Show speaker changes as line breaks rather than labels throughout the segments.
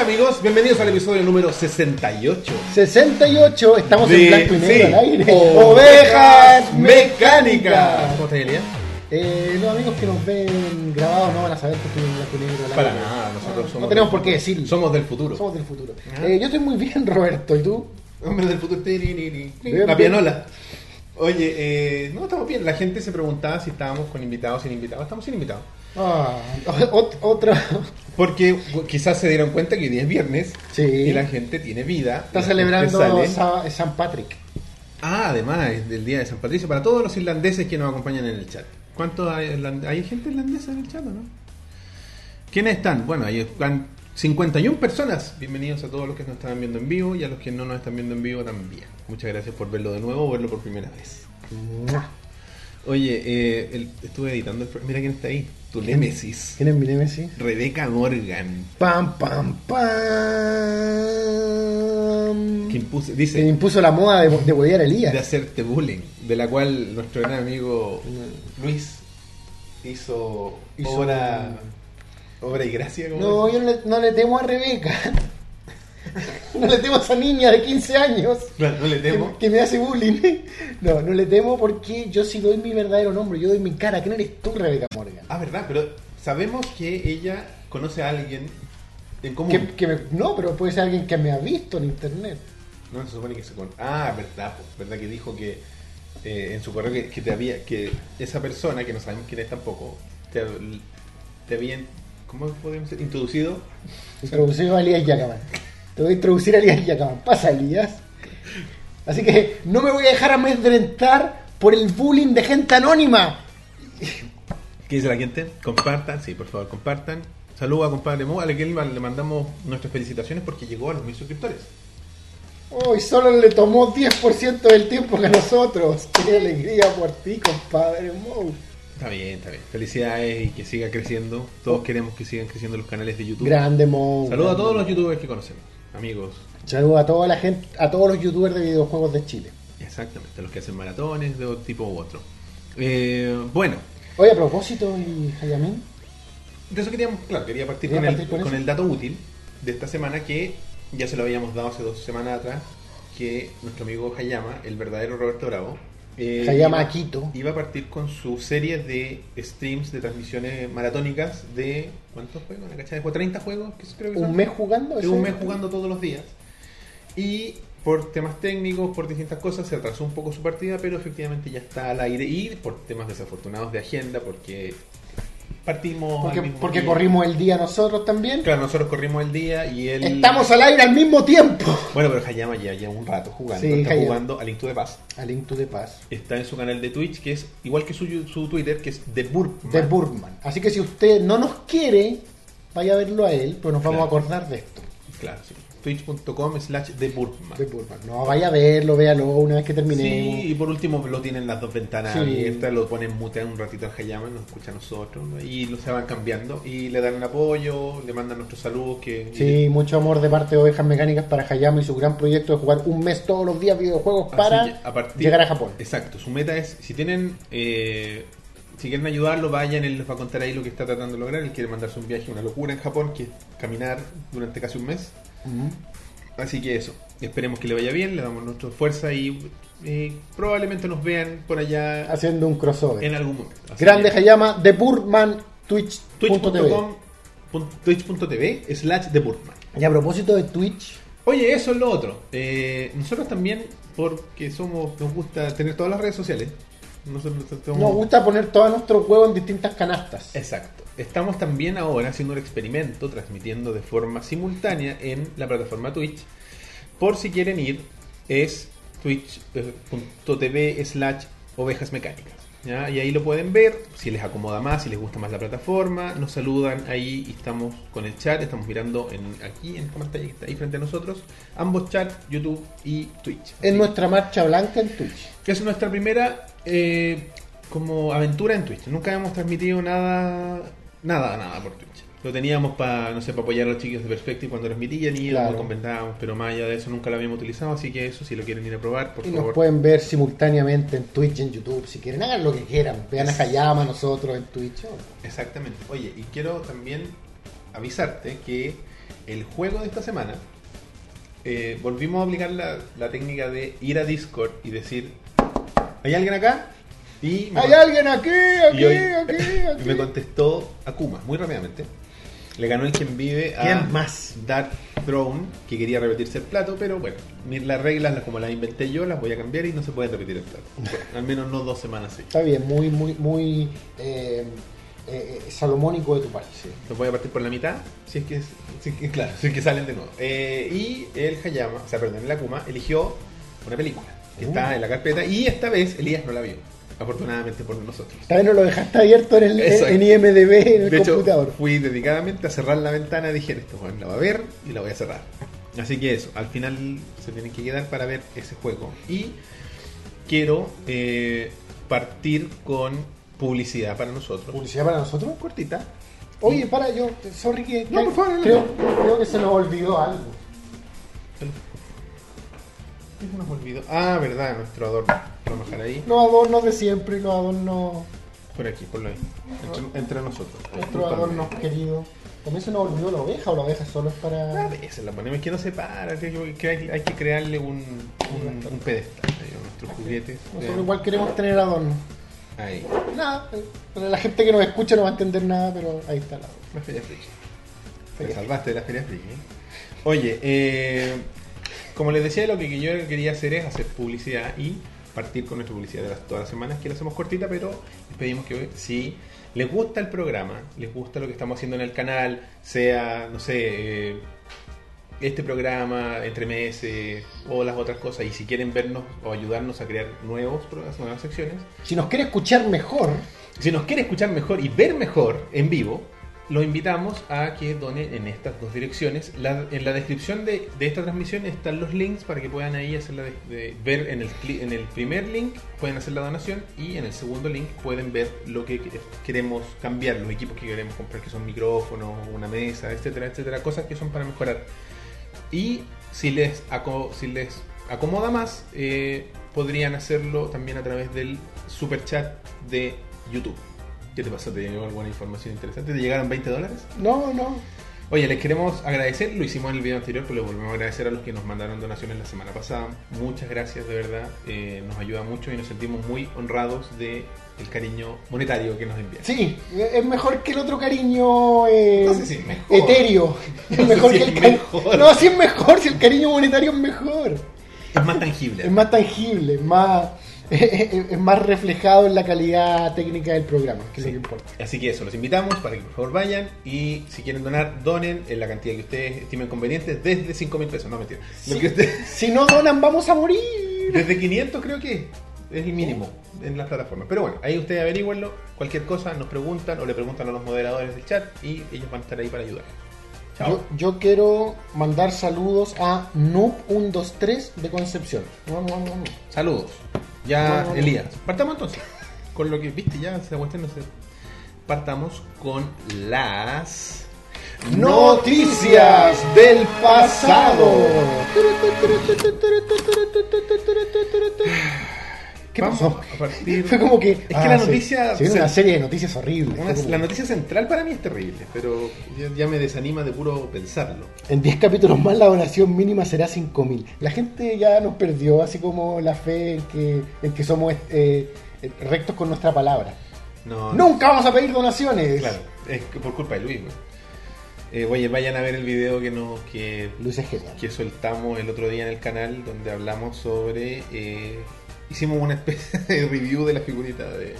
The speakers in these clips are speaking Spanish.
amigos, bienvenidos al episodio número 68.
68, estamos
De-
en blanco y negro
sí. Oh.
al aire.
Ovejas Mecánicas. ¿Cómo estás, Elia?
Eh, los amigos que nos ven grabados no van a saber que estoy en blanco y negro al
Para
aire.
nada, nosotros
No, no
somos.
tenemos por qué decirlo.
Somos del futuro.
Somos del futuro.
Ah.
Eh, yo estoy muy bien, Roberto, ¿y tú?
Hombres del futuro. Ti, ni, ni, ni.
Bien,
La
bien.
pianola. Oye, eh, no estamos bien. La gente se preguntaba si estábamos con invitados sin invitados. Estamos sin invitados.
Ah, ot- otro.
Porque quizás se dieron cuenta que hoy día es viernes
Sí.
y la gente tiene vida.
Está
La gente
celebrando
sale.
Sa- San Patrick.
Ah, además es del Día de San Patricio para todos los irlandeses que nos acompañan en el chat. ¿Cuántos hay, irlan- hay gente irlandesa en el chat o no? ¿Quiénes están? Bueno, ahí están 51 personas. Bienvenidos a todos los que nos están viendo en vivo y a los que no nos están viendo en vivo también. Muchas gracias por verlo de nuevo o verlo por primera vez.
Mua.
Oye, eh, el- estuve editando el... pro- Mira quién está ahí. Tu némesis.
¿Quién es mi Nemesis?
Rebeca Morgan.
Pam, pam, pam.
Que impuse-
Se
dice,
impuso la moda de, de huevear a Elías.
de hacerte bullying, de la cual nuestro gran amigo Luis hizo,
Hizo-
obra obra y gracia. ¿cómo
No,
es?
yo no le, no le temo a Rebeca. No le temo a esa niña de 15 años
Claro, no le
que,
temo.
que me hace bullying. No, no le temo porque yo sí doy mi verdadero nombre, yo doy mi cara. ¿Quién eres tú, Rebeca Morgan?
Ah, verdad, pero sabemos que ella conoce a alguien en común.
Que, que me- no, pero puede ser alguien que me ha visto en internet.
No se supone que se con... Ah, verdad, po, verdad que dijo que eh, en su correo que, que te había que esa persona que no sabemos quién es tampoco te, te habían ¿cómo podemos decir? introducido
Introducido a Elías Yacaman. Te voy a introducir a Elías Yacaman. Pasa, Elías. Así que no me voy a dejar amedrentar por el bullying de gente anónima.
¿Qué dice la gente? Compartan, sí, por favor, compartan. Saludos a compadre Mo, al que le mandamos nuestras felicitaciones porque llegó a los mil suscriptores.
Hoy solo le tomó 10% del tiempo que nosotros. Qué alegría por ti, compadre Mou.
Está bien, está bien. Felicidades y que siga creciendo. Todos queremos que sigan creciendo los canales de YouTube.
Grande Mou.
Saludos a
grande
todos los
Mou.
youtubers que conocemos, amigos.
Saludos a toda la gente, a todos los youtubers de videojuegos de Chile.
Exactamente, a los que hacen maratones de un tipo u otro. Eh, bueno,
Oye, a propósito, y Hayamín,
de eso queríamos, claro, quería partir,
Quería
con, el,
partir con
con
eso.
el dato útil de esta semana que ya se lo habíamos dado hace dos semanas atrás, que nuestro amigo Hayama, el verdadero Roberto Bravo, eh,
Hayama
iba-
Akito.
iba a partir con su serie de streams de transmisiones maratónicas de ¿cuántos juegos? ¿Una cachada de juegos? 30 juegos que creo que son.
Un mes jugando.
De
¿eso?
un mes jugando todos los días. Y por temas técnicos, por distintas cosas, se atrasó un poco su partida, pero efectivamente ya está al aire. Y por temas desafortunados de agenda, porque partimos.
Porque,
al mismo
porque
día.
corrimos el día nosotros también.
Claro, nosotros corrimos el día y él.
Estamos al aire al mismo tiempo.
Bueno, pero Hayama ya lleva un rato jugando.
Sí,
está
Hayama.
jugando a Link to the Paz.
A Link to the Paz.
Está en su canal de Twitch, que es igual que su, su Twitter, que es The Burpman.
De Burkman. Así que si usted no nos quiere, vaya a verlo a él, pero nos vamos
Claro.
a acordar de esto.
Claro, sí. Twitch.com slash The Burpman.
De Burkman. No, vaya a verlo, véalo una vez que terminemos.
Sí, y por último lo tienen las dos ventanas
Sí.
abiertas, lo ponen mutean un ratito al Hayama, nos escucha a nosotros ¿no? y lo se van cambiando y le dan un apoyo, le mandan nuestros saludos que
Sí, mucho amor de parte de Ovejas Mecánicas para Hayama y su gran proyecto de jugar un mes todos los días videojuegos
Así
para
que a partir-
llegar a Japón.
Exacto, su meta es, si tienen, eh, si quieren ayudarlo, vayan, él les va a contar ahí lo que está tratando de lograr, él quiere mandarse un viaje, una locura en Japón, que es caminar durante casi un mes. Así que eso, esperemos que le vaya bien, le damos nuestra fuerza y eh, probablemente nos vean por allá
Haciendo un crossover.
en algún momento. Así
Grande
que-
Hayama de Burman Twitch.
Twitch.com pun- Twitch.tv slash de Burman.
Y a propósito de Twitch,
Oye, eso es lo otro. Eh, nosotros también, porque somos, nos gusta tener todas las redes sociales. Nosotros somos-
nos gusta poner todos nuestros huevos en distintas canastas.
Exacto. Estamos también ahora haciendo un experimento, transmitiendo de forma simultánea en la plataforma Twitch. Por si quieren ir, es twitch.tv slash ovejas mecánicas. ¿ya? Y ahí lo pueden ver, si les acomoda más, si les gusta más la plataforma. Nos saludan ahí y estamos con el chat, estamos mirando en, aquí en esta pantalla que está ahí frente a nosotros. Ambos chats, YouTube y Twitch.
En
Así
nuestra marcha blanca en Twitch.
que es nuestra primera eh, como aventura en Twitch. Nunca habíamos transmitido nada, nada, nada por Twitch. Lo teníamos para, no sé, para apoyar a los chicos de Perspective cuando transmitían y
Claro.
lo comentábamos, pero más allá de eso nunca lo habíamos utilizado, así que eso si lo quieren ir a probar, por
Y nos
favor.
pueden ver simultáneamente en Twitch, en YouTube, si quieren. Hagan lo que quieran. Vean a Hayama, nosotros en Twitch.
Exactamente. Oye, y quiero también avisarte que el juego de esta semana, eh, volvimos a aplicar la, la técnica de ir a Discord y decir, ¿hay alguien acá? Y me
¡Hay
con-
alguien aquí, aquí,
y hoy-
aquí,
y
aquí!
me contestó Akuma muy rápidamente. Le ganó el quien vive a
¿Quién más?
Dark Throne, que quería repetirse el plato, pero bueno, ni las reglas las- como las inventé yo, las voy a cambiar y no se puede repetir el plato. Al menos no dos semanas así.
Está bien, muy, muy, muy eh, eh, eh, salomónico de tu parte.
Los voy a partir por la mitad, si es que, es- si es que- claro, si es que salen de nuevo. Eh, y el Hayama, o sea, perdón, el Akuma eligió una película que
Uh.
está en la carpeta y esta vez Elías no la vio, afortunadamente por nosotros.
Tal vez no lo dejaste abierto en, el,
Eso es.
en IMDB en el
de hecho,
computador.
fui dedicadamente a cerrar la ventana. Dije, esto Juan, la va a ver y la voy a cerrar. Así que eso, al final se tienen que quedar para ver ese juego. Y quiero eh, partir con publicidad para nosotros.
¿Publicidad para nosotros?
Cortita.
Oye, para, yo, sorry que.
No, por favor,
creo,
adelante.
creo que se nos olvidó algo.
¿Qué se nos olvidó? Ah, verdad, nuestro adorno. Vamos a dejar ahí.
Los adornos de siempre, los adornos,
Por aquí, por ahí. Entre, entre nosotros.
nuestros adornos queridos. También se nos olvidó la oveja o la oveja solo es
Ah, A
para.
veces la ponemos, es que no se para, que que hay, hay que crearle un, un, un pedestal ahí a nuestros juguetes.
Nosotros igual queremos tener adornos.
Ahí.
Nada, eh, para la gente que nos escucha no va a entender nada, pero ahí está el adorno.
La Feria Friki. Te
Feria
salvaste de la Feria Friki. ¿eh? Oye, eh, como les decía, lo que yo quería hacer es hacer publicidad y partir con nuestra publicidad de las, todas las semanas, que la hacemos cortita, pero les pedimos que si les gusta el programa, les gusta lo que estamos haciendo en el canal, sea, no sé, eh, este programa, entre meses o las otras cosas, y si quieren vernos o ayudarnos a crear nuevos programas, nuevas secciones,
Si nos quiere escuchar mejor,
si nos quiere escuchar mejor y ver mejor en vivo, los invitamos a que donen en estas dos direcciones. La- en la descripción de, de esta transmisión están los links para que puedan ahí hacer la de- de- ver en el, cli- en el primer link, pueden hacer la donación y en el segundo link pueden ver lo que que- queremos cambiar, los equipos que queremos comprar, que son micrófonos, una mesa, etcétera, etcétera, cosas que son para mejorar. Y si les, aco- si les acomoda más, eh, podrían hacerlo también a través del super chat de YouTube. ¿Qué te pasó? ¿Te llegó alguna información interesante? ¿Te llegaron 20 dólares?
no, no.
Oye, les queremos agradecer, lo hicimos en el video anterior, pero le volvemos a agradecer a los que nos mandaron donaciones la semana pasada. Muchas gracias, de verdad. Eh, nos ayuda mucho y nos sentimos muy honrados de el cariño monetario que nos envían.
Sí, es mejor que el otro cariño eh,
No sé si es mejor.
etéreo. Es
No sé
mejor
si
que
es
el cari-
mejor.
No, si es mejor, si el cariño monetario es mejor.
Es más tangible.
Es más tangible, es más, es más reflejado en la calidad técnica del programa, que es lo que importa.
Así que eso, los invitamos para que por favor vayan y si quieren donar, donen en la cantidad que ustedes estimen conveniente desde 5 mil pesos, no mentira. Lo
Sí.
que ustedes-
Si no donan, vamos a morir.
desde 500 creo que es el mínimo en las plataformas. Pero bueno, ahí ustedes averigüenlo, cualquier cosa nos preguntan o le preguntan a los moderadores del chat y ellos van a estar ahí para ayudar.
Yo,
Chao.
yo quiero mandar saludos a Noob123 de Concepción. No, no, no, no.
Saludos. Ya,
Bueno, bueno.
Elías. Partamos entonces. Con lo que, viste, ya se cuestión no sé. Partamos con las
Noticias del pasado. ¿Qué
Vamos
pasó?
A partir...
Fue como que. ah,
que la noticia-
Se, viene una
se-
serie de noticias horribles.
Una-
Fue como-
la noticia central para mí es terrible, pero ya, ya me desanima de puro pensarlo.
En 10 capítulos más la donación mínima será 5.000. La gente ya nos perdió, así como la fe en que, en que somos eh, rectos con nuestra palabra.
No,
Nunca vamos a pedir donaciones.
Claro, es que por culpa de Luis. güey. Eh, oye, vayan a ver el video que nos que,
Luis es genial.
que soltamos el otro día en el canal, donde hablamos sobre. eh, hicimos una especie de review de la figurita de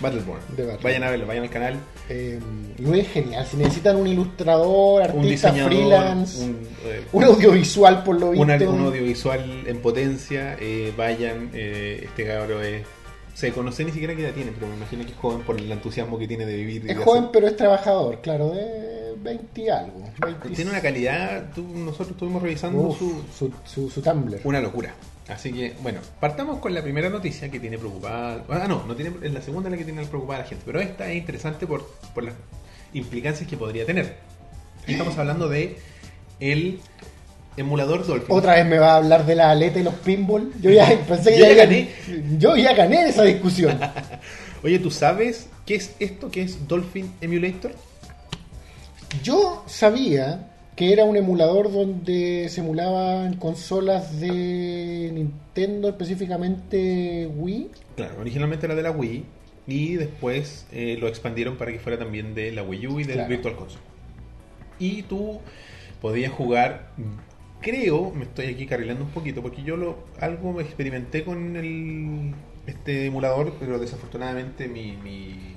Battleborn.
De Battleborn.
Vayan a verlo, vayan al canal.
Eh, Luis es genial. Si necesitan un ilustrador,
Un
artista
diseñador,
freelance, un,
un, eh,
audiovisual por lo visto.
un, un audiovisual en potencia, eh, vayan, eh, este cabro es... Se conoce ni siquiera qué edad tiene, pero me imagino que es joven por el entusiasmo que tiene de vivir. y de
Es
hacer-
joven pero es trabajador, claro, de 20 y algo. 20
Tiene una calidad, tú- nosotros estuvimos revisando
Uf,
su...
su, su, su Tumblr.
Una locura. Así que, bueno, partamos con la primera noticia que tiene preocupada... Ah, no, no tiene, es la segunda la que tiene preocupada a la gente, pero esta es interesante por, por las implicancias que podría tener. Y estamos hablando de el emulador Dolphin.
Otra vez me va a hablar de la aleta y los pinball. Yo ya pensé que
Yo ya
Yo ya gané esa discusión.
Oye, ¿tú sabes qué es esto que es Dolphin Emulator?
Yo sabía que era un emulador donde se emulaban consolas de Nintendo, específicamente Wii.
Claro, originalmente era de la Wii y después eh, lo expandieron para que fuera también de la Wii U y del
Claro.
Virtual Console. Y tú podías jugar, creo, me estoy aquí carrilando un poquito, porque yo lo algo me experimenté con el este emulador, pero desafortunadamente mi, mi,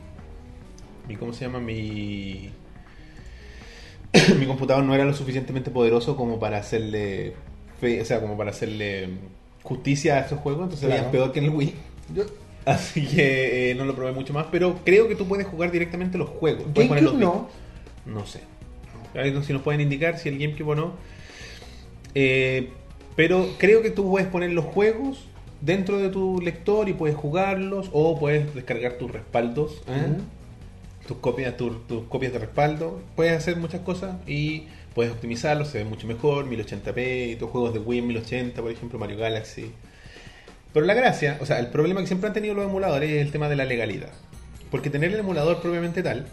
mi ¿cómo se llama? Mi, mi computador no era lo suficientemente poderoso como para hacerle, fe- o sea, como para hacerle justicia a estos juegos, entonces
Claro.
era peor que en el Wii.
Yo,
Así que eh, no lo probé mucho más, pero creo que tú puedes jugar directamente los juegos. Puedes poner los
GameCube no.
discos. No sé. A ver si nos pueden indicar si el GameCube o no. Eh, pero creo que tú puedes poner los juegos dentro de tu lector y puedes jugarlos o puedes descargar tus respaldos. ¿eh?
Ujú.
tus copias, tu- tus copias de respaldo. Puedes hacer muchas cosas y puedes optimizarlo, se ve mucho mejor, 1080p, y tus juegos de Wii 1080, por ejemplo, Mario Galaxy. Pero la gracia, o sea, el problema que siempre han tenido los emuladores es el tema de la legalidad. Porque tener el emulador propiamente tal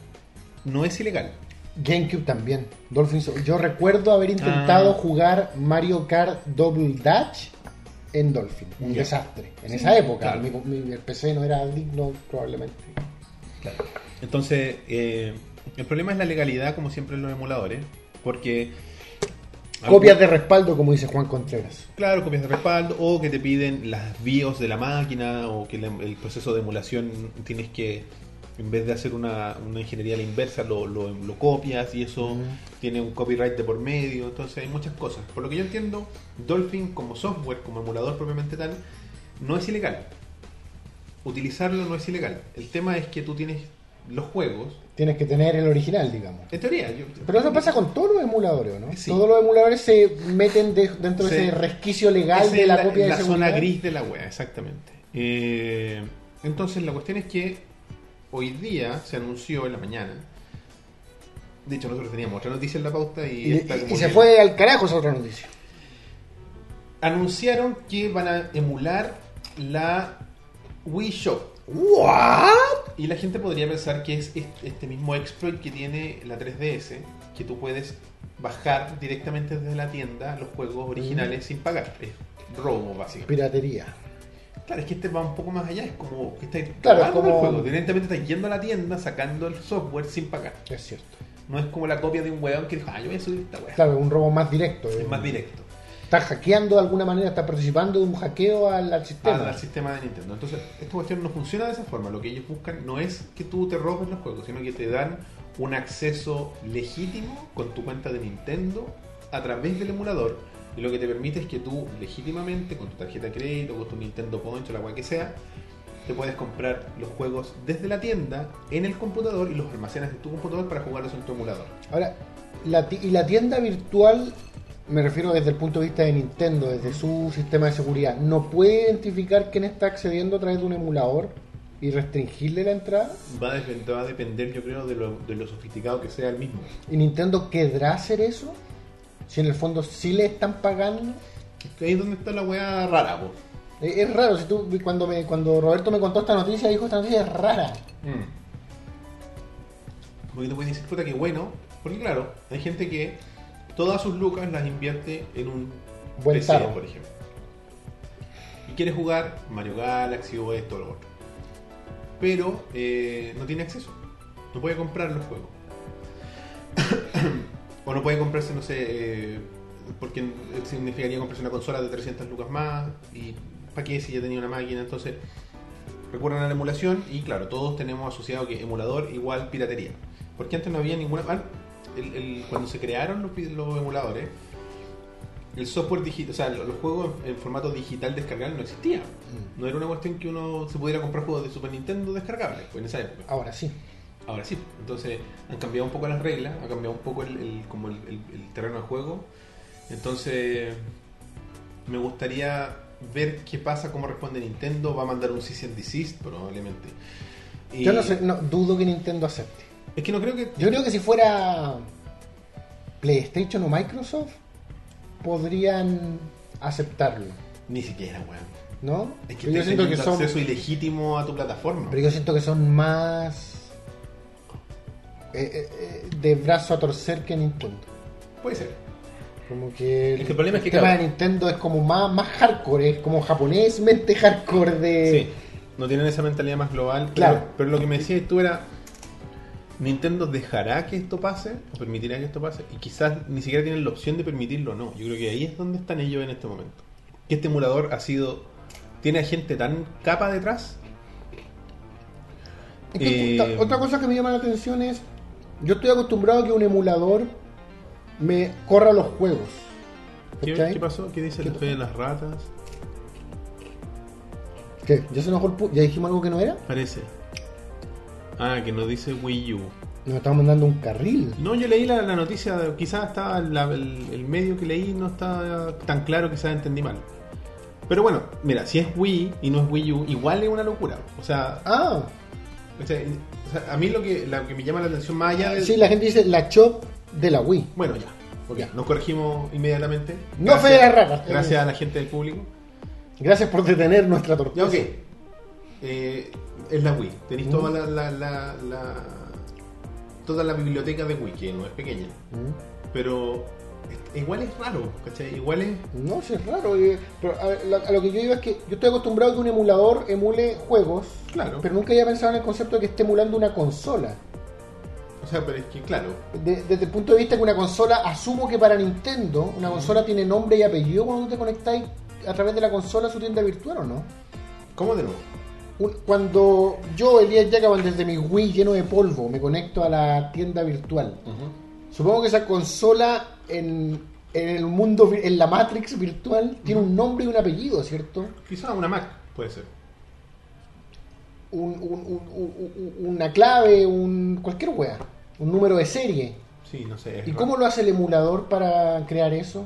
no es ilegal.
GameCube también. Dolphin Soul. Yo recuerdo haber intentado
Ah.
jugar Mario Kart Double Dash en Dolphin. Un
Ya.
desastre. En
Sí,
esa época.
claro. Ah,
Mi, mi- el PC no era digno, probablemente.
Entonces, eh, el problema es la legalidad, como siempre en los emuladores, porque...
Copias de respaldo, como dice Juan Contreras.
Claro, copias de respaldo, o que te piden las BIOS de la máquina, o que la- el proceso de emulación tienes que, en vez de hacer una, una ingeniería a la inversa, lo, lo- lo copias y eso
Ujú.
tiene un copyright de por medio, entonces hay muchas cosas. Por lo que yo entiendo, Dolphin como software, como emulador propiamente tal, no es ilegal. Utilizarlo no es ilegal. El tema es que tú tienes los juegos,
Tienes que tener el original, digamos.
en teoría. yo-
Pero eso pasa con todos los emuladores, ¿no?
Sí.
Todos los emuladores se meten de- dentro
Sí.
de ese resquicio legal
Esa
de
es
la, copia de
la
seguridad.
zona gris de la wea, exactamente. Eh, entonces la cuestión es que hoy día se anunció en la mañana. De hecho, nosotros teníamos otra noticia en la pauta y,
Y,
esta
y-
como
y se
que-
fue al carajo esa otra noticia.
Anunciaron que van a emular la Wii Shop.
¿What?
Y la gente podría pensar que es est- este mismo exploit que tiene la 3DS, que tú puedes bajar directamente desde la tienda los juegos
Mm.
originales sin pagar. Es robo, básicamente.
Piratería.
Claro, es que este va un poco más allá, es como que estáis
Claro,
robando
como-
el juego, directamente estáis yendo a la tienda, sacando el software sin pagar.
Es cierto.
No es como la copia de un weón que dijo, ah, yo voy a subir esta weá.
Claro, un robo más directo.
Es
eh.
más directo
Está hackeando de alguna manera, está participando de un hackeo al, al
al,
sistema.
al sistema de Nintendo. Entonces, esta cuestión no funciona de esa forma. Lo que ellos buscan no es que tú te robes los juegos, sino que te dan un acceso legítimo con tu cuenta de Nintendo a través del emulador. Y lo que te permite es que tú legítimamente, con tu tarjeta de crédito, con tu Nintendo Punch o la cual que sea, te puedes comprar los juegos desde la tienda en el computador y los almacenas en tu computador para jugarlos en tu emulador.
Ahora, la ti- y la tienda virtual, me refiero desde el punto de vista de Nintendo, desde su sistema de seguridad, ¿no puede identificar quién está accediendo a través de un emulador y restringirle la entrada?
Va a, dep- va a depender, yo creo, de lo, de lo sofisticado que sea el mismo.
¿Y Nintendo querrá hacer eso? Si en el fondo sí le están pagando.
Ahí es donde está la weá rara, vos.
Eh, Es raro, si tú, cuando, me, cuando Roberto me contó esta noticia, dijo esta noticia es rara.
Mm. Porque te pueden decir, puta, que bueno. Porque claro, hay gente que todas sus lucas las invierte en un
Buen
PC,
tarro.
por ejemplo. Y quiere jugar Mario Galaxy o esto o lo otro. Pero eh, no tiene acceso. No puede comprar los juegos. o no puede comprarse, no sé, eh, porque significaría comprarse una consola de 300 lucas más. ¿Y para qué si ya tenía una máquina? Entonces recurren a la emulación y claro, todos tenemos asociado que emulador igual piratería. Porque antes no había ninguna... ah, el- el- cuando se crearon los, pi- los emuladores, el software digital, o sea, lo- los juegos en, en formato digital descargable no existía. No era una cuestión que uno se pudiera comprar juegos de Super Nintendo descargables pues, en esa época.
Ahora sí.
Ahora sí, entonces han cambiado un poco las reglas, ha cambiado un poco el, el- como el, el- el terreno de juego. Entonces, me gustaría ver qué pasa, cómo responde Nintendo. Va a mandar un cease and desist, probablemente. Y
Yo no, sé, no dudo que Nintendo acepte.
Es que no creo que.
Yo creo que si fuera PlayStation o Microsoft, podrían aceptarlo,
Ni siquiera, weón.
¿no?
Es que
pero, yo
estás
siento que
teniendo
son,
acceso ilegítimo a tu plataforma.
pero yo siento que son más eh, eh, eh, de brazo a torcer que Nintendo.
Puede ser.
Como que
Es que el problema es que,
tema
claro.
de Nintendo es como más, más hardcore, es como japonés, mente hardcore de...
Sí, no tienen esa mentalidad más global.
Claro.
Pero, pero lo que me decías tú era, ¿Nintendo dejará que esto pase o permitirá que esto pase? Y quizás ni siquiera tienen la opción de permitirlo o no. Yo creo que ahí es donde están ellos en este momento. Que este emulador ha sido... Tiene a gente tan capa detrás.
Es que
Eh,
puta, otra cosa que me llama la atención es, yo estoy acostumbrado a que un emulador me corra los juegos.
¿Qué,
¿cachai?
qué pasó? ¿Qué dice
¿Qué
el fe de las ratas?
¿Qué? ¿Ya se enojó el pu- ¿Ya dijimos algo que no era?
Parece. Ah, que nos dice Wii U.
Nos estamos mandando un carril.
No, yo leí la, la noticia, de- quizás estaba la- el, el medio que leí no está tan claro, quizás entendí mal. Pero bueno, mira, si es Wii y no es Wii U, igual es una locura. O sea,
Ah,
o sea, o sea, a mí lo que, la que me llama la atención más allá de...
sí, la gente dice la chop de la Wii.
Bueno, ya, ok, nos corregimos inmediatamente.
No fue de las ratas.
Gracias a la gente del público.
Gracias por detener nuestra
Ya,
tortuga.
ok. Eh, es la Wii. Tenéis
Mm.
toda la, la, la- la- toda la biblioteca de Wii, que no es pequeña.
Mm.
Pero es- igual es raro, ¿cachai? Igual es...
No, sí, es raro. eh, Pero a, la- a lo que yo digo es que yo estoy acostumbrado a que un emulador emule juegos,
Claro.
pero nunca había pensado en el concepto de que esté emulando una consola.
O sea, pero es que, claro,
De- desde el punto de vista que una consola, asumo que para Nintendo, una consola tiene nombre y apellido cuando tú te conectáis a través de la consola a su tienda virtual o no.
¿cómo de nuevo?
Un- Cuando yo, Elías Jacaban, desde mi Wii lleno de polvo, me conecto a la tienda virtual. Supongo que esa consola en, en el mundo, vi- en la Matrix virtual, tiene un nombre y un apellido, ¿cierto?
Quizá una Mac puede ser.
Un- un- un- un- una clave, un cualquier wea, un número de serie.
Sí, no sé. es
¿Y
raro.
cómo lo hace el emulador para crear eso?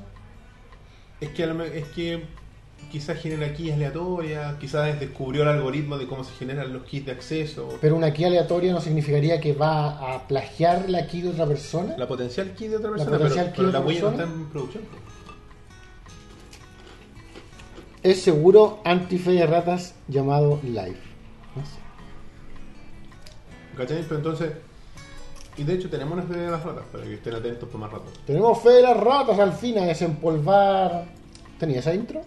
Es que, a lo me- es que quizás genera keys aleatorias, quizás descubrió el algoritmo de cómo se generan los kits de acceso.
Pero una key aleatoria no significaría que va a plagiar la key de otra persona.
La potencial key de otra
La
persona, pero,
potencial key
pero
de
la
otra
Wii no está
persona.
en producción.
Es seguro antife de ratas llamado live. No sé.
¿Cachai? Pero entonces... Y de hecho tenemos una fe de las ratas, para que estén atentos por más rato.
Tenemos fe de las ratas al fin a desempolvar. ¿Tenía esa intro?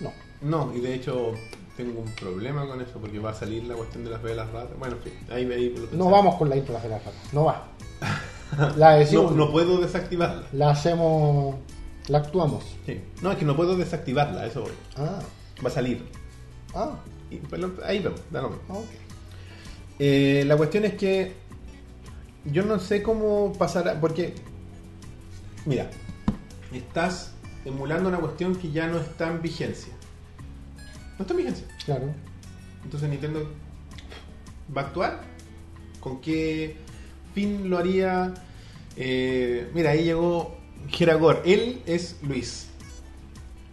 No.
No, y de hecho tengo un problema con eso, porque va a salir la cuestión de las fe de las ratas. Bueno, en fin, ahí, ahí lo
No
pensamos.
vamos con la intro de las fe de las ratas. No va. La decimos.
No, no puedo desactivarla.
La hacemos. La actuamos.
Sí. No, es que no puedo desactivarla, a eso voy.
Ah.
Va a salir.
Ah.
Y, pero ahí vemos, da lo mismo.
Ok.
Eh, la cuestión es que yo no sé cómo pasará, porque, mira, estás emulando una cuestión que ya no está en vigencia. No está en vigencia.
Claro.
Entonces Nintendo va a actuar. ¿Con qué fin lo haría? Eh, mira, ahí llegó Geragor. Él es Luis.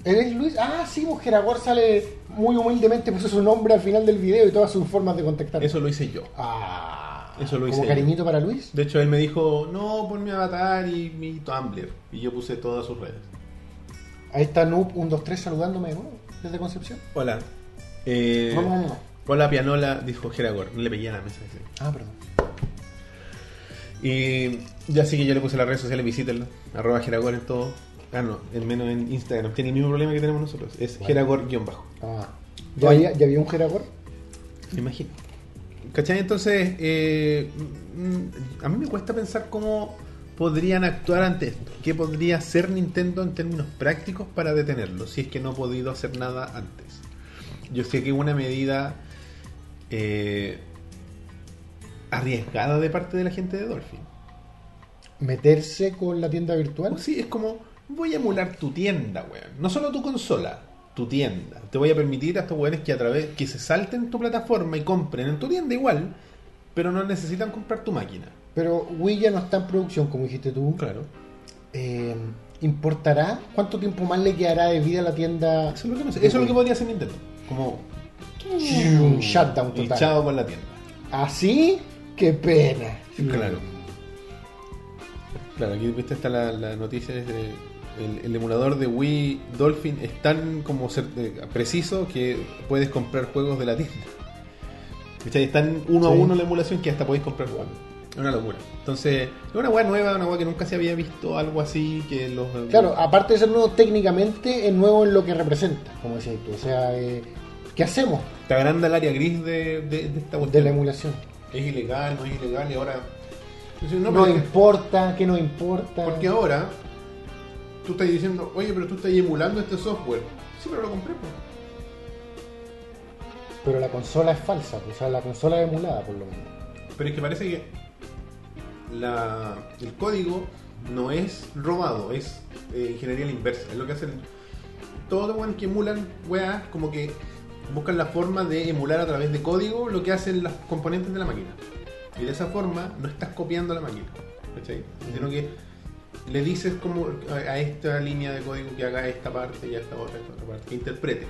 ¿Eres Luis? Ah, sí, Mujeragor sale muy humildemente, puso su nombre al final del video y todas sus formas de contactar.
Eso lo hice yo.
Ah,
Eso lo hice
como
yo.
cariñito para Luis.
De hecho, él me dijo, no, pon mi avatar y mi Tumblr. Y yo puse todas sus redes.
Ahí está Noob123 saludándome de nuevo, desde Concepción.
Hola. Eh,
Vamos, vamos, vamos.
Hola, pianola, dijo Geragor. No le pegué a la mesa. dice.
Ah, perdón.
Y ya sé que yo le puse las redes sociales, visítenlo. Arroba Geragor en todo. Ah, no, en menos en Instagram. Tiene el mismo problema que tenemos nosotros. Es
Bueno.
Geragor-bajo.
Ah. ¿Ya, había, ya había un Geragor?
Me imagino. ¿Cachai? Entonces, eh, mm, a mí me cuesta pensar cómo podrían actuar ante esto. ¿Qué podría hacer Nintendo en términos prácticos para detenerlo? Si es que no ha podido hacer nada antes. Yo sé que una medida eh, arriesgada de parte de la gente de Dolphin.
¿Meterse con la tienda virtual?
Pues sí, es como, voy a emular tu tienda, weón. No solo tu consola, tu tienda. Te voy a permitir a estos weones que a través, que se salten tu plataforma y compren en tu tienda igual, pero no necesitan comprar tu máquina.
Pero Wii ya no está en producción, como dijiste tú.
Claro.
Eh, ¿Importará cuánto tiempo más le quedará de vida a la tienda?
Eso es lo que, no sé. Eso es lo que podría hacer Nintendo. Como,
Un shutdown
y
total.
chao con la tienda.
¿Así? ¡Qué pena!
Claro. Claro, aquí viste está la, la noticia es de- el, el emulador de Wii Dolphin es tan como cer- eh, preciso que puedes comprar juegos de la tienda. ¿Cachai? Es tan uno a
Sí.
uno la emulación que hasta podéis comprar juegos. Es una locura. Entonces, es una weá nueva, una weá que nunca se había visto, algo así, que los... eh,
Claro, ah. aparte de ser nuevo técnicamente, es nuevo en lo que representa, como decías tú. O sea, eh, ¿qué hacemos
Te agranda el área gris de, de, de esta
de
cuestión.
la emulación?
Es ilegal, no es ilegal, y ahora... Entonces,
No,
no, pero-
importa, ¿qué no importa?
porque ahora tú estás diciendo, oye, pero tú estás emulando este software. Sí, pero lo compré, pues.
Pero la consola es falsa, o sea, la consola es emulada por lo menos.
Pero es que parece que la- el código no es robado, es eh, ingeniería a la inversa. Es lo que hacen todos los weones que emulan weas, como que buscan la forma de emular a través de código lo que hacen los componentes de la máquina. Y de esa forma no estás copiando la máquina, ¿cachai? Sino que le dices como a, a esta línea de código que haga esta parte y a esta otra, esta otra parte, que interprete.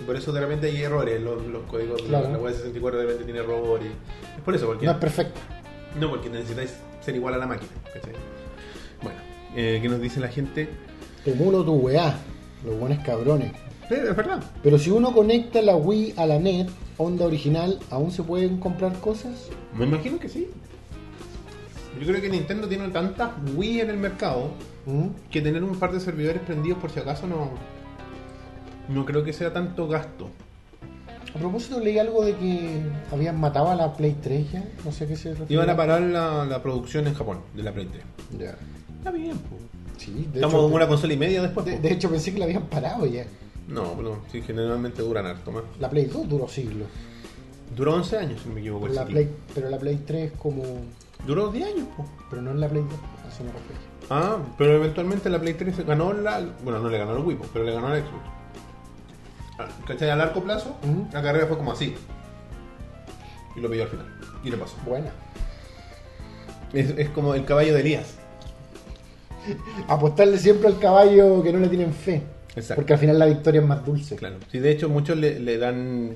Y Por eso de repente hay errores, los, los códigos
Claro.
la web de 64 de repente tiene errores. Es por eso, porque
No es perfecta.
no, porque necesitáis ser igual a la máquina. ¿cachai? Bueno, eh, ¿qué nos dice la gente?
Te emulo tu weá, los buenos cabrones.
Eh, es verdad.
Pero si uno conecta la Wii a la net, onda original, ¿aún se pueden comprar cosas?
Me imagino que sí. Yo creo que Nintendo tiene tantas Wii en el mercado
¿Mm?
que tener un par de servidores prendidos por si acaso no. No creo que sea tanto gasto.
A propósito, leí algo de que habían matado a la Play 3 ya, no sé a qué se refiere.
Iban a parar la, la producción en Japón de la Play 3.
Ya.
Está bien, po.
Sí, de
Estamos
hecho,
una consola y media después.
de-
po.
de hecho pensé que la habían parado ya.
No, no, sí, generalmente duran harto más.
La Play 2 duró siglos.
Duró 11 años, si no me equivoco. el
La
ciclo.
Play, pero la Play 3 como...
Duró 10 años, po.
Pero no es la Play 2, a eso me refiero.
Ah, pero eventualmente la Play 3 ganó la. Bueno, no le ganó el Wii, pues, pero le ganó la Xbox. Ah, ¿Cachai? A largo plazo,
Ujú.
la carrera fue como así. Y lo pilló al final. Y le pasó.
Buena.
Es, es como el caballo de Elías.
Apostarle siempre al caballo que no le tienen fe.
Exacto.
Porque al final la victoria es más dulce.
Claro. Sí, de hecho, muchos le, le dan.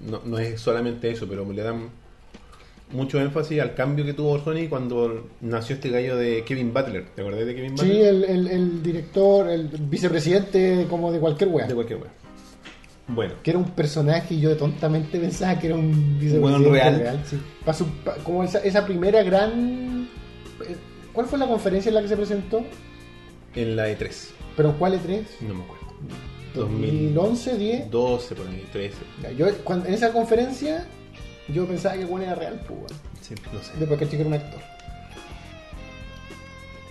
No, no es solamente eso, pero le dan mucho énfasis al cambio que tuvo Sony cuando nació este gallo de Kevin Butler. ¿Te acordás de Kevin Butler?
Sí, el, el- el director, el vicepresidente, como de cualquier wea.
De cualquier wea. Bueno.
Que era un personaje y yo tontamente pensaba que era
Weón
un vicepresidente
real.
sí. Pa' su- pa- como esa, esa primera gran... eh, ¿Cuál fue la conferencia en la que se presentó?
En la E3.
¿Pero en cuál E3?
No me acuerdo.
2011, 10.
12, por ahí, 13.
Yo, cuando- en esa conferencia yo pensaba que el weón era real, pues, weón.
Sí, no sé.
Después que el chico era un actor.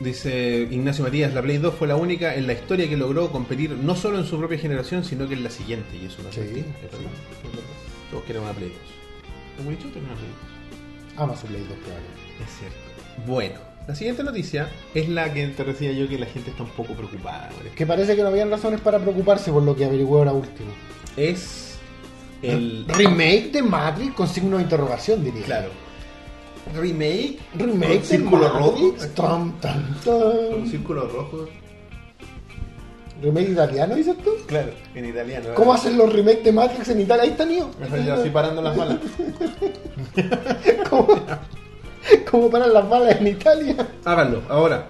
Dice Ignacio Matías, la Play 2 fue la única en la historia que logró competir no solo en su propia generación, sino que en la siguiente. Y eso no es
Sí,
mentira,
sí,
es verdad.
sí, es verdad.
Todos queremos una Play 2. ¿Cómo he dicho? Tenemos una Play 2.
Ama su Play 2, probablemente.
Es cierto. Bueno, la siguiente noticia es la que te decía yo que la gente está un poco preocupada. por esto.
Que parece que no habían razones para preocuparse por lo que averiguó ahora último.
Es el...
¿Ah? Remake de Matrix con signo de interrogación, diría.
Claro. Remake.
Remake
con
de
círculo rojo.
Matrix. Tan, tan,
Con
tan.
círculo rojo.
Remake italiano, dices tú.
Claro, en italiano.
¿Cómo hacen los remakes de Matrix en Italia? Ahí está Neo.
Así parando las balas.
¿Cómo, cómo paran las balas en Italia?
Háganlo, ahora.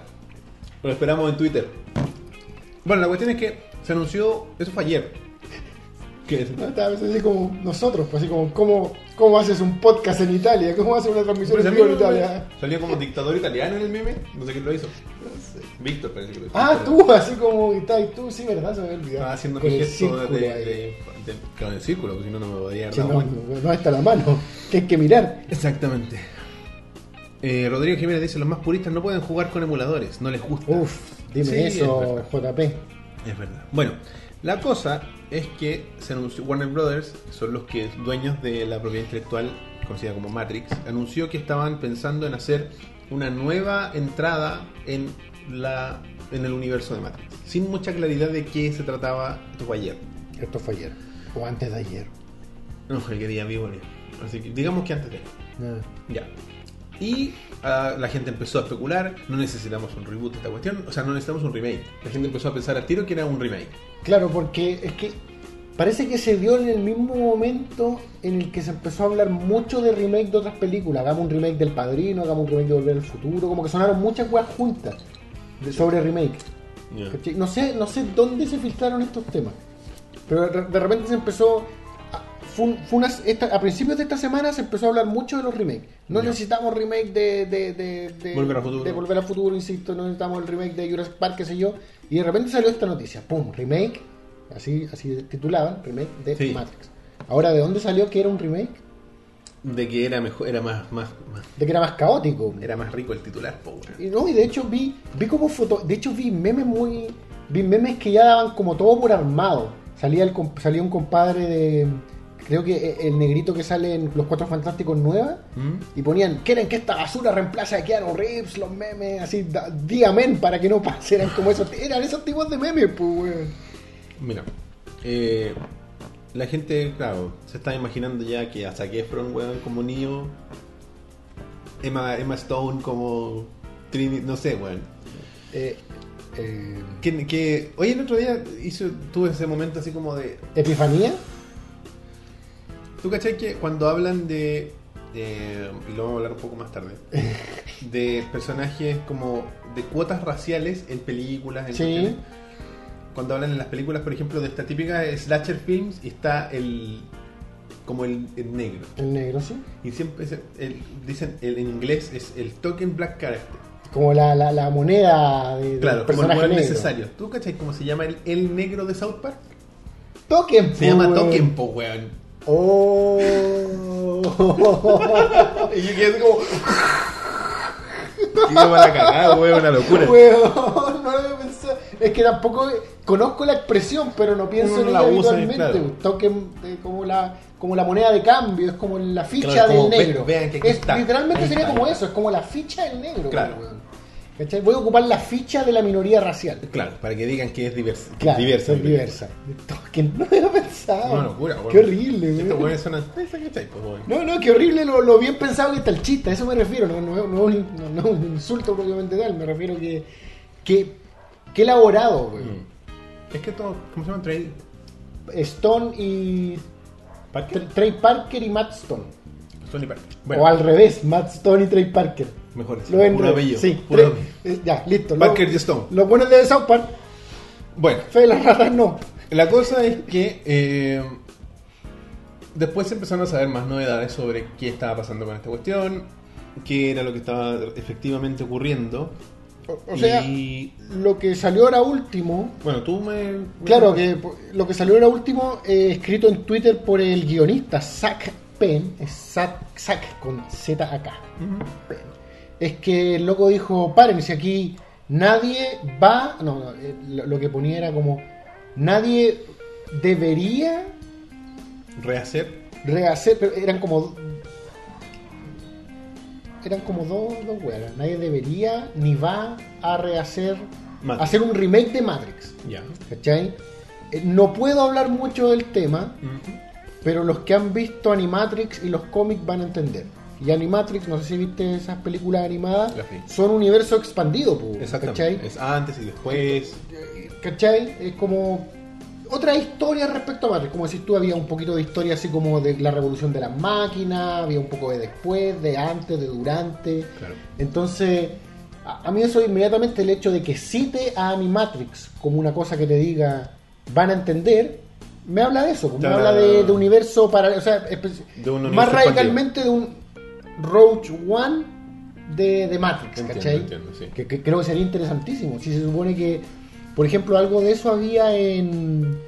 Lo esperamos en Twitter. Bueno, la cuestión es que se anunció, eso fue ayer. Que
No, estaba pensando así como nosotros, pues así como, ¿cómo, cómo haces un podcast en Italia? ¿Cómo haces una transmisión en vivo en Italia?
salió como dictador italiano en el meme, no sé quién lo hizo. Víctor parece que lo hizo.
Ah, tú, así como está y tú, sí, verdad, se me había olvidado.
Estaba haciendo
Con
mi
el
gesto de,
círculo
de,
ahí.
de- con el círculo, porque si no, no me podría dar
Que
la
no,
vuelta.
no, no está la mano, que hay que mirar.
Exactamente. Eh, Rodrigo Jiménez dice: Los más puristas no pueden jugar con emuladores, no les gusta.
Uf, dime
Sí,
eso,
es
JP.
Es verdad. Bueno, la cosa es que se anunció Warner Brothers, que son los que dueños de la propiedad intelectual conocida como Matrix, anunció que estaban pensando en hacer una nueva entrada en la en el universo de Matrix, sin mucha claridad de qué se trataba esto fue ayer.
Esto fue ayer, o antes de ayer.
No, el que día vivo, ¿no? Así que digamos que antes de
Ah,
ya. Y ah, la gente empezó a especular, no necesitamos un reboot de esta cuestión, o sea, no necesitamos un remake. La gente empezó a pensar al tiro que era un remake.
Claro, porque es que parece que se dio en el mismo momento en el que se empezó a hablar mucho de remake de otras películas. Hagamos un remake del Padrino, hagamos un remake de Volver al Futuro, como que sonaron muchas weas juntas de- sobre remake. ¿Cachai? No sé, no sé dónde se filtraron estos temas. Pero de de repente se empezó. a- fue un- fue unas- esta- a principios de esta semana se empezó a hablar mucho de los remakes. No
Ya.
necesitamos remake de, de, de, de-
Volver al Futuro.
de Volver al Futuro, insisto, no necesitamos el remake de Jurassic Park, qué sé yo. Y de repente salió esta noticia, pum, remake, así, así titulaban, remake de
Sí.
Matrix. Ahora, ¿de dónde salió que era un remake?
De que era mejor, era más, más, más-
De que era más caótico.
era más rico el titular, po, weón.
Y no, y de hecho vi, vi como foto, de hecho vi memes muy, vi memes que ya daban como todo por armado. Salía el comp- salía un compadre de creo que e- el negrito que sale en Los Cuatro Fantásticos Nueva
¿Mm?
y ponían, "Quieren que esta basura reemplace a Keanu Reeves", los memes así, da- di amén para que no pase, eran como esos, eran esos tipos de memes, pues weón.
Mira, eh, la gente, claro, se está imaginando ya que a Zac Efron, weón, como niño, Emma, Emma Stone como Trini, no sé, weón.
Eh, eh,
Que, que hoy el otro día hizo, tuve ese momento así como de,
Epifanía,
¿Tú cachai que cuando hablan de, de- Y lo vamos a hablar un poco más tarde. De personajes como. de cuotas raciales en películas, en
Sí.
cuestiones, Cuando hablan en las películas, por ejemplo, de esta típica slasher films, y está el. como el, el negro.
el negro, sí.
Y siempre se- el- dicen, el- en inglés es el token black character.
Como la, la, la moneda de, del
Claro, como el
personaje
poder
negro.
necesario. ¿Tú cachai cómo se llama el, el negro de South Park?
Token,
Se llama
pues, weón.
Token, po, weón.
Oh,
Y yo quedé así como. Y me van a cagar, weón, una locura.
weón, no lo había pensado. Es que tampoco conozco la expresión, pero no pienso
Uno
en
no
ella
la usa,
habitualmente.
claro.
un Token eh, como la como la moneda de cambio, es como la ficha
Claro,
del
como, ve-
negro.
vean que aquí
Es-
está,
Literalmente
ahí
sería
está.
como eso, es como la ficha del negro.
Claro.
weón. ¿Cachai? Voy a ocupar la ficha de la minoría racial.
Claro, para que digan que es diversa.
Claro,
diversa.
diversa. diversa. Token, no lo había pensado.
Una locura, weón.
Qué horrible,
Estos
weón.
weones son an- Esa que estáis, pues, weón.
No, no, qué horrible lo, lo bien pensado que está el chiste, a eso me refiero, no, no, no, no, no un insulto propiamente tal, me refiero que, que, que elaborado, güey.
Mm. Es que todo. ¿Cómo se llama? Trey
Stone y
Parker.
Tr- Trey Parker y Matt Stone.
Tony Parker. Bueno,
O al revés, Matt Stone y Trey Parker.
mejor así.
Lo ven
Puro
re-
apellido,
Sí,
puro
Trey-
apellido.
eh, ya, listo.
Parker y
lo,
Stone.
Los buenos de South Park,
Bueno,
fe de las ratas no.
la cosa es que. eh, después se empezaron a saber más novedades sobre qué estaba pasando con esta cuestión. Qué era lo que estaba efectivamente ocurriendo.
O, o sea,
y.
lo que salió ahora último,
Bueno, tú me. me-
Claro, que po- lo que salió era último, eh, escrito en Twitter por el guionista Zach Penn, es Zach, Zach con Z acá,
Ujú.
es que el loco dijo, paren, si aquí nadie va, no, no, eh, lo, lo que ponía era como, nadie debería
Rehacer.
rehacer, pero eran como, eran como dos, dos weas, nadie debería ni va a rehacer,
Matrix.
hacer un remake de Matrix.
Ya.
¿Cachai? Eh, No puedo hablar mucho del tema,
Ujú.
pero los que han visto Animatrix y los cómics van a entender. Y Animatrix, no sé si viste esas películas animadas,
Las vi.
son universo expandido, pu, ¿cachai?
Exactamente. Es antes y después.
¿Cachai? Es como otra historia respecto a Matrix. Como decís tú, había un poquito de historia así como de la revolución de las máquinas, había un poco de después, de antes, de durante.
Claro.
Entonces, a, a mí eso inmediatamente el hecho de que cite a Animatrix como una cosa que te diga van a entender, me habla de eso, pues, me
Claro.
habla de, de universo paralelo, o sea, espe-
De un universo
más radicalmente de un Roach One de, de Matrix,
Entiendo,
¿cachai?
entiendo, sí.
que, que creo que sería interesantísimo. Si se supone que, por ejemplo, algo de eso había en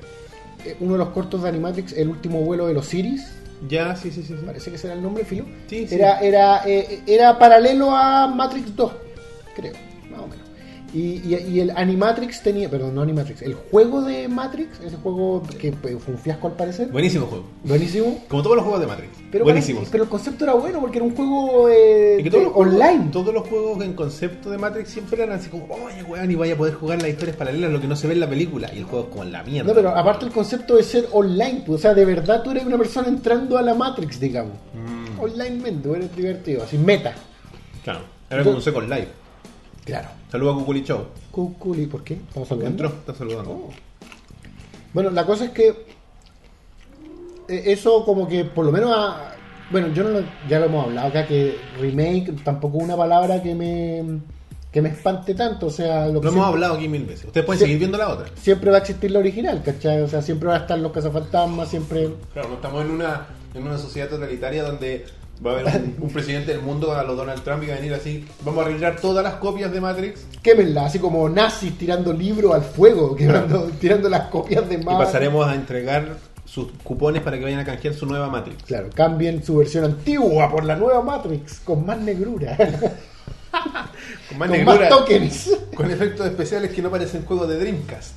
eh, uno de los cortos de Animatrix, El último vuelo de los Iris
Ya, sí, sí, sí. sí.
parece que será el nombre, Filo.
Sí, sí.
era, Era, eh, era paralelo a Matrix 2, creo, más o menos. Y, y- y el Animatrix tenía, perdón, no Animatrix, el juego de Matrix, ese juego que pues, fue un fiasco al parecer,
Buenísimo juego.
buenísimo.
Como todos los juegos de Matrix.
Pero,
Buenísimo.
parece- pero el concepto era bueno porque era un juego eh,
Y que
de-
todos los juegos-
online.
Todos los juegos en concepto de Matrix siempre eran así como, oye, weón, y vaya a poder jugar las historias paralelas, lo que no se ve en la película. Y el juego es como la mierda.
No, pero aparte el concepto de ser online, pues, o sea, de verdad tú eres una persona entrando a la Matrix, digamos.
Mm,
Onlinemente, bueno, es divertido, así, meta.
claro. Era como un Second Life.
Claro.
Saludos a Cuculi Show.
Cuculi, ¿por qué? ¿Estamos hablando?
Entró, está saludando.
Oh. Bueno, la cosa es que eh, eso como que por lo menos ah, a- bueno, yo no lo- ya lo hemos hablado acá que remake tampoco es una palabra que me que me espante tanto. O sea,
Lo
lo que
hemos
siempre,
hablado aquí mil veces. Ustedes pueden
Sí.
seguir viendo la otra.
siempre va a existir la original, ¿cachai? O sea, siempre va a estar los cazafantasmas, siempre.
Claro, no estamos en una, en una sociedad totalitaria donde va a haber un, un presidente del mundo a los Donald Trump y va a venir así. Vamos a arreglar todas las copias de Matrix
Quémenla, así como nazis tirando libros al fuego, quemando- tirando las copias de
y
más.
pasaremos a entregar sus cupones para que vayan a canjear su nueva Matrix.
Claro, cambien su versión antigua por la nueva Matrix, con más negrura,
Con
con
más negrura,
más tokens.
con efectos especiales que no parecen juegos de Dreamcast.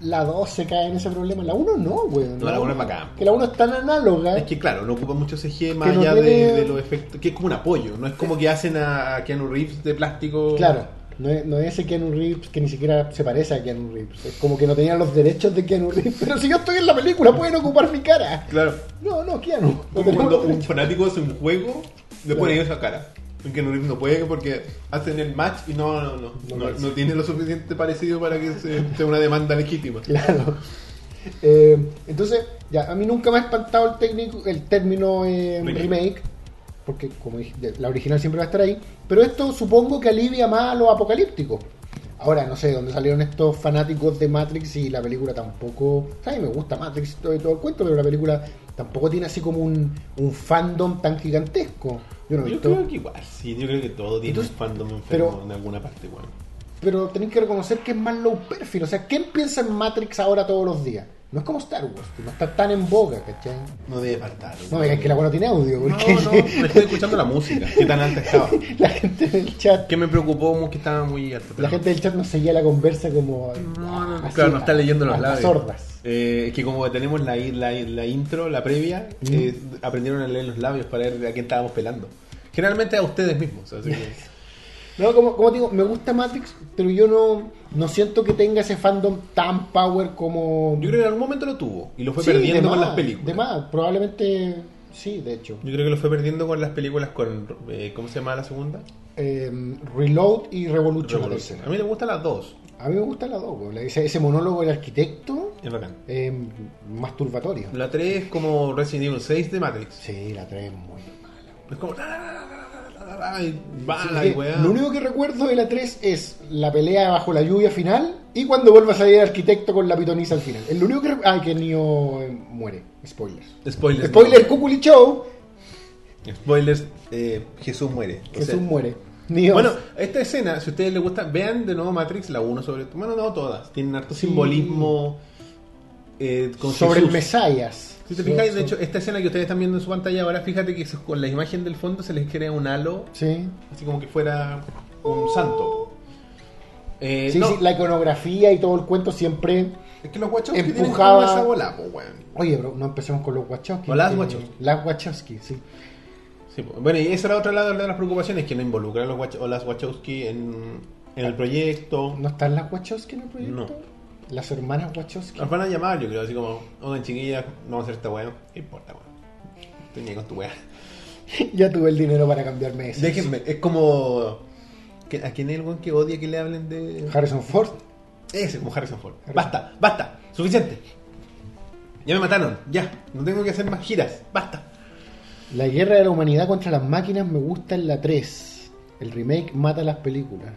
La 2 se cae en ese problema, la 1 no, weón.
No, la uno es bacán.
Que la 1 es tan análoga.
Es que claro, no ocupa mucho CG más
¿Eh? Que no
allá de-
tiene-
de, los efectos, que es como un apoyo, no es como que hacen a a Keanu Reeves de plástico.
Claro, no es, no es ese Keanu Reeves que ni siquiera se parece a Keanu Reeves. Es como que no tenían los derechos de Keanu Reeves. Pero si yo estoy en la película, pueden ocupar mi cara.
Claro.
No, no, Keanu. no
Como
tenemos
cuando un
derecho.
fanático hace un juego, le
Claro.
pone esa cara. En Keanu Reeves no puede porque hacen el match y no, no, no,
No
no,
parece.
no tiene lo suficiente parecido para que se- sea una demanda legítima.
Claro. Eh, entonces, ya, a mí nunca me ha espantado el, técnico, el término eh,
Remake.
remake. Porque, como dije, de- la original siempre va a estar ahí. Pero esto supongo que alivia más a los apocalípticos. Ahora, no sé, dónde salieron estos fanáticos de Matrix y la película tampoco... O sea, a mí me gusta Matrix y todo, y todo el cuento, pero la película tampoco tiene así como un, un fandom tan gigantesco. Yo no he
Yo
visto...
creo que igual, sí, yo creo que todo tiene un
Entonces,
fandom enfermo
pero-
en alguna parte, bueno.
Pero tenéis que reconocer que es más low perfil. O sea, ¿quién piensa en Matrix ahora todos los días? No es como Star Wars, que no está tan en boga, ¿cachai?
No debe faltar.
No me digas que la buena tiene audio,
No,
porque
no, me estoy escuchando la música, que tan alta estaba.
la gente del chat,
Que me preocupó mucho que estaba muy alta. pero-
la gente del chat no seguía la conversa como ah,
No, no,
así,
claro, no está
a-
leyendo los
a
labios.
Las sordas.
Eh, es que como tenemos la, la, la intro, la previa, eh, aprendieron a leer los labios para ver a quién estábamos pelando. Generalmente a ustedes mismos. Así que,
No, como, como te digo, me gusta Matrix, pero yo no, no siento que tenga ese fandom tan power como.
yo creo que en algún momento lo tuvo y lo fue
Sí,
perdiendo
de
con
más,
las películas.
De más, probablemente sí, de hecho.
Yo creo que lo fue perdiendo con las películas con... eh, ¿Cómo se llama la segunda?
Eh, Reload y Revolution. la
Revolution.
tercera.
A mí me gustan las dos.
A mí me gustan las dos, güey. ese, ese monólogo del arquitecto
Es bacán.
eh, masturbatorio.
La 3 es como Resident Evil 6 de Matrix.
Sí, la tres es muy
Es como... la, la, la, la, la, la, y
Sí,
bala
que
y weá.
Lo único que recuerdo de la 3 es la pelea bajo la lluvia final y cuando vuelva a salir el arquitecto con la pitoniza al final. El único que. re- Ah, que Neo eh, muere. Spoilers.
Spoilers.
Spoiler, Cuculi Show.
Spoilers. eh, Jesús muere. O
Jesús
sea,
muere. Neo.
Bueno, esta escena, si a ustedes les gusta, vean de nuevo Matrix, la 1 sobre todo. Bueno, no todas. Tienen harto
Sí.
simbolismo eh, con
sobre
Jesús.
el Mesías.
Si te
So-
fijáis,
so-
de hecho, esta escena que ustedes están viendo en su pantalla ahora, fíjate que se- con la imagen del fondo se les crea un halo,
Sí.
así como que fuera un santo. Eh,
Sí,
no,
sí, la iconografía y todo el cuento siempre.
Es que los guachos que tienen
empujaba-
como esa bola, po, weón.
Oye, bro, no empecemos con los Wachowski.
O las
que-
Wachowski.
Las Wachowski, sí.
Sí, po. bueno, y ese era otro lado de las preocupaciones, que no involucran los guach- o las Wachowski en, en el proyecto.
¿No están las Wachowski en el proyecto?
No.
Las hermanas Wachowski.
Nos van a llamar, yo creo, así como, oigan chiquillas, vamos a hacer esta weá. ¿Qué importa, weón? Tenía con tu weá.
ya tuve el dinero para cambiarme eso.
Déjenme, es como. que- ¿A quién es el weón que odia que le hablen de.?
Harrison Ford.
Ese, como Harrison Ford.
Harrison.
Basta, basta, suficiente. Ya me mataron, ya. No tengo que hacer más giras, basta.
La guerra de la humanidad contra las máquinas me gusta en la 3. El remake mata las películas.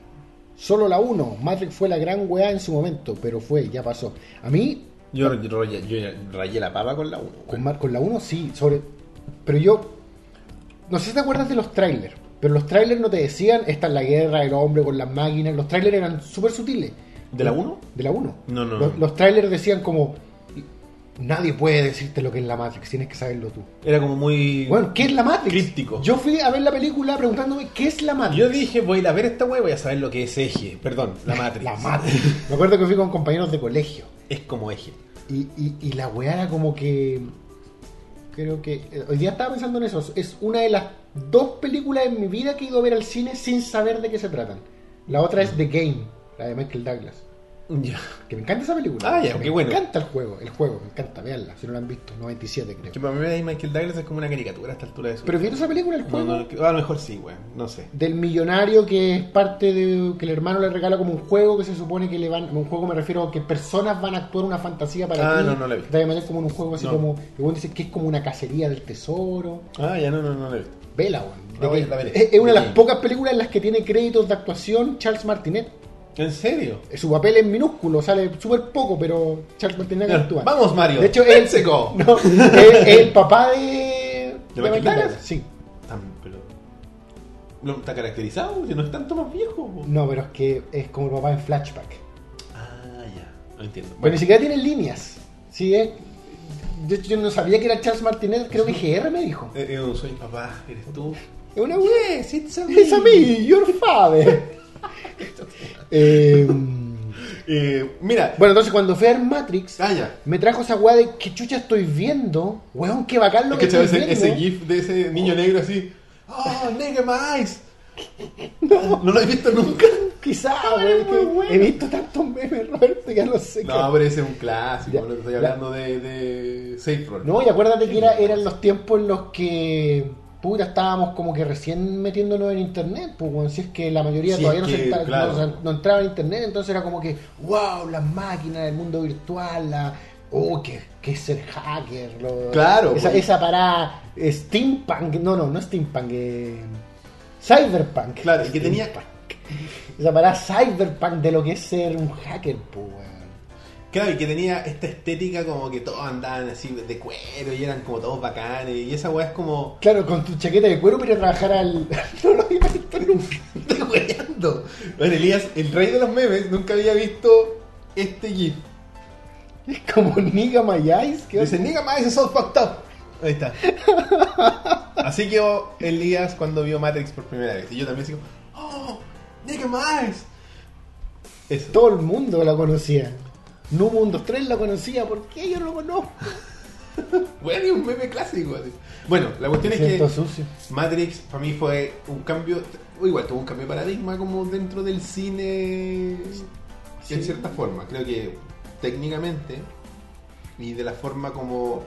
Solo la 1. Matrix fue la gran weá en su momento, pero fue, ya pasó. A mí,
Yo, yo, rayé- yo rayé la papa con la 1.
con, Mar- con la 1 sí, sobre... Pero yo... No sé si te acuerdas de los trailers, pero los trailers no te decían, esta es la guerra del hombre con las máquinas. Los trailers eran súper sutiles.
¿De la 1?
De la 1.
No, no.
Los, los trailers decían como... Nadie puede decirte lo que es la Matrix, tienes que saberlo tú.
Era como muy.
Bueno, ¿qué es la Matrix?
Críptico.
Yo fui a ver la película preguntándome qué es la Matrix.
Yo dije, voy a ir a ver esta weá y voy a saber lo que es eje. Perdón, la matriz.
La Matrix. Me acuerdo que fui con compañeros de colegio.
Es como eje.
Y, y- y la weá era como que. Creo que. eh, Hoy día estaba pensando en eso. Es una de las dos películas en mi vida que he ido a ver al cine sin saber de qué se tratan. La otra es The Game, la de Michael Douglas.
Ya.
Que me encanta esa película.
Ah, ya,
me
qué bueno.
encanta el juego, el juego, me encanta, veanla. Si no la han visto, 97 creo.
Que para mí ahí Michael Douglas es como una caricatura a esta altura de su.
¿Pero vieron esa película, el
No,
juego?
no, a lo mejor sí, weón. No sé.
Del millonario que es parte de. que el hermano le regala como un juego que se supone que le van. Un juego me refiero a que personas van a actuar una fantasía para
Ah,
ti.
no, no la vi.
Te voy a meter como en un juego así
No.
como. Y bueno, dice que es como una cacería del tesoro.
Ah, ya no, no, no lo he visto.
Vela, weón.
La
De
voy-
que-
la veré.
es, es una de las
Sí.
pocas películas en las que tiene créditos de actuación Charles Martinet.
¿En serio?
Su papel es minúsculo, sale súper poco, pero Charles Martinet actúa.
Vamos, Mario.
De hecho, es,
él se go.
no, es- es el papá de.
¿De Michael Douglas?
Sí.
Tan- Ah, pero. No está caracterizado, si no es tanto más viejo. weón.
No, pero es que es como el papá en flashback.
Ah, ya. No entiendo.
Pero ni siquiera tiene líneas. Sí, es. De hecho, yo no sabía que era Charles Martinet, creo que GR me dijo.
Eh, yo no soy papá, eres tú.
Es una wea.
Yes, it's a
Es a mí, your father. Eh,
Eh, mira.
bueno, entonces cuando fui a ver Matrix,
Ah, ya.
me trajo esa weá de que chucha estoy viendo. Weón, qué bacán lo
Es
que
que
estoy
chaval, ese, ese
viendo.
gif de ese niño negro así. ¡Oh, nigga, my eyes! No, lo he visto nunca.
Quizá,
muy
weón, que
bueno.
he visto tantos memes, Roberto, ya lo sé.
No, pero ese es un clásico.
Ya,
boludo, estoy
ya.
hablando de, de Safe Roll.
No, y acuérdate que era, eran los tiempos en los que puta, estábamos como que recién metiéndonos en internet, pues bueno, si es que la mayoría
Si
todavía
es
no, se
que,
entra-
claro.
no se- no entraba en internet, entonces era como que, wow, las máquinas, el mundo virtual, la... Oh, que, que es ser hacker, lo-
Claro,
Esa,
pues.
esa parada eh, steampunk, no, no, no steampunk, eh, cyberpunk.
Claro, el que tenía.
Esa parada cyberpunk de lo que es ser un hacker, pues weón.
Claro, y que tenía esta estética como que todos andaban así de cuero y eran como todos bacanes. Y esa weá es como.
Claro, con tu chaqueta de cuero para ir a trabajar al... no lo había visto nunca.
Estoy weyando. Bueno, Elías, el rey de los memes, nunca había visto este gif.
Es como Niga Mayáis, que
Dice, nigga, my eyes is all fucked up. Ahí está. Así quedó Elías cuando vio Matrix por primera vez. Y yo también así como, oh, nigga, my eyes. Eso.
todo el mundo la conocía. No Mundo 3 la conocía, ¿por qué yo no lo conozco?
Bueno, es un meme clásico. así. Bueno, la cuestión es
Siento
que
sucio.
Matrix para mí fue un cambio, o igual tuvo un cambio de paradigma como dentro del cine, en
Sí.
cierta forma. Creo que técnicamente y de la forma como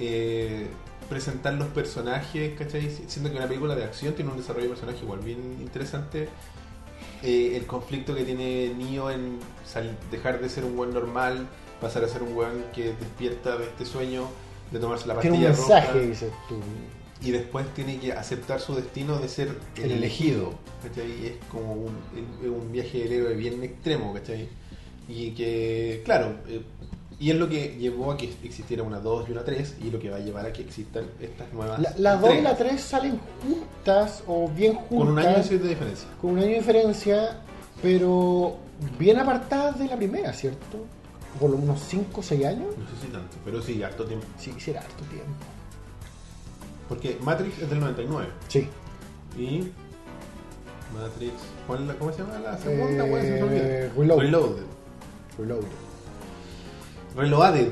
eh, presentar los personajes, ¿cachai? Siendo que una película de acción tiene un desarrollo de personaje igual bien interesante. Eh, el conflicto que tiene Neo en sal- dejar de ser un buen normal, pasar a ser un buen que despierta de este sueño, de tomarse la
Tiene
pastilla
un mensaje,
roja
dices tú.
y después tiene que aceptar su destino de ser el,
El elegido.
elegido. ¿cachai? Y es como un, es un viaje del héroe bien extremo, ¿cachai? Y que, claro, eh, y es lo que llevó a que existiera una 2 y una 3, y lo que va a llevar a que existan estas nuevas.
La- Las dos y
entregas.
la 3 salen juntas o bien juntas.
Con un año de cierta diferencia.
con un año de diferencia, pero bien apartadas de la primera, ¿cierto? Por lo menos 5 o 6 años.
No sé si tanto, pero sí, harto tiempo.
Sí, quisiera harto tiempo.
Porque Matrix es del 99.
Sí.
Y. Matrix. ¿cuál la- ¿Cómo se llama la segunda? weá? Se me
Eh,
olvidó.
Reload.
Reloaded.
Reload.
Reloaded.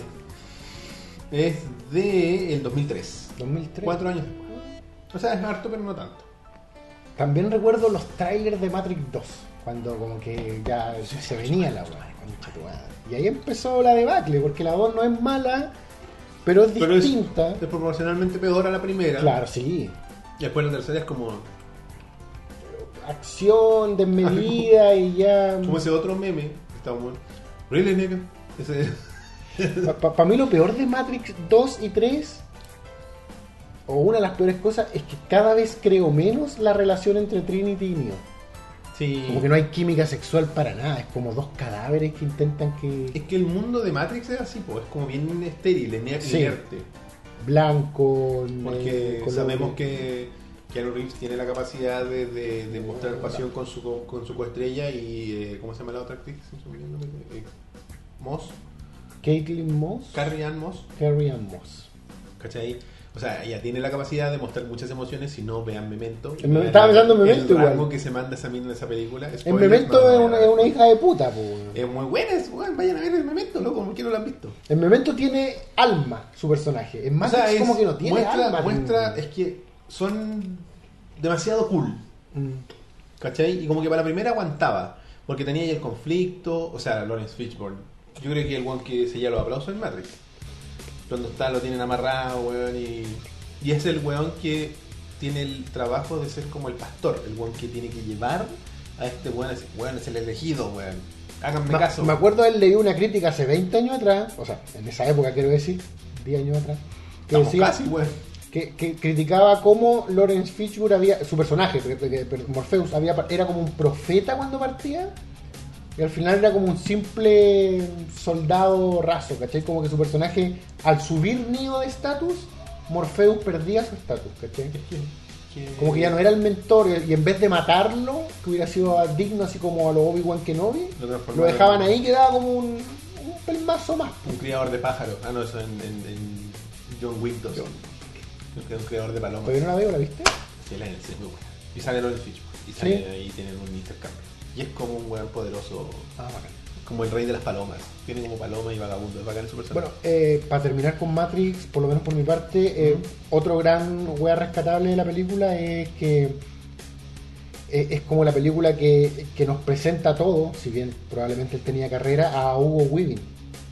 Es de el 2003.
2003.
Cuatro años después. O sea, es harto, pero no tanto.
También recuerdo los trailers de Matrix 2, cuando como que ya se venía la weá, concha tu madre. Y ahí empezó la debacle, porque la 2 no es mala, pero es
Pero es,
distinta.
es proporcionalmente peor a la primera.
Claro, sí.
Y después la tercera es como,
Acción desmedida y ya...
como ese otro meme. que Está muy. Really, nigga. Ese,
Para mí lo peor de Matrix 2 y 3, o una de las peores cosas, es que cada vez creo menos la relación entre Trinity y Neo.
sí.
Como que no hay química sexual para nada, es como dos cadáveres que intentan que...
Es que el mundo de Matrix es así, pues. Es como bien estéril, iner-
Sí.
inerte.
Blanco... eh,
Porque
colores.
sabemos que Keanu Reeves tiene la capacidad de, de- de
Ah,
mostrar pasión con su, co- con su coestrella y. eh, ¿Cómo se llama la otra actriz? Se me olvidó el nombre. Eh, Moss.
Caitlyn Moss,
Carrie Ann Moss.
Carrie Ann Moss.
Pues ¿Cachai? O sea, ella tiene la capacidad de mostrar muchas emociones si no vean Memento.
En Memento- estaba pensando en Memento
El
igual.
rango que se manda esa mina en esa película.
En
Spoiler,
Memento
no, no,
es
no,
una,
no.
es una hija de puta, po, weón.
Es muy buena, es, weón, vayan a ver el Memento, loco, ¿por qué no lo han visto?
En Memento tiene alma su personaje. En
O
Matrix
sea, es-
como que no tiene
muestra,
alma.
muestra, es que son demasiado cool,
Mm.
¿cachai? Y como que para la primera aguantaba, Porque tenía ahí el conflicto, o sea, Lawrence Fishburne. Yo creo que el one que se los aplausos es Matrix. Cuando está, lo tienen amarrado, weón, y, y es el weón que tiene el trabajo de ser como el pastor, el weón que tiene que llevar a este weón, a ese weón es el elegido, weón. Háganme
Ma-
caso.
Me acuerdo él leí una crítica hace 20 años atrás, o sea, en esa época quiero decir, 10 años atrás, que
Estamos
decía
casi, weón.
que, que criticaba cómo Lawrence Fishburne había, su personaje, que- que- que Morpheus, había, par- era como un profeta cuando partía y al final era como un simple soldado raso, ¿cachai? Como que su personaje, al subir Neo de estatus, Morpheus perdía su estatus, ¿cachai? Como que ya no era el mentor y- y en vez de matarlo, que hubiera sido digno así como a los Obi-Wan Kenobi,
Lo transformaron
lo dejaban
en-
ahí y quedaba como un, un pelmazo más.
Un criador de pájaros. Ah, no, eso en, en, en John Wick 2.
John.
Creo que es un criador de palomas.
Todavía no la veo, ¿la viste?
Sí, la NLC es muy buena. Y sale Lawrence Fishburne. Y sale
Sí.
ahí tienen un intercambio. Y es como un weón poderoso,
Ah, bacán.
como el rey de las palomas. Tiene como paloma y vagabundo. Es bacán su personaje.
Bueno, eh, para terminar con Matrix, por lo menos por mi parte, eh, otro gran wea rescatable de la película es que eh, es como la película que, que nos presenta todo, si bien probablemente él tenía carrera, a Hugo Weaving.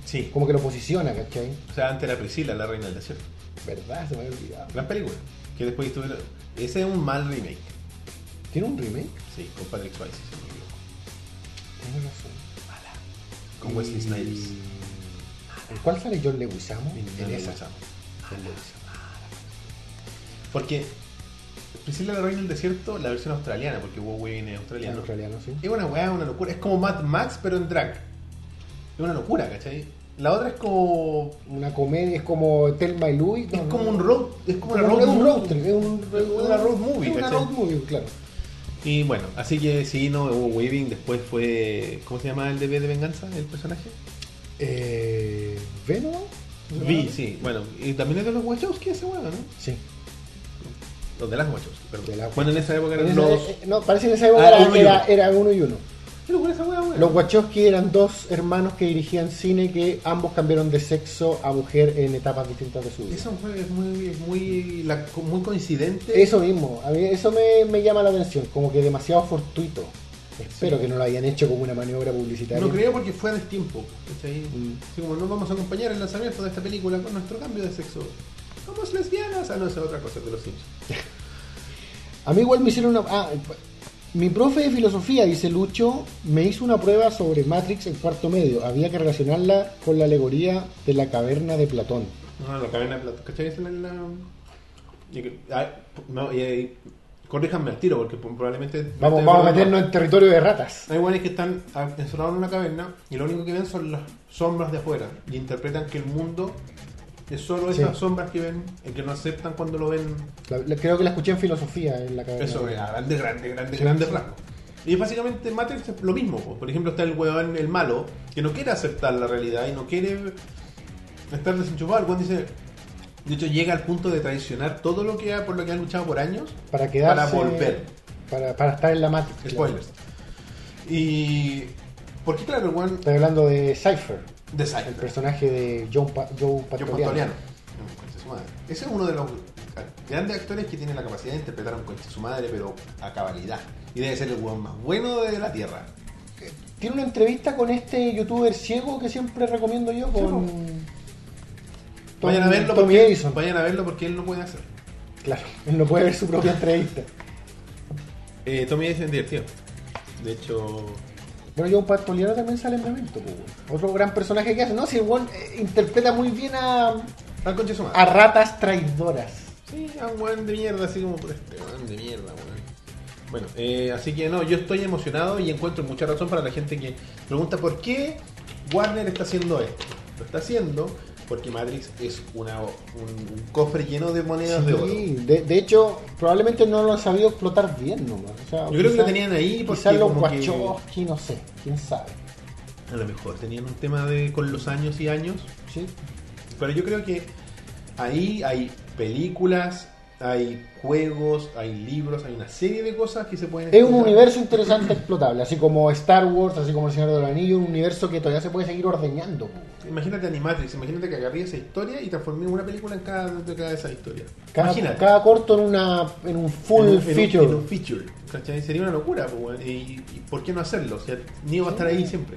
sí.
Como que lo posiciona, ¿cachai?
O sea, antes era Priscila, la reina del desierto.
¿Verdad? Se me había olvidado.
Gran película. Que después estuvieron. Ese es un mal remake.
¿Tiene un remake?
Sí, con Patrick Swayze, si no me equivoco.
Tienes razón.
Con Wesley
Y-
Snipes.
¿En cuál sale John Leguizamo?
Y no
en
le
esa. Ah,
gustamos.
John Leguizamo.
Porque Priscila, la reina del desierto, la versión australiana, porque Wow Weaving es
En
australiano.
australiano, sí.
Es una weá, una locura. Es como Mad Max, pero en drag. Es una locura, ¿cachai? La otra es como.
Una comedia, es como Thelma y Louis.
Es como un road. Es como una road,
es un road
movie.
trip, es un-
Es una road movie,
Es una
¿cachai?
road movie, claro.
Y bueno, así que sí, no, hubo Weaving. Después fue. ¿Cómo se llama el de V de Venganza, el personaje?
Eh, ¿Venom?
Vi, sí. Ah, Bueno, y también es de los Wachowski ese weón, ¿no?
Sí.
Los de las Wachowski, perdón.
De las
bueno, en esa época
En
eran
esa-
los.
eh, no, parece que en esa época
Ah,
era,
uno y
era,
uno.
era uno y uno.
¿Qué locura esa weá, weón?
Los Wachowski eran dos hermanos que dirigían cine que ambos cambiaron de sexo a mujer en etapas distintas de su vida.
Eso fue- es muy, es muy, la- muy coincidente.
Eso mismo, a mí eso me, me llama la atención, como que demasiado fortuito. Espero
Sí.
que no lo hayan hecho como una maniobra publicitaria.
No creo porque fue a destiempo. ¿cachai?
Mm.
Así como no vamos a acompañar el lanzamiento de esta película con nuestro cambio de sexo. Somos lesbianas. Ah, no, esa es otra cosa de los Simpsons.
A mí igual me hicieron una... ah, mi profe de filosofía, dice Lucho, me hizo una prueba sobre Matrix en cuarto medio. Había que relacionarla con la alegoría de la caverna de Platón.
No, la cadena de platos. ¿Cachai? Esa es la. la- y que- ah, no, y, ahí- corríjanme al tiro porque pues, probablemente.
Vamos, vamos a meternos en territorio de ratas.
Hay guanes que están ah, encerrados en una caverna y lo único que ven son las sombras de afuera y interpretan que el mundo es solo
Sí.
esas sombras que ven y que no aceptan cuando lo ven.
La- la- creo que la escuché en filosofía en la caverna.
Eso, eh, a grandes, grandes, grandes,
Sí,
grandes
sí.
rasgos. Y básicamente Matrix es lo mismo. po. Por ejemplo, está el huevón, el malo, que no quiere aceptar la realidad y no quiere estar desenchufado. El hueón dice. De hecho, llega al punto de traicionar todo lo que ha, por lo que ha luchado por años
Para quedarse...
para volver.
Para, para estar en la Matrix. claro.
Spoilers. Y. Porque, claro, el hueón
Estoy hablando de Cypher,
de
el
Cypher.
personaje de John Pa- Joe
Yo
Pantoliano.
Pantoliano. Concha su madre. Ese es uno de los grandes actores que tiene la capacidad de interpretar a un concha su madre, pero a cabalidad. Y debe ser el weón más bueno de la tierra.
Tiene una entrevista con este youtuber ciego que siempre recomiendo yo, con... Tom-
Vayan a verlo
Tommy
porque,
Edison.
vayan a verlo porque él no puede hacer.
Claro, él no puede ver su propia entrevista.
Eh, Tommy Edison es divertido. De hecho,
Bueno, John Pantoliano también sale en Memento, pues, weón. otro gran personaje que hace, ¿no? Si el weón, eh, interpreta muy bien a,
al Ah, concha su madre.
a ratas traidoras.
Sí, a un weón de mierda, así como por este weón de mierda, weón. Bueno, eh, así que no, yo estoy emocionado y encuentro mucha razón para la gente que pregunta por qué Warner está haciendo esto. Lo está haciendo porque Matrix es una, un, un cofre lleno de monedas de oro.
Sí, de, de hecho, probablemente no lo han sabido explotar bien nomás. O sea,
Yo creo que lo
quizás-
tenían ahí porque
Quizás los
como que-
Wachowski, no sé, quién sabe.
A lo mejor tenían un tema de con los años y años,
¿Sí?
pero yo creo que ahí hay películas, Hay juegos, hay libros, hay una serie de cosas que se pueden.
Es un
explotar.
universo interesante explotable, así como Star Wars, así como El Señor del Anillo, un universo que todavía se puede seguir ordeñando. pues. po.
Imagínate Animatrix, imagínate que agarré esa historia y transformé una película en cada, de cada de esas historias.
Cada,
imagínate.
cada corto en una en un full
en un- en un-
feature.
en un feature. ¿cachai? Sería una locura, pues, weón. y, y ¿por qué no hacerlo? O sea, Neo va a estar ahí siempre.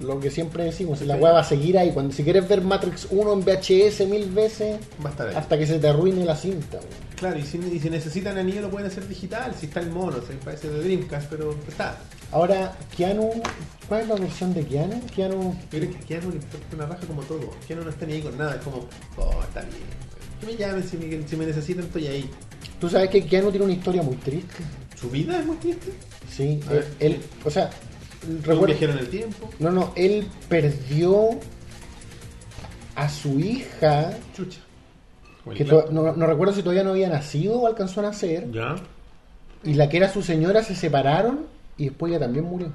Lo que siempre decimos, la
Sí.
weá va a seguir ahí. Cuando si quieres ver Matrix 1 en VHS mil veces,
Va a estar ahí.
hasta que se te arruine la cinta. weón.
Claro, y si, y si necesitan anillo lo pueden hacer digital, si está el mono, se parece de Dreamcast, pero está.
Ahora, Keanu, ¿cuál es la versión de Keanu? Keanu,
Yo creo que a Keanu le importa una raja como todo. Keanu no está ni ahí con nada, es como, oh, está bien. weón. Que me llamen si me, si me necesitan, estoy ahí.
tú sabes que Keanu tiene una historia muy triste.
Su vida es muy triste.
Sí,
A
él,
ver.
él- o sea,
Un
recuerda,
viajero en el tiempo.
no, no, él perdió a su hija,
Chucha. Como el
que
clan.
to- no, no recuerdo si todavía no había nacido o alcanzó a nacer,
Ya.
y la que era su señora se separaron y después ella también murió.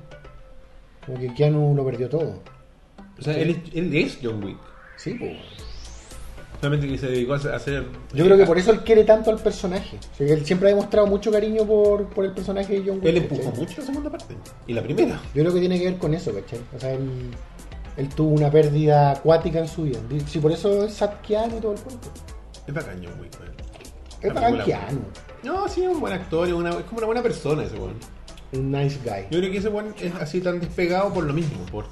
Como que Keanu lo perdió todo.
O sea, él es, él es John Wick.
Sí, pues.
Solamente que se dedicó a hacer.
Yo creo que por eso él quiere tanto al personaje. O sea, él siempre ha demostrado mucho cariño por, por el personaje de John Wick.
Él empujó
¿cachai?
mucho la segunda parte. Y la primera.
Yo creo que tiene que ver con eso, ¿cachai? O sea, él, él tuvo una pérdida acuática en su vida. Y Si por eso es sad Keanu y todo el cuento.
Es bacán John Wick, weón.
Es
Ah,
bacán
película
Keanu.
No, sí, es un buen actor, es, una- es como una buena persona ese weón.
Un nice guy.
Yo creo que ese weón es así tan despegado por lo mismo. Por,
Sí,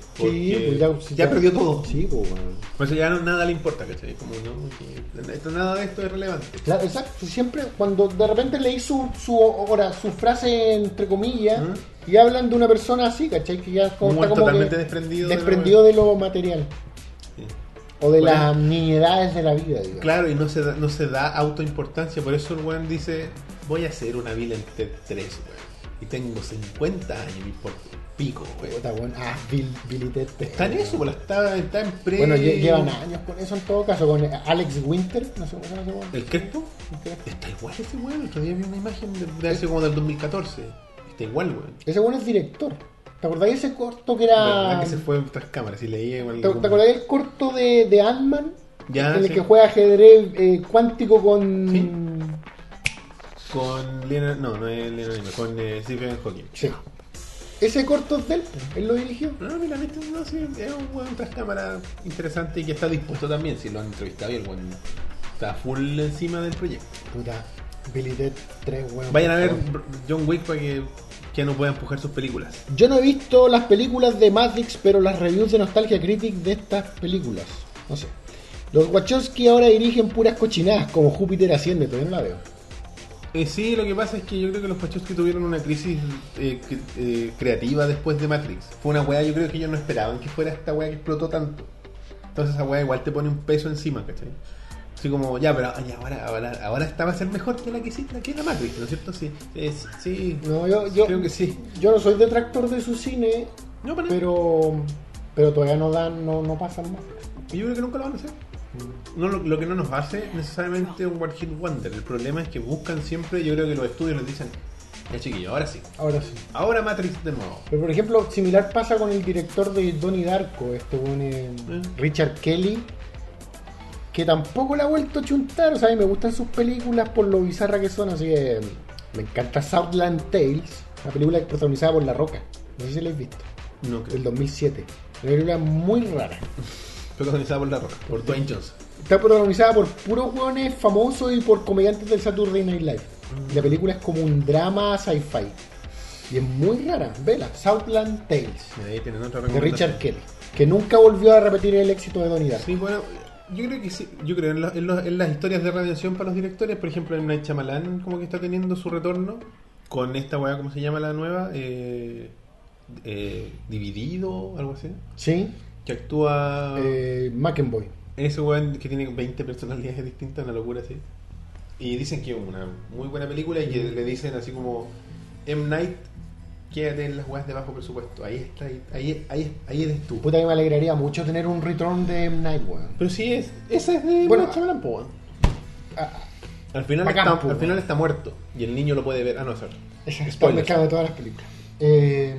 porque
pues ya, si
ya, perdió todo.
Sí, pues, weón.
Por eso ya no, nada le importa, ¿cachai? Como no, que esto- nada de esto es relevante.
Claro, exacto. Siempre, cuando de repente leí su, su, ahora, su frase entre comillas,
Ujú.
y hablan de una persona así, ¿cachai? Que ya como,
Como
está como
totalmente
que
desprendido de la
desprendido de lo material.
Sí.
O de
Bueno.
las niñedades de la vida, digamos.
Claro, y no se da, no se da autoimportancia. Por eso el weón dice: Voy a hacer una Bill en T3, weón. Y tengo 50 años, me importa un pico, weón.
Puta, weón. Ah, Bill, Billy Ted.
Está en eso, pues, la está, está en pre.
Bueno, lle- llevan años con eso en todo caso, con eh, Alex Winter, no sé cómo se llama ese weón.
¿El Crespo? Está igual ese weón. El otro día vi una imagen de, de hace como del 2014. Está igual, weón.
Ese weón es director. ¿Te acordáis de ese corto que era.
verdad que se fue tras cámaras y leí igual.
Ah. ¿Te, te acordáis del corto de, de Ant-Man?
Ya,
en el
Ah, sí.
que juega ajedrez eh, cuántico con.
Sí. Con Leonard. No, no es Leonard Nimoy, con eh, Stephen Hawking.
Sí. Ese corto es de él, pues, él lo dirigió.
No, mira, este no, sí, es un weón tras cámara interesante y que está dispuesto también. Si lo han entrevistado y el weón está full encima del proyecto.
Puta, Billy Ted 3, weón.
Vayan a ver John Wick para que, que no pueda empujar sus películas.
Yo no he visto las películas de Matrix, pero las reviews de Nostalgia Critic de estas películas. No sé. Los Wachowski ahora dirigen puras cochinadas, como Júpiter Asciende, todavía no la veo.
Eh, sí, lo que pasa es que yo creo que los Wachowski tuvieron una crisis eh, cre- eh, creativa después de Matrix. Fue una weá, yo creo que ellos no esperaban que fuera esta weá que explotó tanto. Entonces esa weá igual te pone un peso encima, ¿cachai? Así como, ya, pero ay, ahora, ahora, ahora esta va a ser mejor que la que hiciste, que la Matrix, ¿no es cierto? Sí, es- sí,
No, yo, yo,
creo que sí.
yo no soy detractor de su cine,
No, pero,
pero, pero todavía no dan, no, no pasan más.
yo creo que nunca lo van a hacer. No, lo, lo que no nos hace necesariamente un One Hit Wonder. El problema es que buscan siempre, yo creo que los estudios les dicen, ya chiquillo, ahora sí.
Ahora sí.
Ahora Matrix de nuevo.
Pero por ejemplo, similar pasa con el director de Donnie Darko, este weón, eh,
Eh.
Richard Kelly, que tampoco la ha vuelto a chuntar. O sea, a mí me gustan sus películas por lo bizarra que son, así que mm, me encanta Southland Tales, la película protagonizada por La Roca. No sé si la habéis visto,
No creo.
del 2007. Una película muy rara.
protagonizada por La Roca, por Dwayne Johnson.
Está protagonizada por puros hueones famosos y por comediantes del Saturday Night Live. Y La película es como un drama sci-fi. Y es muy rara. Vela, Southland Tales,
Mira, ahí tienen otra
de
recomendación.
Richard Kelly. Que nunca volvió a repetir el éxito de Donnie Darko.
Sí, bueno, yo creo que sí. Yo creo en, los- en los- en las historias de radiación para los directores, por ejemplo, en Night Shyamalan, como que está teniendo su retorno con esta weá, ¿cómo se llama la nueva? Eh, eh, Dividido, algo así.
Sí.
Que actúa
Eh, McEnvoy.
ese weón que tiene 20 personalidades distintas, una locura así. Y dicen que es una muy buena película y que le dicen así como M. Night, quédate en las weas de bajo presupuesto. Ahí está, ahí, ahí, ahí, ahí eres tú.
Puta que me alegraría mucho tener un return de M. Night, weón.
Pero sí es. Esa es de
Bueno,
bueno, Shyamalan, po, weón.
Ah,
Al final,
bacán,
está,
po,
al final
weón.
está muerto. Y el niño lo puede ver. Ah, no, sorry.
esa es
Spoilers.
mezclado de todas las películas. Eh,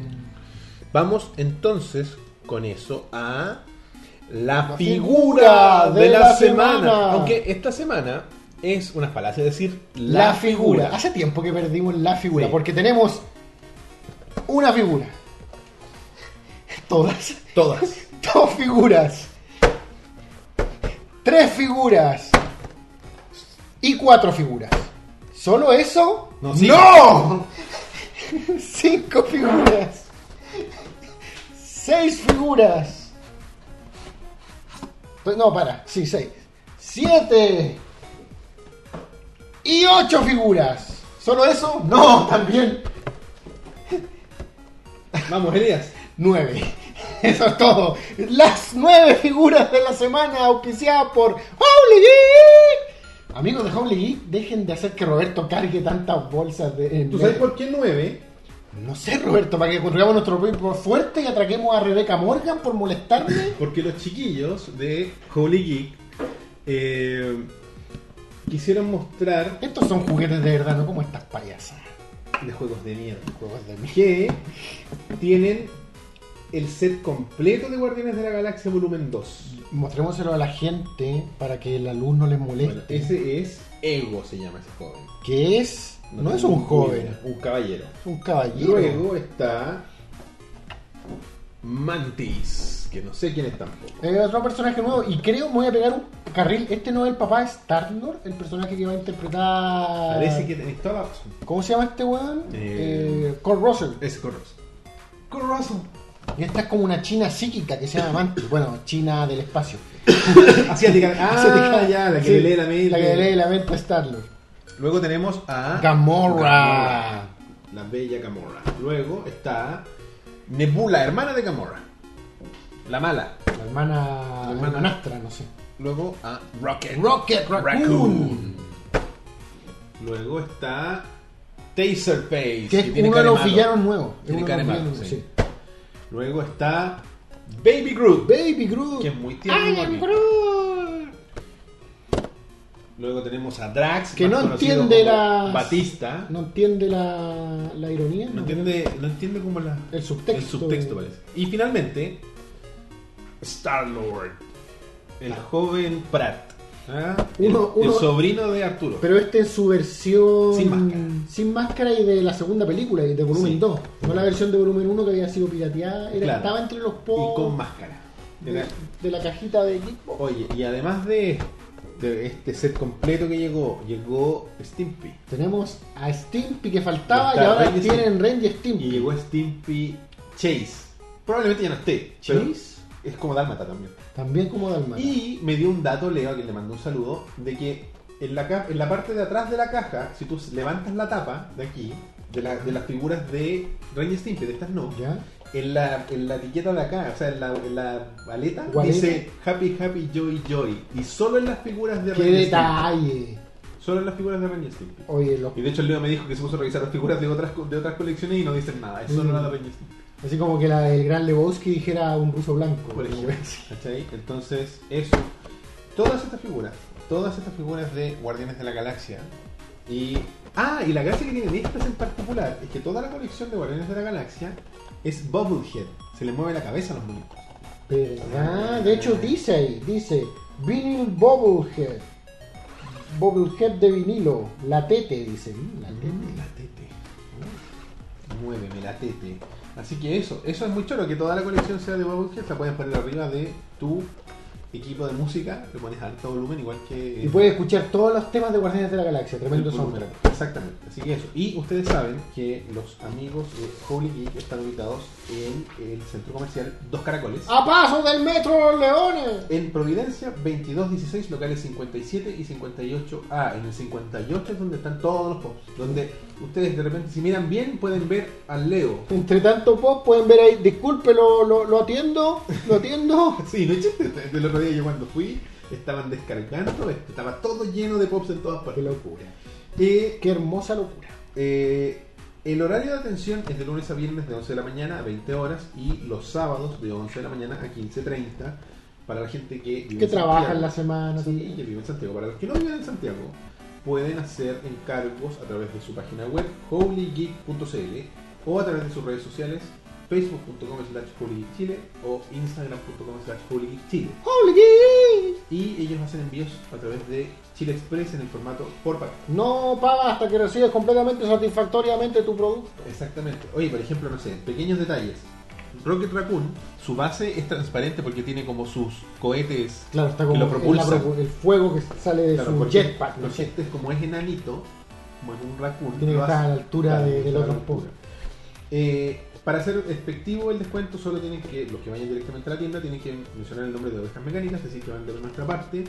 Vamos entonces con eso a la,
La
figura de la, semana.
semana.
Aunque esta semana es una falacia decir
La, figura. Hace tiempo que perdimos la figura,
Sí.
porque tenemos una figura. Todas.
Todas.
Dos figuras. Tres figuras. Y cuatro figuras. ¿Solo eso?
No, sí.
¡No! Cinco figuras. Seis figuras. Pues No, para. Sí, seis. Siete. Y ocho figuras. ¿Solo eso? No, también.
Vamos, Elías.
Nueve. Eso es todo. Las nueve figuras de la semana auspiciadas por Holy Geek. Amigos de Holy Geek, dejen de hacer que Roberto cargue tantas bolsas de... en-
¿Tú sabes por qué 9?
No sé, Roberto, para que construyamos nuestro grupo fuerte y atraquemos a Rebeca Morgan por molestarme.
Porque los chiquillos de Holy Geek eh, quisieron mostrar
Estos son juguetes de verdad, no como estas payasas.
de juegos de mierda.
Juegos de mí.
Que tienen el set completo de Guardianes de la Galaxia Volumen 2.
Mostrémoselo a la gente para que la luz no les moleste.
Bueno, ese es Ego, se llama ese joven.
Que es... No, es
tengo
un
ni
joven,
idea, Un caballero.
es un caballero.
Luego está Mantis, que no sé quién es tampoco.
Eh, otro personaje nuevo. Y creo, me voy a pegar un carril. Este no es el papá de Star-Lord, el personaje que va a interpretar.
Parece que tenés toda la razón.
¿Cómo se llama este weón?
Eh,
Eh, Kurt Russell.
Es Corroso. Corroso.
Y esta es como una china psíquica que se llama Mantis. bueno, china del espacio.
Asiática. Ah, ya, la que
Sí,
le lee la mente.
La que le lee la mente a Star-Lord.
Luego tenemos a.
Gamora.
La bella Gamora. Luego está Nebula, hermana de Gamora. La mala.
La hermana.
La
La
hermana.
hermanastra, no sé.
Luego a Rocket.
Rocket Raccoon.
Luego está Taserface.
Que es uno de los villanos nuevos. Es
Tiene
uno de
cara
los
de malo,
villanos,
sí.
sí.
Luego está Baby Groot.
Baby Groot.
Que es muy tierno.
I
bonito.
am Groot.
Luego tenemos a Drax.
Que
más
no
conocido
entiende
como
las-
Batista.
No entiende la, la ironía.
No entiende, no entiende cómo la...
El subtexto.
El subtexto parece. Y finalmente, Star-Lord. El joven Pratt. ¿ah?
Uno-
el, el
uno-
sobrino de Arturo.
Pero este es su versión
Sin máscara.
sin máscara y de la segunda película, y de volumen
Sí.
2. No la versión de volumen 1 que había sido pirateada. Era,
Claro.
Estaba entre los
y con
pocos
máscara.
de, de la cajita de Kickbox.
Oye, y además de, de este set completo que llegó, llegó Stimpy.
Tenemos a Stimpy que faltaba
Está
y ahora
Ren y
tienen Ren y
Y
Stimpy.
llegó Stimpy Chase. Probablemente ya no esté. pero
Chase?
Es como Dálmata también.
También como Dalmata.
Y me dio un dato, Leo, a quien le mandó un saludo, de que en la, ca- en la parte de atrás de la caja, si tú levantas la tapa de aquí, de, la- de las figuras de Ren y Stimpy, de estas no,
¿Ya?
en la, en la etiqueta de acá, o sea, en la, en la paleta,
Gualeta.
dice Happy, Happy, Joy, Joy. Y solo en las figuras de
¡Qué
Ren y Stimpy.
detalle!
Solo en las figuras de Ren y Stimpy.
Oye, los-
Y de hecho, Leo me dijo que se puso a revisar las figuras de otras, co- de otras colecciones y no dicen nada, es solo
Mm.
la de Ren y Stimpy.
así como que la del gran Lebowski dijera un ruso blanco.
Por ejemplo. ¿Cachai? Entonces, eso. Todas estas figuras. Todas estas figuras de Guardianes de la Galaxia. Y. Ah, y la gracia que tienen estas en particular es que toda la colección de Guardianes de la Galaxia es Bubblehead. Se le mueve la cabeza a los muñecos.
¿Verdad? Eh, ah, De hecho dice ahí, dice Vinyl Bobblehead. Bobblehead de vinilo. La tete, dice. Mm, La
Muéveme
tete.
la tete. Muéveme la tete. Así que eso, eso es muy choro, que toda la colección sea de Bubblehead, la puedes poner arriba de tu equipo de música, le pones alto volumen, igual que.
Y puedes escuchar todos los temas de Guardianes de la Galaxia. Tremendo
El pulmón.
soundtrack.
Exactamente, así que eso. Y ustedes saben que los amigos de Holy Geek están ubicados en el centro comercial Dos Caracoles.
¡A paso del metro Los Leones!
En Providencia, 2216, locales 57 y 58A. En el 58 es donde están todos los pops. Donde ustedes de repente, si miran bien, pueden ver al Leo.
Entre tanto pop pueden ver ahí, disculpe, lo, lo, lo atiendo, lo atiendo.
Sí, no es chiste. Desde el otro día yo cuando fui, estaban descargando esto. Estaba todo lleno de pops en todas
Qué
partes.
locura,
Eh,
qué hermosa locura.
Eh, el horario de atención es de lunes a viernes de 11 de la mañana a 20 horas y los sábados de 11 de la mañana a 15.30 para la gente que vive
Que
en
trabajan
Santiago.
la semana.
Sí, que vive en Santiago. Para los que no viven en Santiago, pueden hacer encargos a través de su página web holygeek.cl o a través de sus redes sociales facebook.com slash holygeekchile o instagram.com slash holygeekchile.
¡Holy Geek!
y ellos hacen envíos a través de Chile Express en el formato por paquete.
No paga hasta que recibes completamente satisfactoriamente tu producto.
Exactamente. Oye, por ejemplo, no sé, pequeños detalles. Rocket Raccoon, su base es transparente porque tiene como sus cohetes.
Claro, está
Que
como
lo
en la
propulsan.
propu- el fuego que sale de
Claro,
su
porque
jetpack. ¿no?
los jets, como es enanito, como es un raccoon,
Tiene que
lo
estar a
hace-
la altura
claro,
de- del
está a la
otro
altura.
pobre.
Eh, para ser efectivo el descuento, solo tienen que, los que vayan directamente a la tienda, tienen que mencionar el nombre de Ovejas Mecánicas, es decir, que van de nuestra parte,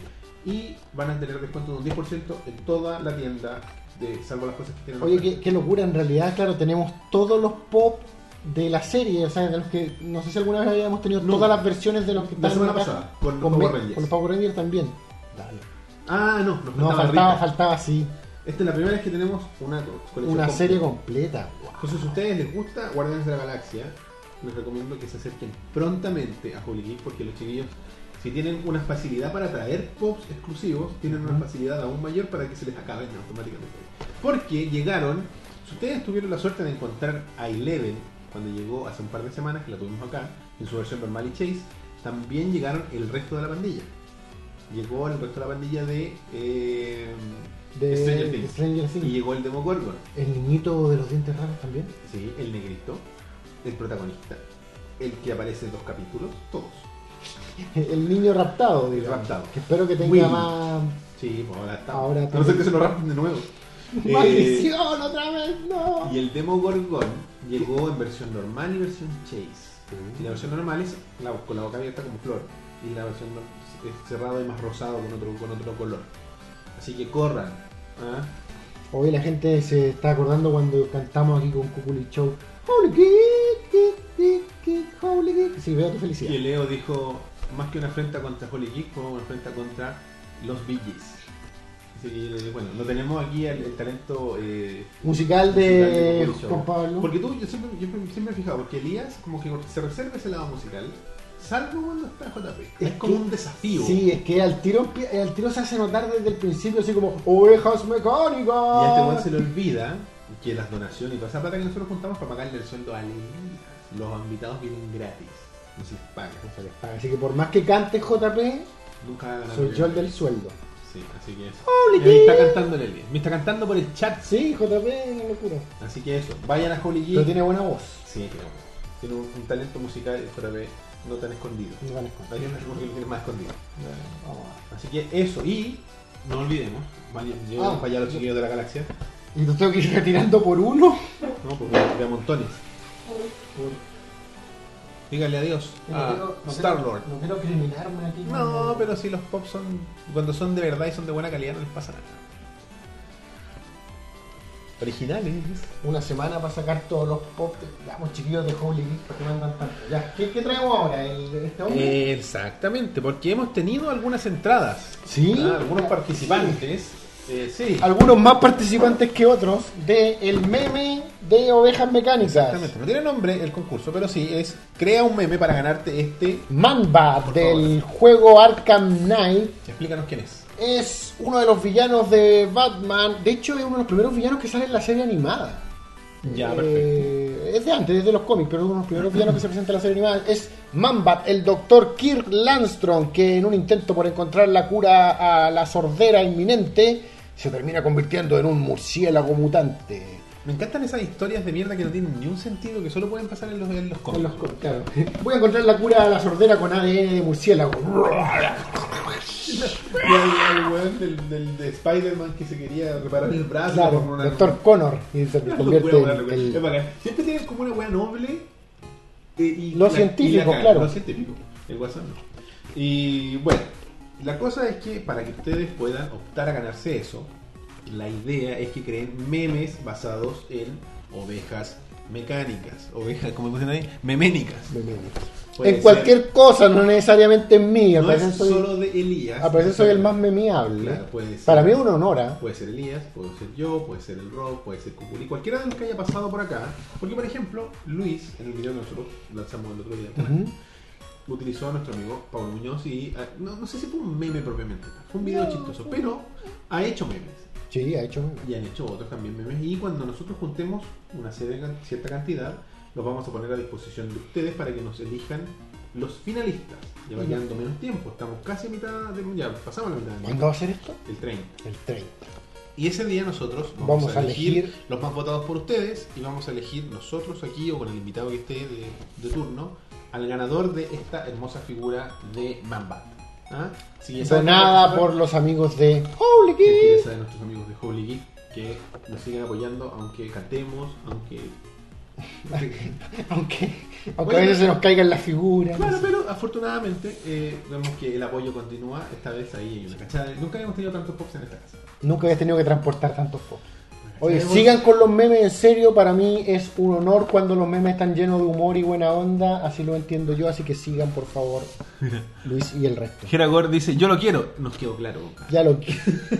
y van a tener descuento de un 10% en toda la tienda, de, salvo las cosas que tienen
Oye,
oferta.
qué, qué locura, en realidad, claro, tenemos todos los pop de la serie, o sea, de los que no sé si alguna vez habíamos tenido
No.
todas las versiones de los que
La
están
semana
en caja.
pasada, con,
con,
los Power
me-
Rangers.
con los Power Rangers también.
Ah, no, nos
No,
faltaba
faltaba,
Rita.
faltaba sí,
Esta es la primera vez que tenemos una co- colección
una
completa.
serie completa.
Entonces, si a ustedes les gusta Guardianes de la Galaxia, les recomiendo que se acerquen prontamente a Holy Geek porque los chiquillos, si tienen una facilidad para traer pops exclusivos, tienen una
Ujú.
facilidad aún mayor para que se les acaben automáticamente. Porque llegaron, si ustedes tuvieron la suerte de encontrar a Eleven cuando llegó hace un par de semanas, que la tuvimos acá, en su versión normal y Chase, también llegaron el resto de la pandilla. Llegó el resto de la pandilla de... eh,
De
Stranger
Stranger
Things.
Things.
y llegó el Demogorgon.
El niñito de los dientes raros también.
Sí, el negrito, el protagonista, el que aparece en dos capítulos, todos.
El niño raptado, digamos.
raptado.
Que espero que tenga
Willy.
más.
Sí, pues ahora está.
Ahora
a no ser
también.
que se lo rapten de nuevo. Eh,
¡Maldición! ¡Otra vez! ¡No!
y el Demogorgon llegó en versión normal y versión Chase. Y la versión normal es la- con la boca abierta como flor. Y la versión no- es cerrada y más rosado con otro, con otro color. Así que corran. ¿ah?
Hoy la gente se está acordando cuando cantamos aquí con Cuculi Show. Holy geek, geek, geek, geek, holy geek. Sí, veo tu felicidad.
Y el Leo dijo, más que una afrenta contra Holy Geek, fue una afrenta contra los Bee Gees. Así que yo le dije, bueno, no tenemos aquí el, el talento... eh,
Musical
musical
de
Cuculi Show.
Juan Pablo.
Porque tú, yo siempre, yo siempre me he fijado, porque Elías como que se reserva ese lado musical, salvo cuando está JP. Es
Es
como
que-
un desafío.
Sí, es que al tiro, empie- al tiro se hace notar desde el principio, así como ovejas
Y a este weón
mecánicas.
se le olvida que las donaciones y toda esa plata que nosotros juntamos para pagarle el sueldo a Elías. Los invitados vienen gratis, no se les paga.
No se les paga, Ah, Así que por más que cante JP,
Nunca van a ganar
soy
dinero.
yo el del sueldo.
Sí, así que eso.
Holy
Me está
geek.
cantando el Elías. Me está cantando por el chat.
Sí, JP, una locura.
Así que eso, vayan a Holy
Pero
Geek.
tiene buena voz.
Sí, tiene un- tiene un, un talento musical otra vez no tan escondido.
No ganes con-
Hay unos que lo tienen más escondido.
Vamos a ver.
Así que eso, y no olvidemos, vayan, lleven
Ah.
para allá los chiquillos de la galaxia.
Y los tengo que ir retirando por uno.
No, porque de a montones. Díganle adiós a Star-Lord.
No quiero criminarme aquí.
No, pero si los pop son, cuando son de verdad y son de buena calidad, no les pasa nada. Originales.
Una semana para sacar todos los pop. Vamos, chiquillos de Holy Geek, para que mandan tanto. Ya, ¿qué, qué traemos ahora? ¿El, ¿Este hombre?
Eh, Exactamente, porque hemos tenido algunas entradas.
sí.
Ah, algunos participantes. eh, sí.
Algunos más participantes que otros de el meme de ovejas mecánicas.
Exactamente. No tiene nombre el concurso, pero sí es crea un meme para ganarte este.
Mamba
Por
del juego Arkham Knight
Explícanos quién es.
es uno de los villanos de Batman. De hecho, es uno de los primeros villanos que sale en la serie animada.
Ya,
Eh,
perfecto.
es de antes, es de los cómics, pero es uno de los primeros villanos que se presenta en la serie animada. Es Mambat, el doctor Kirk Landstrom, que en un intento por encontrar la cura a la sordera inminente, se termina convirtiendo en un murciélago mutante.
Me encantan esas historias de mierda que no tienen ni un sentido, que solo pueden pasar en los, en los
Con
cómics.
los co- claro. Voy a encontrar la cura a la sordera con ADN de murciélago.
Y el, el weón del, del- de Spider-Man que se quería reparar el brazo
Claro,
con una-
doctor Connor, y se
una
convierte
locura,
en
weón.
el-
Es bacán. Siempre tienen como una weá noble. eh, y
Los
la-
científicos,
y la cagan,
claro.
Los científicos, el guasón. no. Y bueno, la cosa es que para que ustedes puedan optar a ganarse eso, la idea es que creen memes basados en ovejas mecánicas, ovejas, como dicen ahí, meménicas.
de memes.
Puede
en
ser-
cualquier cosa, no necesariamente en mí. A
No
veces
es
soy,
solo de Elías.
a veces soy el más memeable.
Claro, puede ser.
Para mí es un honor. ¿ah?
Puede ser Elías, puede ser yo, puede ser el Rob, puede ser Cuculi, cualquiera de los que haya pasado por acá. Porque, por ejemplo, Luis, en el video que nosotros lanzamos el otro día,
Ujú.
utilizó a nuestro amigo Pablo Muñoz y. ah, No, no sé si fue un meme propiamente, fue un video chistoso, pero ha hecho memes.
Sí, ha hecho memes.
Y han hecho otros también memes. Y cuando nosotros juntemos una serie- cierta cantidad, los vamos a poner a disposición de ustedes para que nos elijan los finalistas. Ya va quedando menos tiempo, estamos casi a mitad del ya pasamos la mitad del
¿Cuándo va a ser esto?
el 30.
El 30.
Y ese día nosotros vamos,
Vamos
a
a
elegir,
elegir-
los más votados por ustedes y vamos a elegir nosotros aquí o con el invitado que esté de, de turno al ganador de esta hermosa figura de Mamba. ¿Ah? Si ya saben
Donada
quién va a
por los amigos de Holy
participar,
Geek.
gentileza de nuestros amigos de Holy Geek que nos siguen apoyando aunque cantemos, aunque...
Aunque, aunque
Oye,
a veces se nos caigan las figuras.
Claro, pero afortunadamente eh, vemos que el apoyo continúa. Esta vez ahí hay una cachada. de- Nunca habíamos tenido tantos pops en esta casa.
Nunca habías tenido que transportar tantos pops. Oye,
Tenemos-
sigan con los memes en serio. Para mí es un honor cuando los memes están llenos de humor y buena onda. Así lo entiendo yo. Así que sigan, por favor, Luis y el resto.
Geragor dice, yo lo quiero. Nos quedó claro. Boca.
Ya lo que-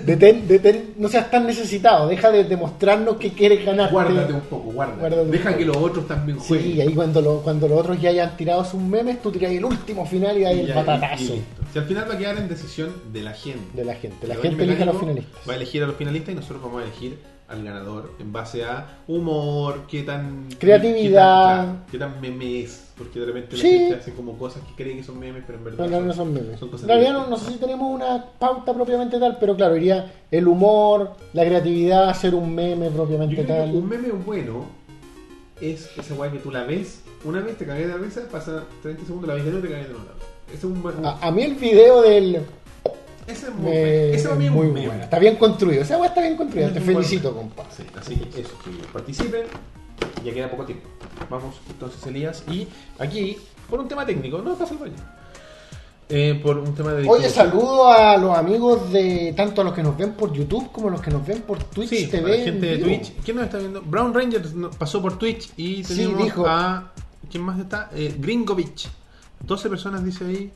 detén, detén, no seas tan necesitado, deja de demostrarnos que quieres ganar.
Guárdate un poco, guárdate.
Guárdate un
Deja
poco.
que los otros también jueguen.
Sí, ahí cuando, lo- cuando los otros ya hayan tirado sus memes, tú tiras el último final y ahí
Y
el
ya- y
patatazo
listo. Si al final va a quedar en decisión de la gente.
de la gente. La
El
gente
baño
elige a los
mecánico
finalistas.
Va a elegir a los finalistas y nosotros vamos a elegir al ganador en base a humor, qué tan.
Creatividad.
Qué tan, qué tan meme es. Porque de repente la
Sí.
gente hace como cosas que creen que son memes, pero en verdad.
No, no, no son memes.
son cosas
En realidad no,
divertidas.
no sé si tenemos una pauta propiamente tal, pero claro, iría el humor, la creatividad, hacer un meme propiamente
Yo creo que un
tal.
meme bueno es esa guay que tú la ves, una vez te cagué de la risa, pasa 30 segundos, la ves de nuevo te cagué de nuevo. Ese es un buen.
A, a mí el video del...
ese es muy
Ah, me-
bueno. Ese para mí es
muy
un meme.
bueno. Está bien construido. Esa weá está bien construida.
Es
Te
un buen
felicito,
meme.
compadre.
Sí, así que eso, chicos, participen, ya queda poco tiempo. Vamos entonces, Elías, y aquí, por un tema técnico, no pasa el baño. Eh, por un tema de.
Oye,
distribución.
saludo a los amigos de tanto a los que nos ven por YouTube como a los que nos ven por Twitch
Sí,
TV.
para la gente de
en vivo.
Twitch. ¿Quién nos está viendo? Brown Rangers no- pasó por Twitch y
Sí,
tenemos
dijo.
a. ¿Quién más está? Eh, Gringovich. 12 personas dice ahí.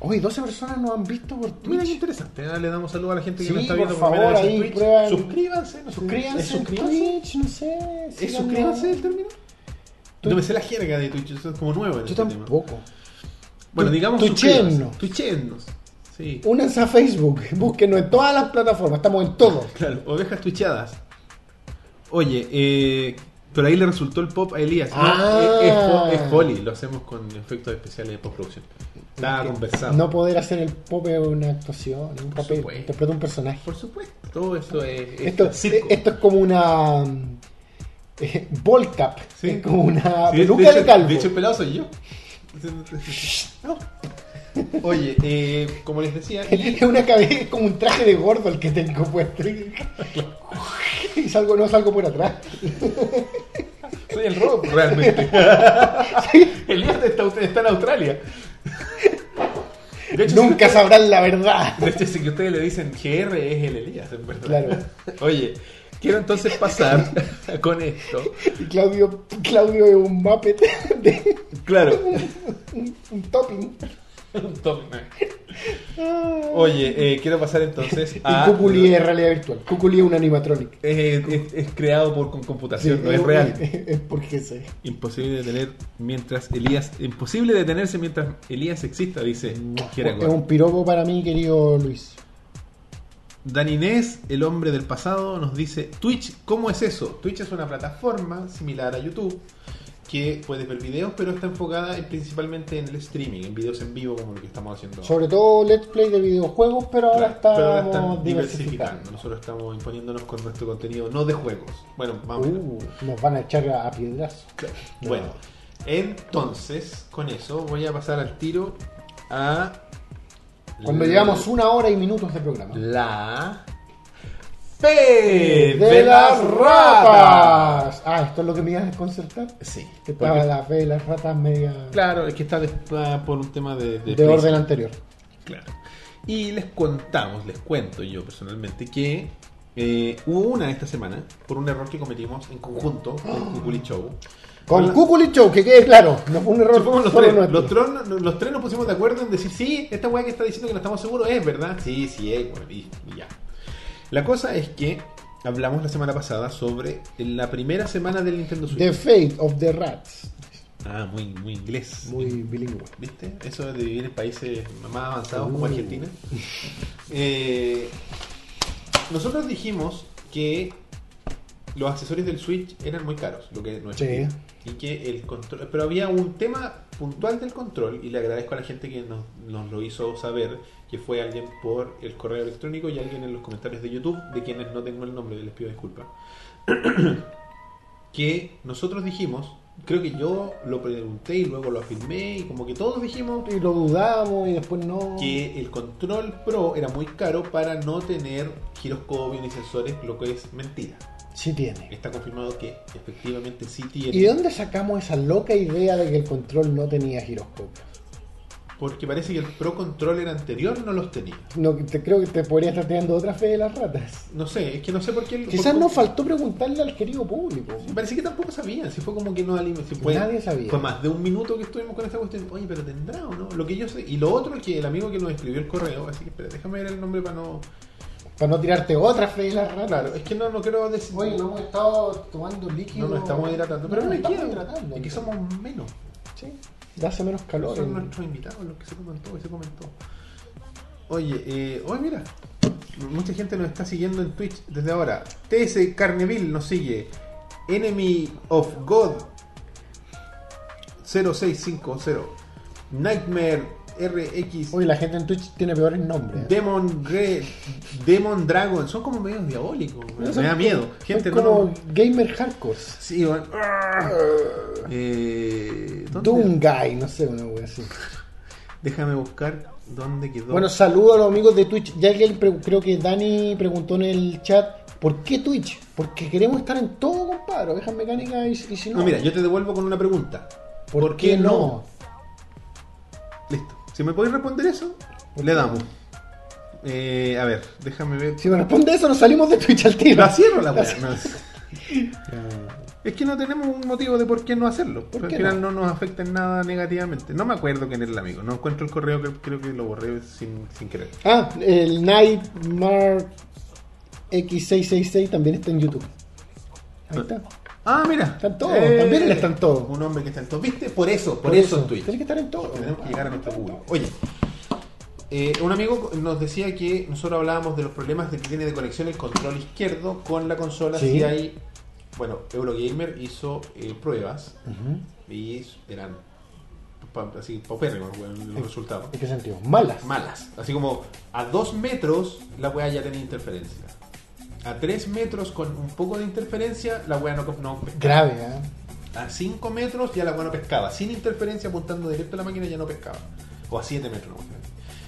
Oye, 12 personas nos han visto por Twitch.
Mira qué interesante. ah, Le damos saludos a la gente que
Sí,
nos está
por
viendo
favor,
primera vez en
ahí
Twitch.
prueban-
Suscríbanse, no sé,
suscríbanse
¿es
en
suscríbanse?
Twitch, no sé.
¿Es
síganos.
suscríbanse el término?
Tu-
No me sé la jerga de Twitch, eso es como nuevo en
Yo
este tema.
tampoco.
Bueno,
Tu-
digamos
tuchennos.
suscríbanse. Tuchennos. Sí.
Únanse a Facebook, búsquenos en todas las plataformas, estamos en todo.
Claro, ovejas tucheadas. Oye, eh, pero ahí le resultó el pop a Elías. No, Eh,
Ah.
es, es fo- es poli, lo hacemos con efectos especiales de postproducción. Estaba conversado.
No poder hacer el pop es una actuación, un papel,
supuesto.
interpreta un personaje.
Por supuesto, todo eso es, es
Esto, eh,
circo.
esto es como una mm, eh, ball cap,
Sí.
es como una
Sí,
ah, peluca
de,
de,
hecho,
calvo.
de hecho, el pelado soy yo. No. Oye, eh, como les decía, y-
Es una cabeza, es como un traje de gordo el que tengo puesto. Y salgo, no salgo por atrás.
soy el robo realmente. Elías está, está en Australia. De hecho, si
Nunca sabrán la verdad.
De hecho, si que ustedes le dicen GR es el Elías, en verdad.
Claro.
Oye, quiero entonces pasar con esto.
Y Claudio, Claudio es un Muppet de
Claro.
un topping.
Un top, ¿no? Oye, ah, eh, quiero pasar entonces a...
y Cuculi es realidad virtual. Cuculi es un animatronic.
Es, es- es creado por con computación,
Sí,
no es real.
Es porque se.
Imposible de tener mientras Elías... Imposible detenerse mientras Elías exista, dice Kiera
Es un piropo para mí, querido Luis.
Dan Inés, el hombre del pasado, nos dice, Twitch, ¿cómo es eso? Twitch es una plataforma similar a YouTube que puedes ver videos, pero está enfocada en- principalmente en el streaming, en videos en vivo como lo que estamos haciendo. ahora.
Sobre todo Let's Play de videojuegos, pero ahora
Claro, pero ahora
estamos
están
diversificando.
Nosotros estamos imponiéndonos con nuestro contenido, no de juegos. Bueno, más o menos.
Uh, nos van a echar a, a piedras.
Claro. Bueno, entonces, con eso voy a pasar al tiro a...
Cuando
la-
llevamos una hora y minutos de programa.
La... Fe Eh,
de, las ratas. Ah, esto es lo que me iba a desconcertar.
Sí.
Que
porque-
estaba la fe de las ratas media
Claro, es que está, de- está por un tema de,
de,
precio.
orden anterior.
Claro. Y les contamos, les cuento yo personalmente que eh, hubo una esta semana por un error que cometimos en conjunto con el Cuculi Show.
Con
Hola.
Cuculi Show, que quede claro, no fue un error.
Supongamos los
solo
tres,
nuestro.
los, tron- los tres nos pusimos de acuerdo en decir, sí, esta weá que está diciendo que no estamos seguros es verdad. Sí, sí, es, weón, y, y ya. La cosa es que hablamos la semana pasada sobre la primera semana del Nintendo Switch.
The Fate of the Rats.
ah, muy, muy inglés.
Muy bilingüe.
¿Viste? Eso de vivir en países más avanzados como
Uh.
Argentina. Eh, nosotros dijimos que los accesorios del Switch eran muy caros, lo que no es
Sí.
mentira. Y que el control. Pero había un tema puntual del control y le agradezco a la gente que nos, nos lo hizo saber, que fue alguien por el correo electrónico y alguien en los comentarios de YouTube, de quienes no tengo el nombre, les pido disculpas, que nosotros dijimos, creo que yo lo pregunté y luego lo afirmé y como que todos dijimos
Y lo dudamos y después no.
que el control pro era muy caro para no tener giroscopio ni sensores, lo que es mentira.
Sí tiene.
Está confirmado que efectivamente sí tiene.
¿Y de dónde sacamos esa loca idea de que el control no tenía giroscopio?
Porque parece que el Pro Controller anterior no los tenía.
No, te, creo que te podría estar teniendo otra fe de las ratas.
No sé, es que no sé por qué. el-
Quizás
por-
no faltó preguntarle al querido público.
Parece que tampoco sabían, si fue como que no alimentaron.
Nadie sabía.
Fue más de un minuto que estuvimos con esta cuestión. Oye, pero tendrá o no. Lo que yo sé. Y lo otro es que el amigo que nos escribió el correo, así que espera, déjame ver el nombre para no.
Para no tirarte otra fe de las ratas.
Claro, es que no, no quiero decir.
Oye, no hemos estado tomando líquido.
no nos estamos hidratando. Pero no, me
estamos
quiero.
hidratando.
Es que somos menos.
Sí, da hace menos calor.
Son
en-
nuestros invitados los que se comen todo y se comen todo. Oye, eh, oye, mira. Mucha gente nos está siguiendo en Twitch desde ahora. TS Carneville nos sigue. Enemy of God 0650. Nightmare RX.
Oye, la gente en Twitch tiene peores nombres.
Demon Re- Demon Dragon. Son como medios diabólicos. Me
Son-
da miedo. Gente,
Son
no.
como
no-
gamer hardcores.
Sí, bueno. Eh, ¿dónde-
Doomguy, no sé, una wea así.
Déjame buscar dónde quedó.
Bueno, saludo a los amigos de Twitch. Ya alguien pre- creo que Dani preguntó en el chat, ¿por qué Twitch? Porque queremos estar en todo, compadre. Ovejas mecánicas y, y si no.
No, mira, yo te devuelvo con una pregunta.
¿por, qué, no?
Listo. Si me podéis responder eso, le damos. Eh, a ver, déjame ver.
Si me responde eso, nos salimos de Twitch al tiro.
La cierro la weá. No. Es que no tenemos un motivo de por qué no hacerlo.
¿Por
Al
qué
final no? nos afecta en nada negativamente. No me acuerdo quién era el amigo. No encuentro el correo, creo, creo que lo borré sin, sin querer.
Ah, el Nightmare X666 también está en YouTube. Ahí está.
Ah, mira.
Están todos, también él está en todo.
Un hombre que está en todo. ¿Viste? Por eso, por, eso, en Twitch.
Tienes que estar en todo.
Tenemos que llegar a nuestro público. Oye, eh, un amigo nos decía que nosotros hablábamos de los problemas de que tiene de conexión el control izquierdo con la consola.
Sí.
Si hay. Bueno, Eurogamer hizo eh, pruebas y eran pa- así paupérrimos weón, los resultados.
¿En qué sentido? Malas.
Malas. Así como a 2 metros la weá ya tenía interferencia. A 3 metros con un poco de interferencia la weá no, no pescaba.
Grave, ¿eh?
A 5 metros ya la weá no pescaba. Sin interferencia apuntando directo a la máquina ya no pescaba. O a 7 metros. no.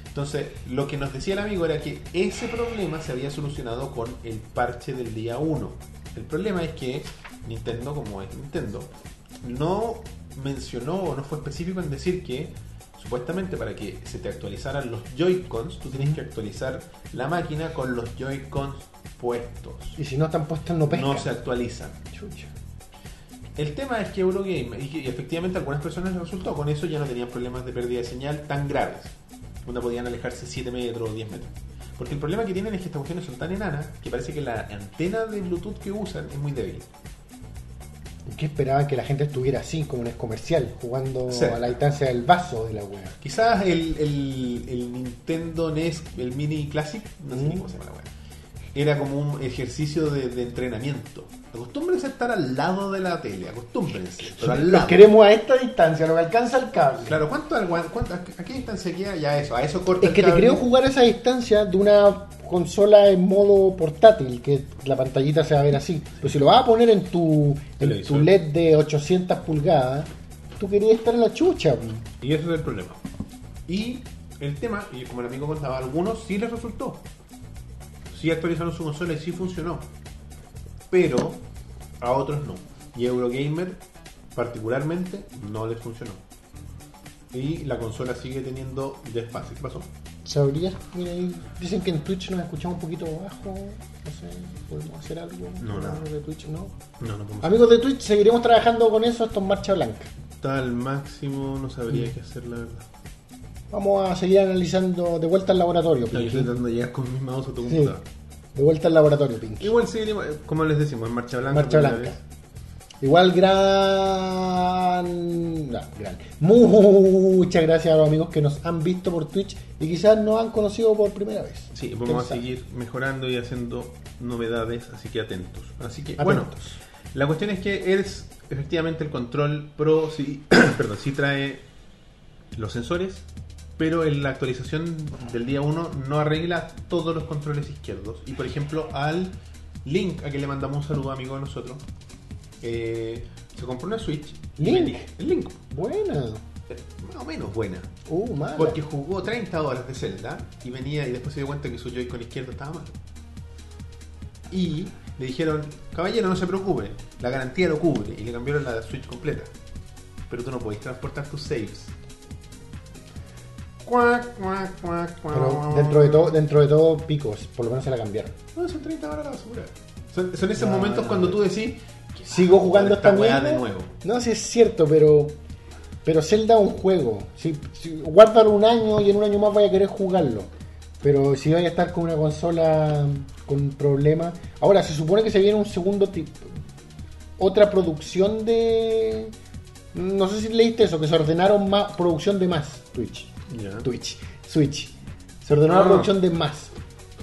Entonces, lo que nos decía el amigo era que ese problema se había solucionado con el parche del día 1. El problema es que Nintendo, como es Nintendo, no mencionó o no fue específico en decir que supuestamente para que se te actualizaran los Joy-Cons, tú tienes que actualizar la máquina con los Joy-Cons puestos.
Y si no están puestos, no pescan.
No se actualizan.
Chucha.
El tema es que Eurogame, y, que- y efectivamente a algunas personas les resultó, con eso ya no tenían problemas de pérdida de señal tan graves. Donde podían alejarse 7 metros o 10 metros. Porque el problema que tienen es que estas cuestiones son tan enanas que parece que la antena de Bluetooth que usan es muy débil.
¿Y qué esperaban que la gente estuviera así, como en el comercial, jugando
Cerca.
a la distancia del vaso de la wea?
Quizás el, el- el Nintendo NES, el Mini Classic, no sé ni
Mm.
cómo se llama la weá, era como un ejercicio de, de entrenamiento. Acostúmbrense a estar al lado de la tele, acostúmbrense. Pero al
Los
lado.
queremos a esta distancia, lo que alcanza el cable.
Claro, ¿cuánto, algu- cuánto- a, qué distancia queda ya eso? A eso corta
Es que
el
te
cable.
creo jugar a esa distancia de una consola en modo portátil, que la pantallita se va a ver así. Pero si lo vas a poner en tu, en
Televisor.
tu LED de 800 pulgadas, tú querías estar en la chucha. pues.
Y ese es el problema. Y el tema, y como el amigo contaba, a algunos sí les resultó. Sí actualizaron su consola y sí funcionó. Pero a otros no. Y Eurogamer particularmente no les funcionó. Y la consola sigue teniendo despacio. ¿Qué pasó?
¿Sabrías? Mira, ahí dicen que en Twitch nos escuchamos un poquito bajo. No sé, podemos hacer algo.
No, nada.
Amigos de Twitch, no.
No, no podemos.
Amigos de Twitch, seguiremos trabajando con eso. Esto es marcha blanca.
Está al máximo, no sabría qué hacer, la verdad.
Vamos a seguir analizando de vuelta al laboratorio,
Yo
Pinky.
estoy tratando de llegar con mi mouse a tu
Sí,
computadora.
de vuelta al laboratorio, Pinky.
Igual seguiremos, eh, como les decimos, en marcha blanca. por
Marcha
una
blanca.
vez.
Igual gran... no, gran- Muchas gracias a los amigos que nos han visto por Twitch y quizás nos han conocido por primera vez.
Sí,
¿Quién
vamos a
sabe?
seguir mejorando y haciendo novedades, así que atentos. Así que,
Atentos.
bueno, la cuestión es que es efectivamente el control pro, sí, perdón, sí trae los sensores, pero en la actualización del día 1 no arregla todos los controles izquierdos. Y por ejemplo, al Link, a que le mandamos un saludo amigo de nosotros, eh, se compró una Switch. y
Link.
me dije, El Link,
Buena.
eh, más o menos buena.
Uh, mala.
Porque jugó 30 horas de Zelda y venía y después se dio cuenta que su Joy-Con izquierdo estaba mal. Y le dijeron, caballero, no se preocupe, la garantía lo cubre. Y le cambiaron la Switch completa. Pero tú no podés transportar tus saves. Cuac, cuac, cuac, cuac.
Pero dentro de todo, dentro de todo, picos, por lo menos se la cambiaron.
No, son 30 horas a la basura. Son, son esos
No,
momentos
no,
cuando
no.
tú decís, "¿Qué
Sigo
hago
jugando
con
esta
weá
mierda.
de nuevo.
No, sí es cierto, pero pero Zelda es un juego. Si, si- guárdalo un año y en un año más vaya a querer jugarlo. Pero si vaya a estar con una consola con problemas. Ahora, se supone que se viene un segundo tipo. Otra producción de. No sé si leíste eso, que se ordenaron más. Producción de más, Twitch.
Ya.
Twitch, Switch. Se ordenó la
Ah.
producción de más.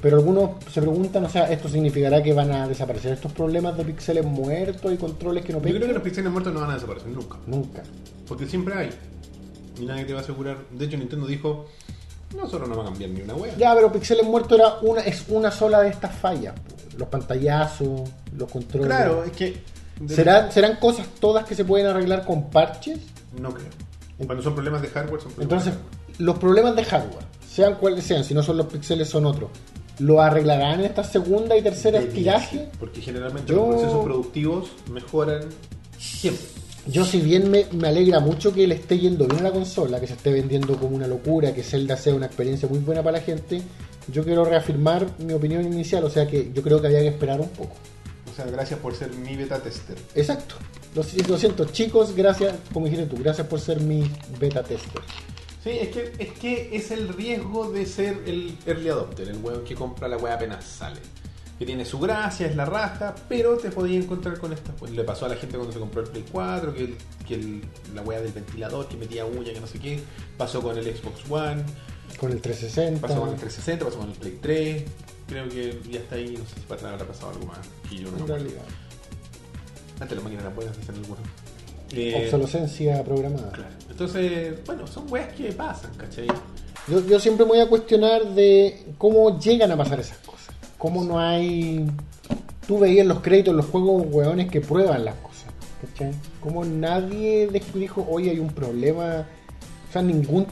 Pero algunos se preguntan, o sea, ¿esto significará que van a desaparecer estos problemas de píxeles muertos y controles que no
Yo
pegan?
creo que los pixeles muertos no van a desaparecer nunca.
Nunca.
Porque siempre hay. Y nadie te va a asegurar. De hecho, Nintendo dijo: Nosotros no va a cambiar ni una wea.
Ya, pero píxeles muertos era una, es una sola de estas fallas. po. Los pantallazos, los controles.
Claro, es que. de-
¿Serán, ¿Serán cosas todas que se pueden arreglar con parches?
No creo. Cuando son problemas de hardware, son problemas.
Entonces,
de hardware.
los problemas de hardware, sean cuales sean, si no son los píxeles, son otros. ¿Lo arreglarán en esta segunda y tercera
Debería
estiraje?
sí, Porque generalmente
Yo-
los procesos productivos mejoran siempre.
Yo si bien me, me alegra mucho que le esté yendo bien a la consola, que se esté vendiendo como una locura, que Zelda sea una experiencia muy buena para la gente, yo quiero reafirmar mi opinión inicial, o sea que yo creo que había que esperar un poco.
O sea, gracias por ser mi beta tester.
Exacto. Lo, si- lo siento, chicos, gracias, como dijiste tú, gracias por ser mi beta tester.
Sí, es que, es que es el riesgo de ser el early adopter, el weón que compra la wea apenas sale. Que tiene su gracia, es la raja, pero te podías encontrar con estas. Pues le pasó a la gente cuando se compró el Play 4, que, el- que el- la wea del ventilador, que metía uña, que no sé qué. Pasó con el Xbox One,
Con el 360.
pasó con el 360, pasó con el Play 3. Creo que ya está ahí, no sé si para habrá pasado algo más. Que yo no me
En
acuerdo.
realidad,
Antes las máquinas eran buenas, dicen algunos. Eh,
Obsolescencia programada.
claro. Entonces, bueno, son weas que pasan, ¿cachai?
Yo, yo siempre me voy a cuestionar de cómo llegan a pasar esas cosas. Cómo no hay. Tú veías los créditos, los juegos, hueones que prueban las cosas. ¿Cachai? Cómo nadie des- dijo, oye, hay un problema. O sea, ningún.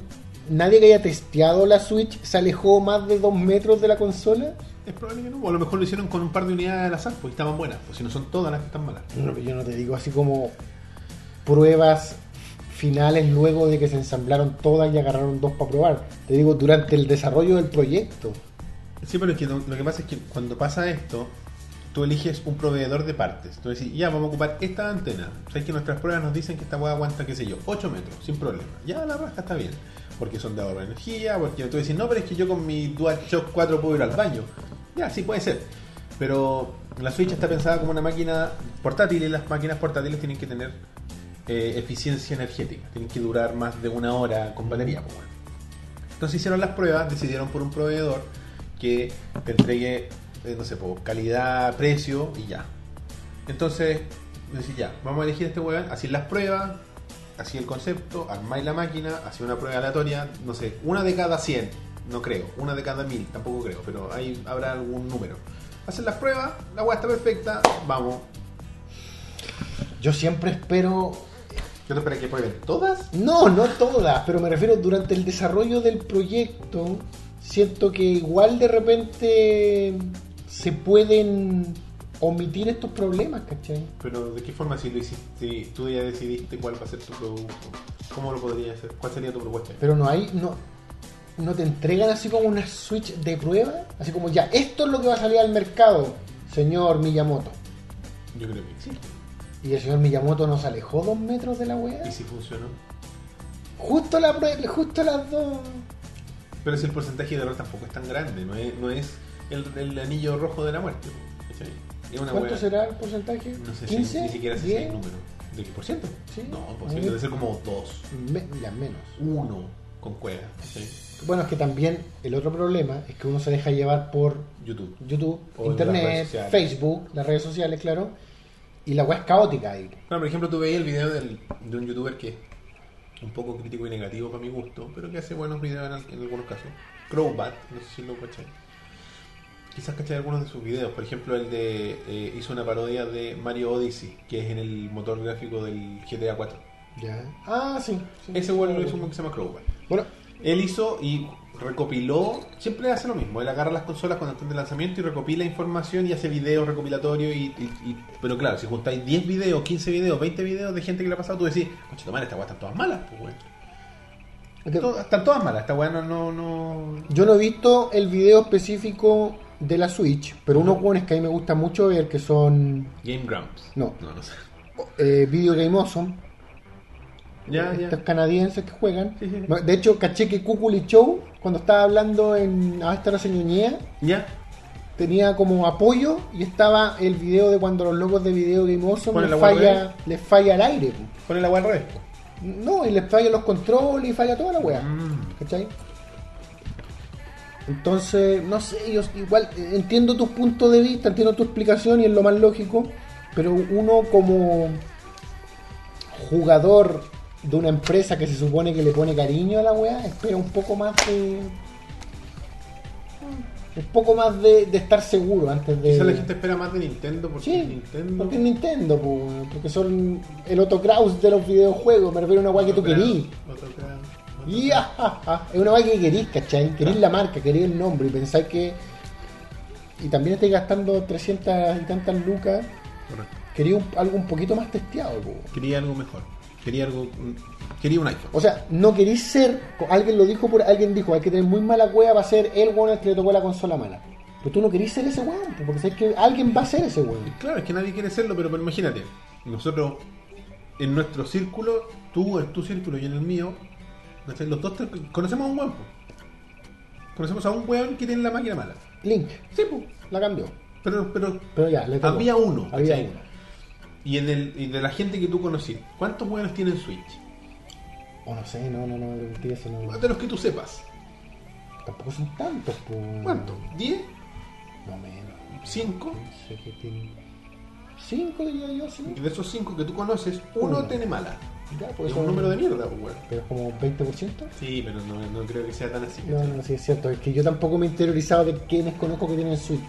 Nadie que haya testeado la Switch se alejó más de dos metros de la consola.
Es probable que no. O a lo mejor lo hicieron con un par de unidades al azar, pues estaban buenas. Pues si no son todas las que están malas.
No, yo no te digo así como pruebas finales luego de que se ensamblaron todas y agarraron dos para probar. Te digo durante el desarrollo del proyecto.
Sí, pero es que lo lo que pasa es que cuando pasa esto, tú eliges un proveedor de partes. Tú decís, ya, vamos a ocupar esta antena. Sabes que nuestras pruebas nos dicen que esta hueá aguanta, qué sé yo, 8 metros, sin problema. Ya la raja está bien. Porque son de ahorro de energía, porque tú decís, no, pero es que yo con mi DualShock 4 puedo ir al baño. Ya, sí puede ser. Pero la Switch está pensada como una máquina portátil y las máquinas portátiles tienen que tener eh, eficiencia energética. Tienen que durar más de una hora con batería. pues, bueno. Entonces hicieron las pruebas, decidieron por un proveedor que te entregue, eh, no sé, por calidad, precio y ya. Entonces, decís ya, vamos a elegir este weón, así las pruebas, así el concepto, armáis la máquina, así una prueba aleatoria, no sé, una de cada 100, no creo, una de cada 1000, tampoco creo, pero ahí habrá algún número. Hacen las pruebas, la weá está perfecta, vamos.
Yo siempre espero
Yo te esperé que prueben todas.
No, no todas, pero me refiero durante el desarrollo del proyecto. Siento que igual de repente se pueden omitir estos problemas, ¿cachai?
Pero ¿de qué forma si lo hiciste? Tú ya decidiste cuál va a ser tu producto. ¿Cómo lo podrías hacer? ¿Cuál sería tu propuesta?
Pero no hay, no, no te entregan así como una switch de prueba, así como ya, esto es lo que va a salir al mercado, señor Miyamoto.
Yo creo que existe.
Y el señor Miyamoto nos alejó dos metros de la wea.
Y si funcionó.
Justo la prue- justo las dos.
Pero si el porcentaje de error tampoco es tan grande, no es, no es el, el anillo rojo de la muerte. ¿cachai? Es una
¿Cuánto
hueá-
será el porcentaje?
No sé, si-
15,
ni siquiera sé si
10,
hay número. ¿De qué por ciento?
Sí.
No, por
Muy
ciento
bien.
debe ser como 2,
me- ya menos.
1 con cueva. ¿cachai?
Bueno, es que también el otro problema es que uno se deja llevar por
YouTube.
YouTube,
O en las redes
Internet,
sociales.
Facebook, las redes sociales, claro. Y la web es caótica ahí.
Claro, por ejemplo, tú veías el video del- de un youtuber que un poco crítico y negativo para mi gusto, pero que hace buenos videos en, al- en algunos casos. Crowbat, no sé si lo cachai. Quizás cachai algunos de sus videos, por ejemplo el de eh, hizo una parodia de Mario Odyssey, que es en el motor gráfico del GTA 4.
Ya. Ah, sí. sí.
Ese bueno lo hizo uno que se llama Crowbat.
Bueno,
Él hizo y recopiló, siempre hace lo mismo, él agarra las consolas cuando están de lanzamiento y recopila información y hace videos recopilatorios y, y- y- pero claro, si juntáis 10 videos, 15 videos, 20 videos de gente que le ha pasado, tú decís, coche, tomar esta weá están todas malas, pues weón. To- están todas malas, esta weá no, no, no-
Yo no he visto el video específico de la Switch, pero unos buenos que a mí me gusta mucho ver que son
Game Grumps.
No.
No, no sé.
eh, Video Game Awesome,
Ya, ya.
estos canadienses que juegan.
Sí, sí.
De hecho, caché que Kukuli Show, cuando estaba hablando en A esta hora se ñoñea,
Ya.
tenía como apoyo y estaba el video de cuando los locos de Video Game Awesome
Pone
les
la guarda
falla, les falla el aire. po.
Pone la weá al revés.
No, y les falla los controles y falla toda la weá. ¿Cachai? Entonces, no sé, yo igual eh, entiendo tus puntos de vista, entiendo tu explicación y es lo más lógico, pero uno como jugador de una empresa que se supone que le pone cariño a la weá, espera un poco más de... Un poco más de, de estar seguro antes de...
Quizás la gente espera más de Nintendo porque
Eh, Sí,
Nintendo.
porque es Nintendo, po, weón, porque son el Otto Kraus de los videojuegos, me refiero a una weá que tú
Otra-
querís.
otra- otra-
Ya, ja, ja. Es una vaina que querís, ¿cachai? Querís la marca, querís el nombre y pensáis que. Y también estáis gastando 300 y tantas lucas.
Correcto.
Quería un- algo un poquito más testeado, po.
Quería algo mejor. Quería algo. un- Quería un iPhone.
O sea, no querís ser. Alguien lo dijo, por, alguien dijo, hay que tener muy mala cueva para ser el weón al que le tocó la consola mala. Pero tú no querís ser ese weón, po, porque sabes que alguien va a ser ese weón.
Claro, es que nadie quiere serlo, pero, pero imagínate, nosotros en nuestro círculo, tú en tu círculo y en el mío, ¿cachai? los dos te- conocemos a un weón. po. Conocemos a un weón que tiene la máquina mala.
Link,
Sí, po.
la cambió.
pero, pero
Pero ya, le tocó.
había uno.
Había
¿cachai?
uno.
Y, en el, y de la gente que tú conocí, ¿cuántos weones tienen Switch?
O no sé, no, no, no, le pregunté eso, no.
De los que tú sepas.
Tampoco son tantos, po.
¿Cuántos? ¿10?
No menos.
¿5?
Sé que tiene cinco diría yo, sí.
Y de esos 5 que tú conoces, uno
Uno.
tiene mala.
Ya, pues
Es un
son-
número de mierda, po, weón.
Pero es como 20%.
Sí, pero no, no creo que sea tan así.
No, no, sí, es cierto. Es que yo tampoco me he interiorizado de quiénes conozco que tienen Switch.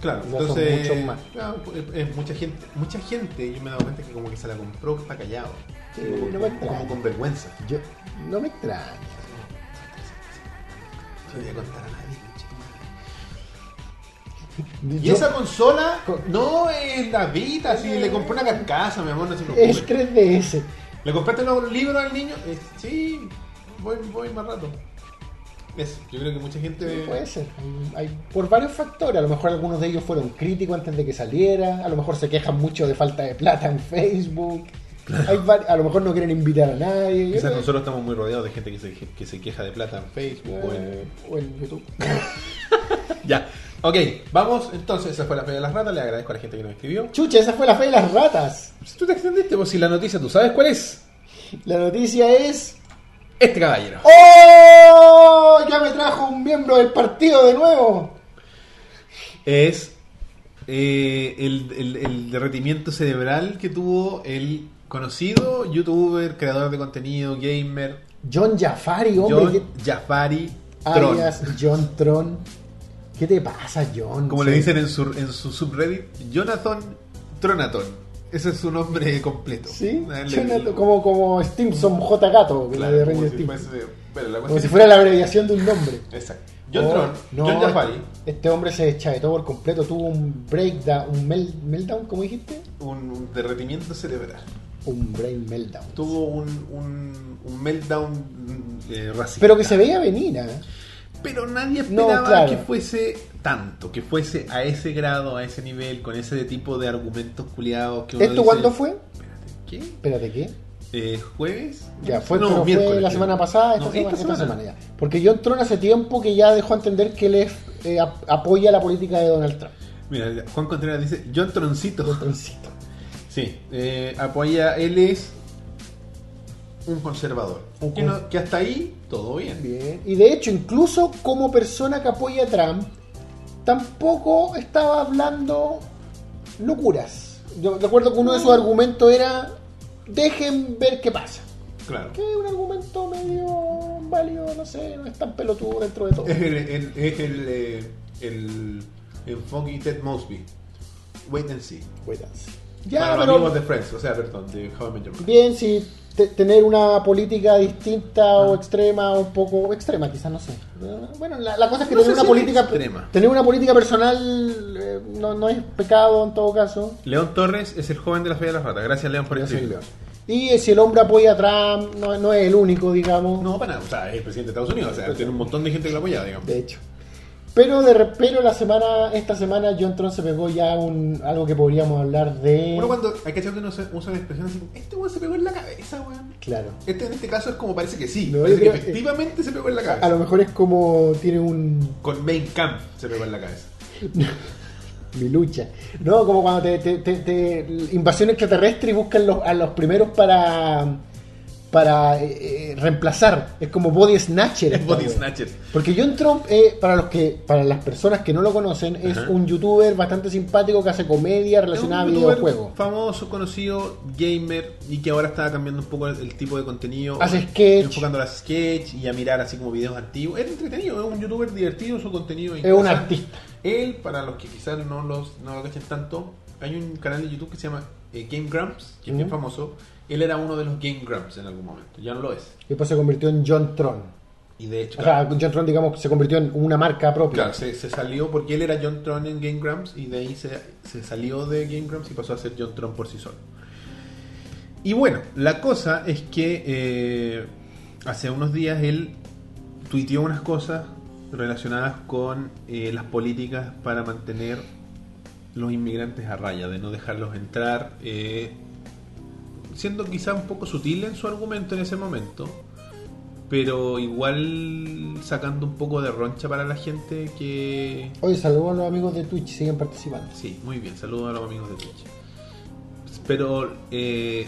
Claro,
Ya son
entonces
muchos más.
claro, es- es mucha gente, mucha gente, yo me he dado cuenta que como que se la compró que está callado,
Sí,
como,
no me
como-
extraña.
como con vergüenza.
Yo no me extraña.
No le voy a contar a nadie. conche tu madre. Y
Yo-
esa consola
Con-
no es la Vita, si le compré una carcasa, mi amor, no se preocupe.
es 3DS.
¿Le compraste los libros al niño? Eh, sí, voy, voy más rato. Eso, yo creo que mucha gente.
Puede ser. Hay, hay- por varios factores. A lo mejor algunos de ellos fueron críticos antes de que saliera. A lo mejor se quejan mucho de falta de plata en Facebook. Hay vari- a lo mejor no quieren invitar a nadie. Yo
Quizás
creo-
nosotros estamos muy rodeados de gente que se, que se queja de plata en Facebook o en
Eh, o en YouTube.
Ya. Ok, vamos entonces. Esa fue la fe de las ratas. Le agradezco a la gente que nos escribió.
Chucha, esa fue la fe de las ratas.
Si tú te extendiste, vos si la noticia, ¿tú sabes cuál es?
La noticia es
Este caballero.
¡Oh! Ya me trajo un miembro del partido de nuevo.
Es eh, el, el- el derretimiento cerebral que tuvo el conocido youtuber, creador de contenido, gamer,
John Jafari, hombre.
John Jafari
que-
Tron.
alias John Tron. ¿Qué te pasa, John?
Como le
Sí.
dicen en su, en su subreddit, Jonathan Tronaton. Ese es su nombre completo.
Sí,
A él le-
Jonathan, como, como Stimson J. Gato, que
Claro,
la de
como
Ranger
si
Stimson.
fuese- pero la
Como
cuestión-
si fuera la abreviación de un nombre.
Exacto. John
Oh,
Tron,
no,
John Jafari.
Este hombre se deschavetó por completo, tuvo un breakdown, un mel- meltdown, ¿cómo dijiste?
un derretimiento cerebral.
Un brain meltdown.
Tuvo un, un, un meltdown mm, eh, racista.
Pero que se veía venir, ¿eh?
Pero nadie
No,
esperaba
claro.
que fuese tanto, que fuese a ese grado, a ese nivel, con ese tipo de argumentos culiados que uno
¿Esto
dice,
cuándo fue?
Espérate, ¿qué?
Espérate, ¿qué?
Eh, ¿Jueves?
Ya, fue,
No,
pero fue
miércoles,
la
creo.
semana pasada, esta,
No,
semana, esta semana ya. Porque John Tron hace tiempo que ya dejó entender que él es, eh, ap- apoya la política de Donald Trump.
Mira, Juan Contreras dice, John Troncito.
John Troncito.
Sí, eh, apoya, él es un conservador.
Un
que,
cons-
no- que hasta ahí todo bien.
Bien. Y de hecho, incluso como persona que apoya a Trump, tampoco estaba hablando locuras. Yo recuerdo que uno de sus argumentos era, dejen ver qué pasa.
Claro.
Que es un argumento medio válido, no sé, no es tan pelotudo dentro de todo.
Es el, el- es el, eh, el enfoque Ted Mosby. Wait and see.
Cuidas. Ya,
Para los
pero
amigos de Friends, o sea, perdón, de How I Met Your Mother.
bien si te- tener una política distinta
Ah.
o extrema o un poco extrema, quizás no sé. Bueno, la, la cosa es que
No
tener
sé
una
si
política
extrema.
tener una política personal eh, no, no es pecado en todo caso.
León Torres es el joven de la fe de las ratas. Gracias, León, por
Gracias,
escribir.
Y eh, si el hombre apoya a Trump, no, no es el único, digamos.
No, para nada. O sea, es el presidente de Estados Unidos. O sea, tiene un montón de gente que lo apoya, digamos.
De hecho. Pero de re- pero la semana, esta semana John Tron se pegó ya un algo que podríamos hablar de.
Uno cuando hay que uno usa usa la expresión así, este weón se pegó en la cabeza, weón.
Claro.
Este en este caso es como parece que sí.
No, yo
parece que
creo que-
efectivamente se pegó en la
A
cabeza.
lo mejor es como tiene un
Con Main Camp se pegó en la cabeza.
mi lucha. No, como cuando te, te, te- te- invasión extraterrestre y buscan los, a los primeros para para eh, eh, reemplazar. Es como body snatcher.
Es
esta
Body
wea.
Snatcher.
Porque John Trump, eh, para los que, para las personas que no lo conocen, es
Ajá.
un youtuber bastante simpático que hace comedia relacionada a
Es un youtuber
videojuegos.
Famoso, conocido, gamer, y que ahora está cambiando un poco el, el tipo de contenido.
Hace sketch.
Enfocando a las sketch y a mirar así como videos antiguos. Es entretenido, es un youtuber divertido, su contenido
Es un
interesante.
artista.
Él, para los que quizás no, los, no lo cachen tanto, hay un canal de YouTube que se llama eh, Game Grumps, que es bien
Mm.
famoso. Él era uno de los Game Grumps en algún momento, ya no lo es.
Después se convirtió en John Tron.
Y de hecho,
O sea, John Tron, digamos, se convirtió en una marca propia.
Claro, se, se salió porque él era John Tron en Game Grumps y de ahí se, se salió de Game Grumps y pasó a ser John Tron por sí solo. Y bueno, la cosa es que eh, hace unos días él tuiteó unas cosas relacionadas con eh, las políticas para mantener los inmigrantes a raya, de no dejarlos entrar, eh, siendo quizá un poco sutil en su argumento en ese momento, pero igual sacando un poco de roncha para la gente que...
Oye, saludos a los amigos de Twitch, siguen participando.
Sí, muy bien, saludos a los amigos de Twitch. Pero, eh,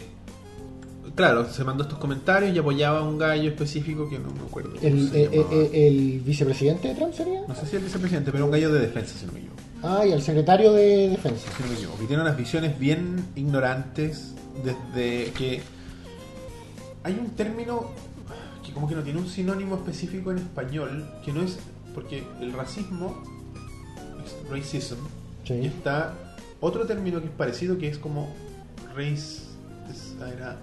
claro, se mandó estos comentarios y apoyaba a un gallo específico que no me acuerdo. cómo
El,
se
eh, eh,
llamaba.
eh, el vicepresidente de Trump sería?
No sé si el vicepresidente, pero un gallo de defensa, si no me equivoco.
Ah, y el secretario de defensa.
si no me equivoco, que tiene unas visiones bien ignorantes desde que hay un término que como que no tiene un sinónimo específico en español, que no es porque el racismo es racism
Sí.
y está otro término que es parecido que es como race es- ah, era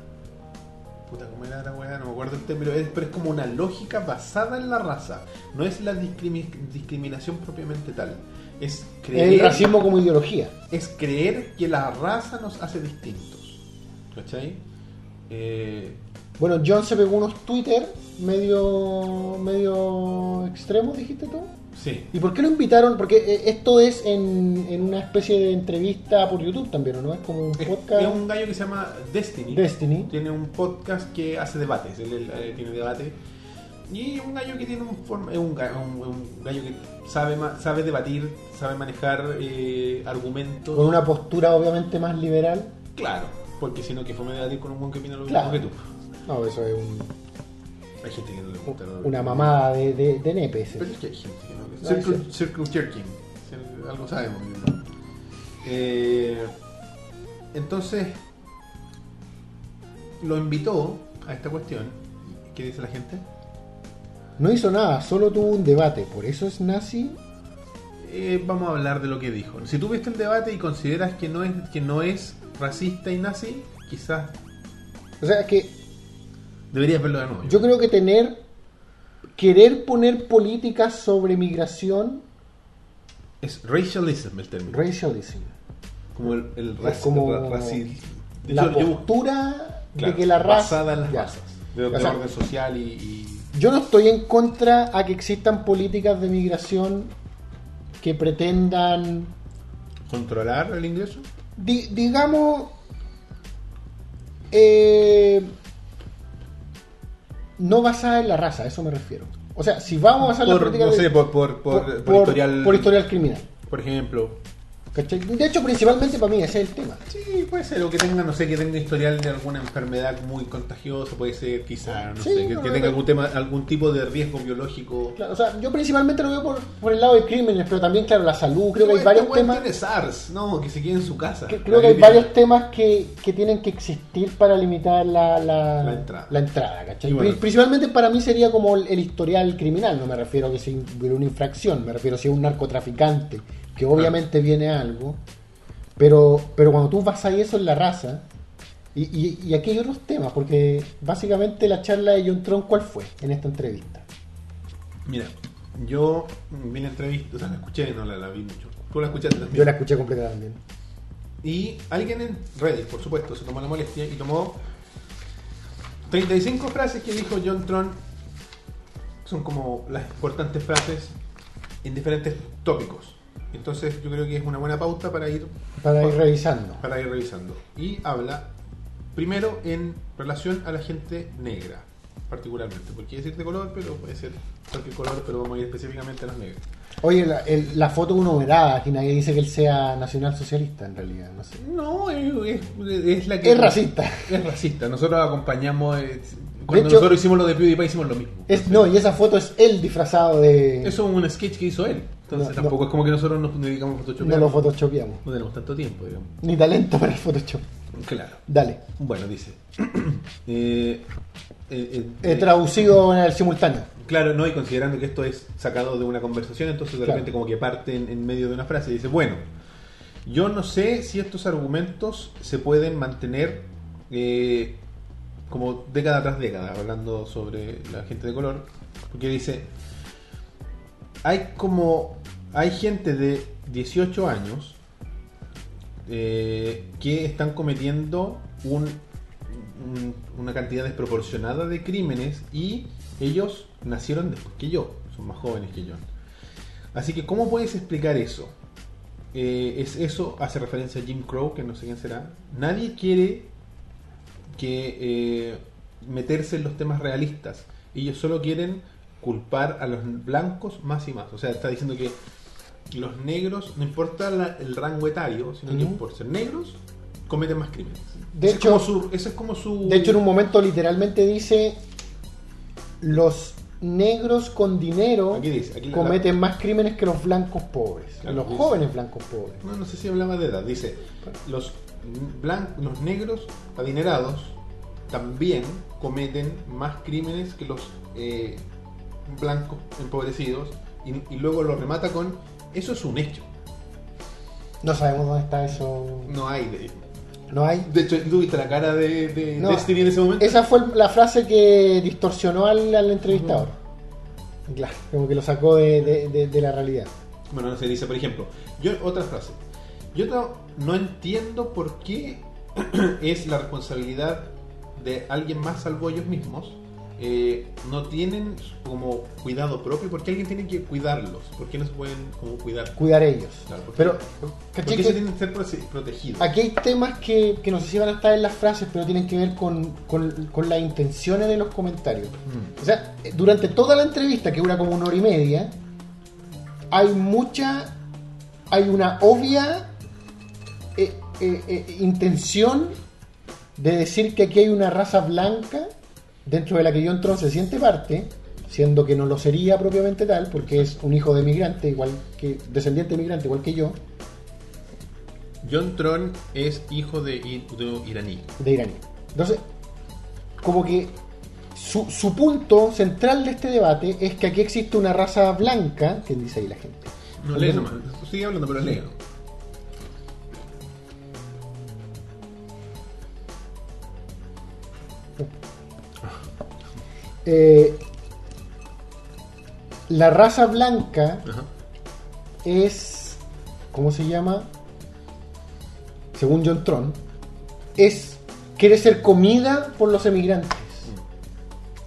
puta cómo era la weá, no me acuerdo el término, es- pero es como una lógica basada en la raza, no es la discrimi- discriminación propiamente tal. Es creer
El racismo como ideología.
es creer que la raza nos hace distintos. ¿Cachai? Eh,
Bueno, John se pegó unos Twitter medio, medio extremos, dijiste tú.
sí.
¿Y por qué lo invitaron? Porque eh, esto es en, en una especie de entrevista por YouTube también, ¿o no? Es como un
Es,
podcast
es un gallo que se llama Destiny.
Destiny.
Tiene un podcast que hace debates. Él, él, eh, tiene debate. Y un gallo que tiene un forma- es un, ga- un- un gallo que sabe ma- sabe debatir, sabe manejar eh, argumentos.
Con una postura obviamente más liberal.
Claro, porque si no que fome debatir con un buen que opina lo mismo
Claro.
que tú.
No, eso es un-
Hay gente que no le gusta. lo-
una mamada de, de, de nepes.
Pero es que hay gente que no le-
No,
Circle,
es cierto.
Circle jerking. Cir- Algo sabemos. ¿no? Eh, entonces, lo invitó a esta cuestión. ¿Qué dice la gente?
No hizo nada, solo tuvo un debate. ¿Por eso es nazi?
Eh, vamos a hablar de lo que dijo. Si tú viste el debate y consideras que no es, que no es racista y nazi, quizás
O sea, es que
deberías verlo de nuevo.
Yo creo que tener. Querer poner políticas sobre migración,
Es racialism el término.
racialism.
como el, el
Es
raci-
como
ra- raci- De
la
hecho, yo-
postura
claro,
de que la raza.
basada en las
ya.
razas. De,
O
de
sea,
orden social y- y
Yo no estoy en contra a que existan políticas de migración que pretendan,
controlar el ingreso.
di- digamos, eh, no basada en la raza, a eso me refiero. O sea, si vamos a basar las
Por,
políticas
no
de-
sé, por, por, por, por historial,
por historial criminal.
por ejemplo.
¿Cachai? De hecho, principalmente para mí ese es el tema.
Sí, puede ser. O que tenga, no sé, que tenga historial de alguna enfermedad muy contagiosa, puede ser, quizá, no
Sí,
sé, que,
no,
que
no,
tenga
no.
algún tema, algún tipo de riesgo biológico.
Claro, o sea, yo principalmente lo veo por, por el lado de crímenes, pero también, claro, la salud. Creo que hay
Este
varios
weón
temas.
tiene SARS, no, que se quede en su casa.
que- creo que hay varios temas que, que tienen que existir para limitar la, la,
La entrada.
la entrada, ¿cachai?
Y bueno.
Pri- Principalmente para mí sería como el, el historial criminal, no me refiero a que sea in- una infracción, me refiero a si es un narcotraficante, que obviamente viene algo, pero, pero cuando tú vas ahí eso en la raza, y, y, y aquí hay otros temas, porque básicamente la charla de John Tron, ¿cuál fue en esta entrevista?
Mira, yo vi la entrevista, o sea, la escuché, no la, la vi mucho. Tú la escuchaste también.
Yo la escuché completa también.
Y alguien en Reddit, por supuesto, se tomó la molestia y tomó 35 frases que dijo John Tron. Son como las importantes frases en diferentes tópicos. Entonces yo creo que es una buena pauta para ir,
Para ir revisando.
para ir revisando. Y habla primero en relación a la gente negra, particularmente. Porque quiere decir de color, pero puede ser cualquier color, pero vamos a ir específicamente a los negros.
Oye, la, el- la foto uno verá, aquí nadie dice que él sea nacionalsocialista en realidad, no sé.
No, es, es- es la que...
Es racista.
Es racista. Nosotros acompañamos. eh, cuando
hecho-
nosotros hicimos lo de PewDiePie, hicimos lo mismo.
Es, no, y esa foto es él disfrazado de...
Eso es un sketch que hizo él. Entonces
No,
tampoco
no.
es como que nosotros nos dedicamos a Photoshop.
no lo photoshopeamos.
No tenemos tanto tiempo, digamos.
Ni talento para el Photoshop.
Claro.
Dale.
Bueno, dice. eh, eh, eh,
He traducido en el simultáneo.
Claro, no, y considerando que esto es sacado de una conversación, entonces de
Claro.
repente como que parte en, en medio de una frase y dice, bueno, yo no sé si estos argumentos se pueden mantener eh, como década tras década, hablando sobre la gente de color, porque dice, hay como, hay gente de 18 años eh, que están cometiendo un- un- una cantidad desproporcionada de crímenes y ellos nacieron después que yo, son más jóvenes que yo. Así que, ¿cómo puedes explicar eso? Eh, es eso hace referencia a Jim Crow, que no sé quién será. Nadie quiere que eh, meterse en los temas realistas. Ellos solo quieren culpar a los blancos más y más. O sea, está diciendo que los negros, no importa la- el rango etario, sino que
Ujú.
por ser negros cometen más crímenes. Ese
De
es
hecho-
como su- ese es como su...
De hecho, en un momento literalmente dice... Los negros con dinero
Aquí dice, aquí la-
cometen más crímenes que los blancos pobres.
Claro,
los
dice.
jóvenes blancos pobres.
No, no sé si hablaba de edad. Dice, los, blan- los negros adinerados también cometen más crímenes que los eh, blancos empobrecidos. Y, y luego lo remata con, eso es un hecho.
No sabemos dónde está eso.
No hay... De, Mm.
No hay.
de hecho, ¿tú viste la cara de, de
No,
Destiny en ese momento?
Esa fue la frase que distorsionó al, al entrevistador. Claro, como que lo sacó de, de- de- de la realidad.
Bueno, no se dice, por ejemplo, yo otra frase. Yo no, no entiendo por qué es la responsabilidad de alguien más salvo ellos mismos. Eh, no tienen como cuidado propio porque alguien tiene que cuidarlos. ¿Por qué no se pueden como cuidar?
Cuidar ellos.
Claro, porque-
Pero,
¿Por
¿cachai
qué
que
se tienen que ser prote- protegidos?
aquí hay temas que, que no sé si van a estar en las frases, pero tienen que ver con, con- con las intenciones de los comentarios.
Mm.
O sea, durante toda la entrevista, que dura como una hora y media, hay mucha. hay una obvia eh, eh, eh, intención de decir que aquí hay una raza blanca dentro de la que John Tron se siente parte, siendo que no lo sería propiamente tal, porque es un hijo de migrante, igual que. descendiente de migrante, igual que yo,
John Tron es hijo de, i- de un iraní.
de iraní. Entonces, como que su, su punto central de este debate es que aquí existe una raza blanca, que dice ahí la gente.
No lee nomás. Sigue hablando, pero lee.
Eh, la raza blanca
Ajá.
es, ¿cómo se llama? Según John Tron, es, quiere ser comida por los emigrantes.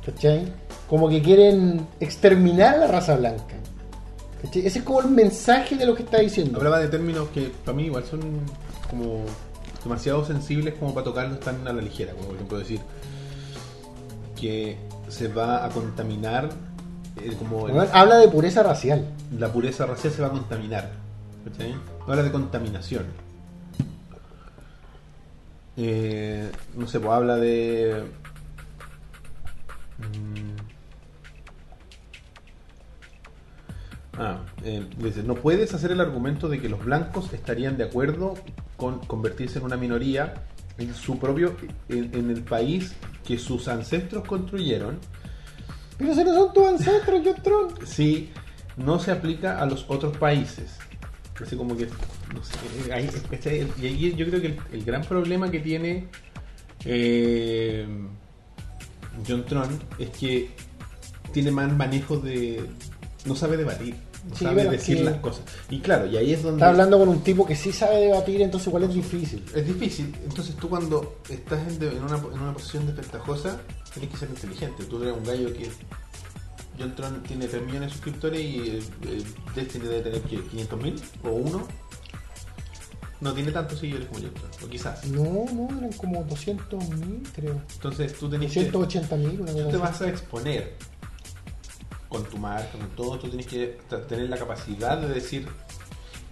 ¿Cachai? Como que quieren exterminar a la raza blanca. ¿Cachai? Ese es como el mensaje de lo que está diciendo.
Hablaba de términos que para mí igual son como demasiado sensibles como para tocarlos tan a la ligera, como por ejemplo decir que se va a contaminar, eh, como el-
Bueno, habla de pureza racial.
la pureza racial se va a contaminar. ¿cachai? Habla de contaminación. eh, no sé, pues habla de... mm, Ah, eh, dice, no puedes hacer el argumento de que los blancos estarían de acuerdo con convertirse en una minoría en su propio, en, en el país que sus ancestros construyeron,
Pero si no son tus ancestros, John Tron.
si no se aplica a los otros países. Así como que, no sé, ahí- ¿cachai? y ahí yo creo que el, el gran problema que tiene eh, John Tron es que tiene más manejo de... no sabe debatir, no
Sí,
sabe
bueno,
decir
que-
las cosas. Y claro, y ahí es donde...
Está hablando con un tipo que sí sabe debatir, entonces igual es difícil.
Es difícil. Entonces tú cuando estás en, de- en una, en una posición desventajosa, tienes que ser inteligente. Tú eres un gallo que... John Tron tiene 3 millones de suscriptores y eh, eh, Destiny debe tener 500 mil o uno. No tiene tantos seguidores como John Tron, o quizás.
No, no, eran como 200 mil, creo.
Entonces tú tenés que...
180 mil, una
Tú te
cosa así.
vas a exponer con tu marca, con todo, tú tienes que tra- tener la capacidad de decir...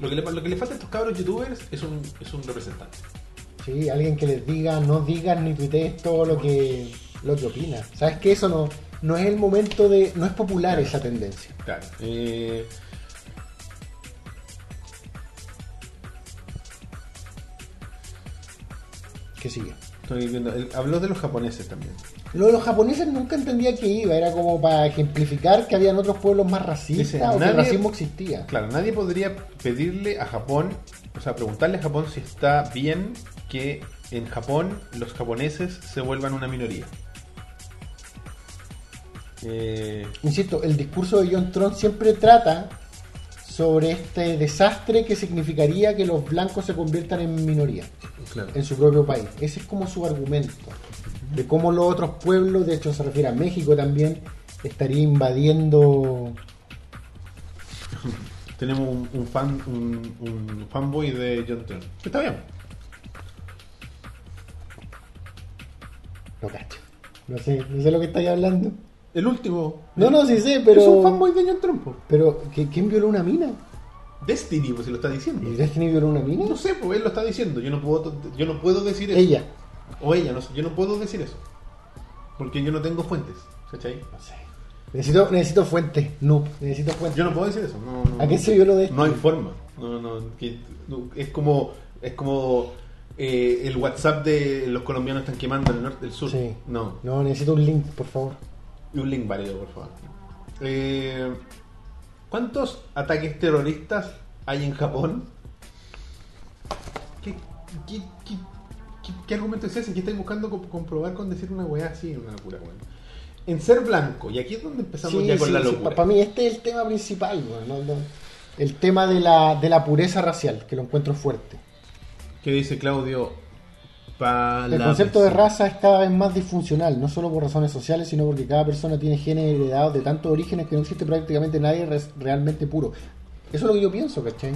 Lo que, le, lo que le falta a estos cabros youtubers es un, es un representante.
Sí, alguien que les diga, no digas ni tuitees todo lo que, lo que opinas. Sabes que eso no, no es el momento de. No es popular esa tendencia.
Claro. Eh,
Que sigue.
Estoy viendo. él habló de los japoneses también.
Lo de los japoneses nunca entendía que iba, era como para ejemplificar que habían otros pueblos más racistas
Dice,
o que
nadie-
el racismo existía.
Claro, nadie podría pedirle a Japón, o sea, preguntarle a Japón si está bien que en Japón los japoneses se vuelvan una minoría. Eh,
Insisto, el discurso de John Tron siempre trata sobre este desastre que significaría que los blancos se conviertan en minoría
claro.
en su propio país. Ese es como su argumento de cómo los otros pueblos, de hecho se refiere a México también, estaría invadiendo
Tenemos un, un fan, un, un fanboy de John Tron. Está bien.
No cacho. No sé, no sé lo que estáis hablando.
El último.
No, no, sí sé,
Es un
pero.
fanboy de John Tron. po.
Pero, ¿qué- ¿quién violó una mina?
Destiny, pues si lo está diciendo.
¿Y Destiny violó una mina?
No sé, pues él lo está diciendo. Yo no puedo, yo no puedo decir eso.
Ella.
O ella, no, sé, yo no puedo decir eso. Porque yo no tengo fuentes, ¿cachai?
No sé. Necesito, necesito fuente. No, necesito fuente.
Yo no puedo decir eso. No, no,
¿A qué se violó Destiny?
No hay forma. No, no, que- no, es como, es como eh, el WhatsApp de los colombianos están quemando en el norte, el sur.
Sí.
No.
No, necesito un link, por favor.
Y un link válido, por favor. Eh, ¿Cuántos ataques terroristas hay en Japón? ¿Qué, qué, qué- qué- qué argumento es ese? ¿Qué estáis buscando co- comprobar con decir una weá así? Una locura, weón. En ser blanco, y aquí es donde empezamos ya con la locura.
Para mí este es el tema principal, güey, ¿no? No. El tema de la, de la pureza racial, que lo encuentro fuerte.
¿Qué dice Claudio?
El concepto de raza es cada vez más disfuncional, no solo por razones sociales, sino porque cada persona tiene genes heredados de tantos orígenes que no existe prácticamente nadie res- realmente puro. Eso es lo que yo pienso, ¿cachai?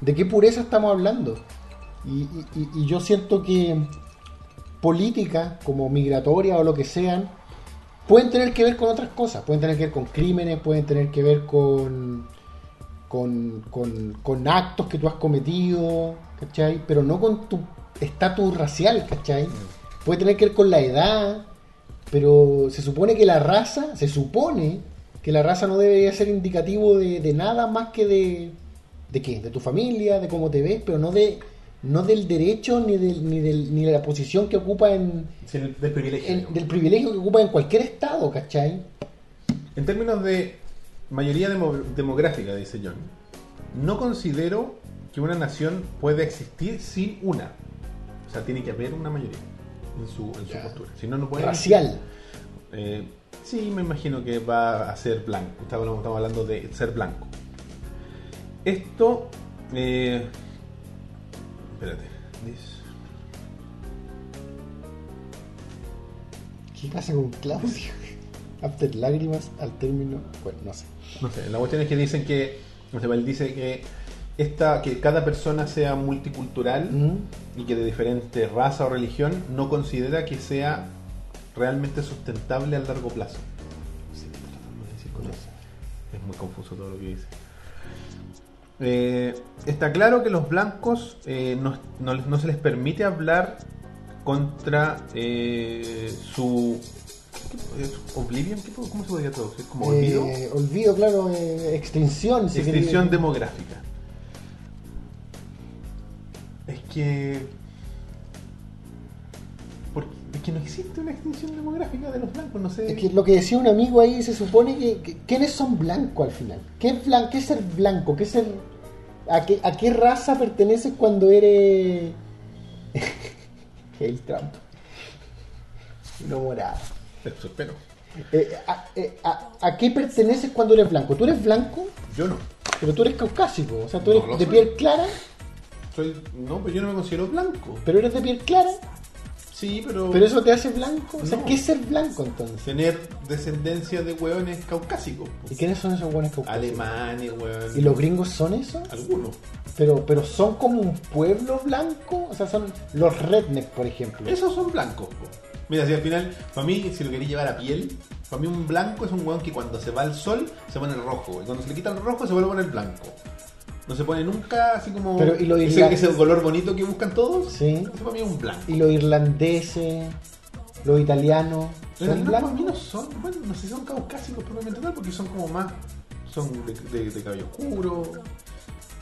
¿De qué pureza estamos hablando? Y, y- y- y yo siento que políticas como migratoria o lo que sean, pueden tener que ver con otras cosas, pueden tener que ver con crímenes, pueden tener que ver con, con, con- con actos que tú has cometido, ¿cachai? Pero no con tu estatus racial, ¿cachai? Puede tener que ver con la edad, pero se supone que la raza, se supone que la raza no debería ser indicativo de, de nada más que de... ¿De qué? De tu familia, de cómo te ves, pero no de no del derecho ni, del, ni, del, ni de la posición que ocupa en,
Del, del privilegio.
el- del privilegio que ocupa en cualquier estado, ¿cachai?
En términos de mayoría demo- demográfica, dice John, no considero que una nación pueda existir sin una. O sea, tiene que haber una mayoría en su, en su
Ya.
postura. Si no, no puede
Racial.
Eh, sí, me imagino que va a ser blanco. Estamos, estamos hablando de ser blanco. Esto. eh, espérate. This-
¿Qué pasa con Claudio? After lágrimas al término. Bueno, no sé.
No sé, la cuestión es que dicen que. No sé, él dice que. Esta, que cada persona sea multicultural
¿Mm?
y que de diferente raza o religión no considera que sea realmente sustentable a largo plazo. No sé qué está tratando de decir con eso. Es muy confuso todo lo que dice. Eh, está claro que los blancos eh, no, no- no se les permite hablar contra eh, su. ¿es ¿Oblivion? ¿Qué po- ¿Cómo se podría traducir? ¿Como olvido?
Eh, olvido, claro, eh, extinción. si
Extinción
queréis.
demográfica. Es que. ¿por qué? es que no existe una extinción demográfica de los blancos, no sé.
Es que lo que decía un amigo ahí se supone que, que- ¿quiénes son blancos al final? ¿Qué es, blan- qué es ser blanco? ¿Qué es ser, a, qué, ¿A qué raza perteneces cuando eres el Trump? No morado.
Eso espero.
Eh, a, eh, a- ¿A qué perteneces cuando eres blanco? ¿Tú eres blanco?
Yo no.
Pero tú eres caucásico, o sea, tú
No
eres
lo
de
soy.
piel clara,
Soy, no, pero yo no me considero blanco.
pero eres de piel clara,
Sí, pero.
pero eso te hace blanco. O sea,
No.
¿qué es ser blanco entonces?
Tener descendencia de hueones caucásicos. pues.
¿Y quiénes son esos buenos caucásicos?
Alemanes, hueones.
¿Y los gringos son eso?
Algunos.
Pero, pero son como un pueblo blanco, o sea, son los rednecks, por ejemplo.
Esos son blancos. po. Mira, si al final, para mí, si lo quería llevar a piel, para mí un blanco es un weón que cuando se va al sol se pone rojo. Y cuando se le quita el rojo se vuelve a poner blanco. No se pone nunca así como
Pero, ¿y los
ese,
irlandeses?
ese color bonito que buscan todos.
Sí.
Eso para mí es un blanco.
Y los irlandeses, los italianos,
Los
son
blancos para mí
blancos.
no son, bueno, no sé si son caucásicos propiamente tal, porque son como más, son de, de- de cabello oscuro.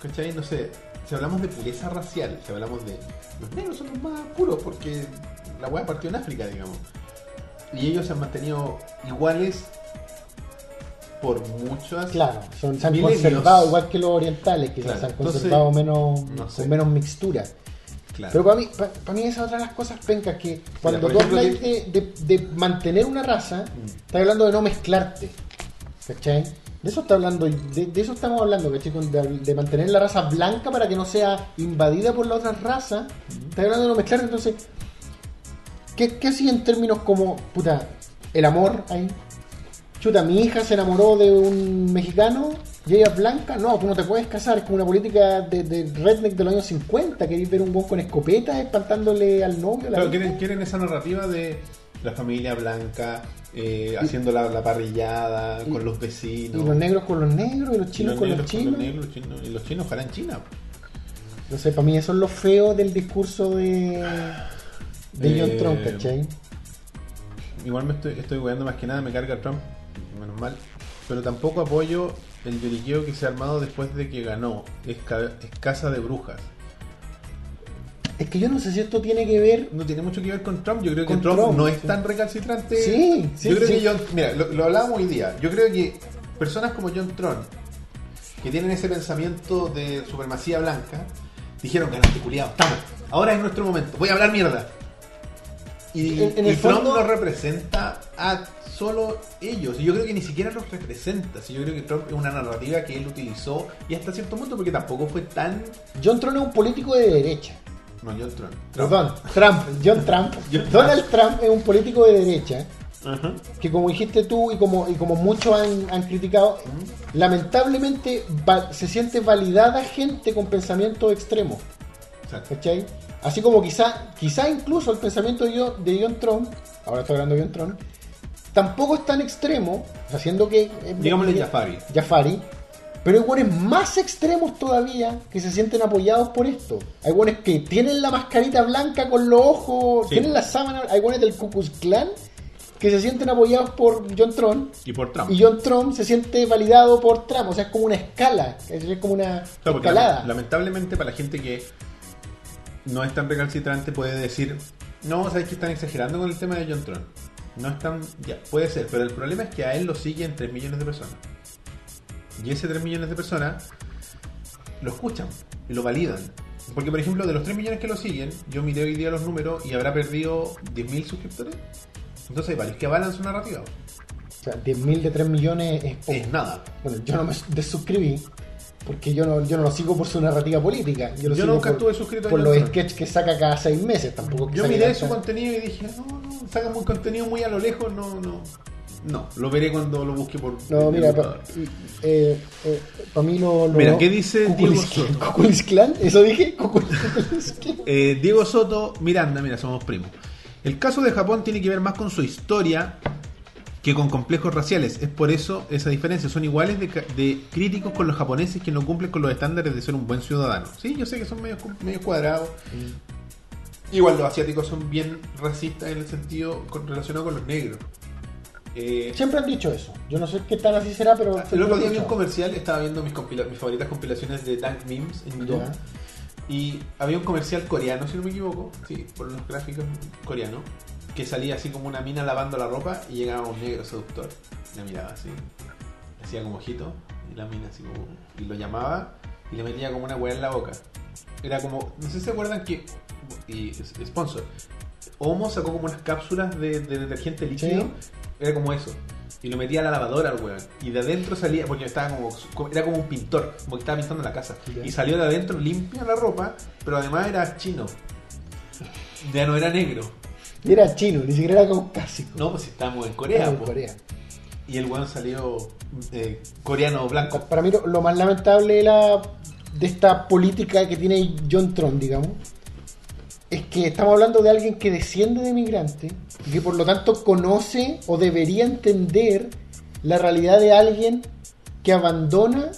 ¿Cachai? No sé. Si hablamos de pureza racial, si hablamos de. Los negros son los más puros porque la hueá partió en África, digamos. Y ellos se han mantenido iguales por muchas.
Claro, son, se han
Milenios.
conservado igual que los orientales, quizás
Claro,
se han
entonces,
conservado menos,
no sé.
con menos mixtura.
Claro.
Pero para mí, pa- para mí esa es otra de las cosas pencas que cuando
por
tú
ejemplo, Mm.
hablas de, de- de mantener una raza, estás hablando de no mezclarte. ¿Cachai? De eso, está hablando, de, de eso estamos hablando, ¿cachai? Con- De, de mantener la raza blanca para que no sea invadida por la otra raza.
Mm.
Estás hablando de no mezclarte, entonces. ¿Qué, qué sigue en términos como, puta, el amor ahí? Chuta, mi hija se enamoró de un mexicano y ella es blanca. No, tú no te puedes casar. Es como una política de, de redneck de los años 50. Queréis ver un buen con escopeta espantándole al novio. a la
Claro,
hija.
quieren, quieren esa narrativa de la familia blanca, eh, haciendo la, la parrillada
y-
con los
Y
vecinos.
los negros con los negros y los
Y
chinos con los
negros
chinos.
negros, los chinos- y los chinos ojalá en China.
No sé, para mí eso es lo feo del discurso de, de John
Eh,
Trump, ¿cachai?
Igual me estoy, estoy weando más que nada, me carga Trump, menos mal. Pero tampoco apoyo el lloriqueo que se ha armado después de que ganó. Es, ca- es casa de brujas.
Es que yo no sé si esto tiene que ver
No tiene mucho que ver con Trump. Yo creo que
Con
Trump,
Trump,
no es
sí.
tan recalcitrante.
Sí, sí,
Yo creo
sí.
que John. Mira, lo, lo hablábamos hoy día. Yo creo que personas como John Trump, que tienen ese pensamiento de supremacía blanca, dijeron: ganaste culiado, estamos. Ahora es nuestro momento. Voy a hablar mierda. Y,
En- en
y
el
Trump
fondo-
no representa a solo ellos. Y yo creo que ni siquiera los representa. Sí, Yo creo que Trump es una narrativa que él utilizó y hasta cierto punto, porque tampoco fue tan.
John Trump es un político de derecha.
No, John Trump. Trump.
Perdón, Trump, John Trump.
John
Donald Trump es un político de derecha
Ajá.
que como dijiste tú y como, y como muchos han, han criticado, lamentablemente va- se siente validada gente con pensamientos extremos,
Exacto.
¿cachai? Así como quizá, quizá incluso el pensamiento de, John- de John Trump, ahora estoy hablando de John Trump, tampoco es tan extremo, haciendo que...
Digámosle
eh,
Jafari.
Jafari. Pero hay hueones más extremos todavía que se sienten apoyados por esto. Hay hueones que tienen la mascarita blanca con los ojos,
Sí.
tienen la sábana. Hay hueones del Ku Klux Klan que se sienten apoyados por John Trump.
Y por Trump.
Y John Trump se siente validado por Trump. O sea, es como una escala. Es es como una
Claro, porque
escalada.
lame- lamentablemente para la gente que no es tan recalcitrante puede decir, no, sabes que están exagerando con el tema de John Tron. No están, ya, puede ser, pero el problema es que a él lo siguen 3 millones de personas. Y ese 3 millones de personas lo escuchan y lo validan. Porque, por ejemplo, de los 3 millones que lo siguen, yo miré hoy día los números y habrá perdido 10.000 suscriptores. Entonces hay varios que avalan su narrativa.
O sea, 10.000 de 3 millones es poco.
Es nada.
Bueno, yo no me desuscribí porque yo no, yo no lo sigo por su narrativa política. Yo, lo
Yo
sigo
nunca
por-
estuve suscrito a
por
John
los
Trump.
sketches que saca cada 6 meses. Tampoco es que
Yo
saque
miré
tanta-
su contenido y dije, no, no, sacan un contenido muy a lo lejos, no, no. No, lo veré cuando lo busque por.
No,
en
mira,
el
para
buscador.
eh, eh, pa' mí lo, lo-
Mira, ¿qué dice
Ku
Diego
Klux-
Soto?
Ku Klux Klan? ¿Eso dije? Ku Klux Klan.
Eh, Diego Soto, Miranda, mira, somos primos. El caso de Japón tiene que ver más con su historia que con complejos raciales. Es por eso esa diferencia. Son iguales de, ca- de críticos con los japoneses que no cumplen con los estándares de ser un buen ciudadano. Sí, yo sé que son medio, cu- medio cuadrados.
Mm.
Igual los asiáticos son bien racistas en el sentido con- relacionado con los negros. Eh,
Siempre han dicho eso. Yo no sé qué tan así será, pero.
el
siempre
otro
lo
día
han
vi un
dicho.
comercial, estaba viendo mis, compila- mis favoritas compilaciones de Dank Memes en YouTube.
Ya.
Y había un comercial coreano, si no me equivoco, sí, por los gráficos coreanos, que salía así como una mina lavando la ropa y llegaba un negro seductor. La miraba así, hacía como ojito, y la mina así como. Y lo llamaba y le metía como una hueá en la boca. Era como, no sé si se acuerdan que. Y sponsor. Homo sacó como unas cápsulas de, de detergente líquido. Era como eso. Y lo metía a la lavadora al weón. Y de adentro salía, porque estaba como, como- era como un pintor, como que estaba pintando la casa.
Ya.
Y salió de adentro limpia la ropa, pero además era chino. Ya no era negro.
Y era chino, ni siquiera era caucásico.
No, pues estábamos en Corea.
Era de
po.
Corea.
Y el weón salió eh, coreano blanco.
Para mí lo, lo más lamentable de, la- de esta política que tiene John Tron, digamos, es que estamos hablando de alguien que desciende de migrante y que por lo tanto conoce o debería entender la realidad de alguien que abandona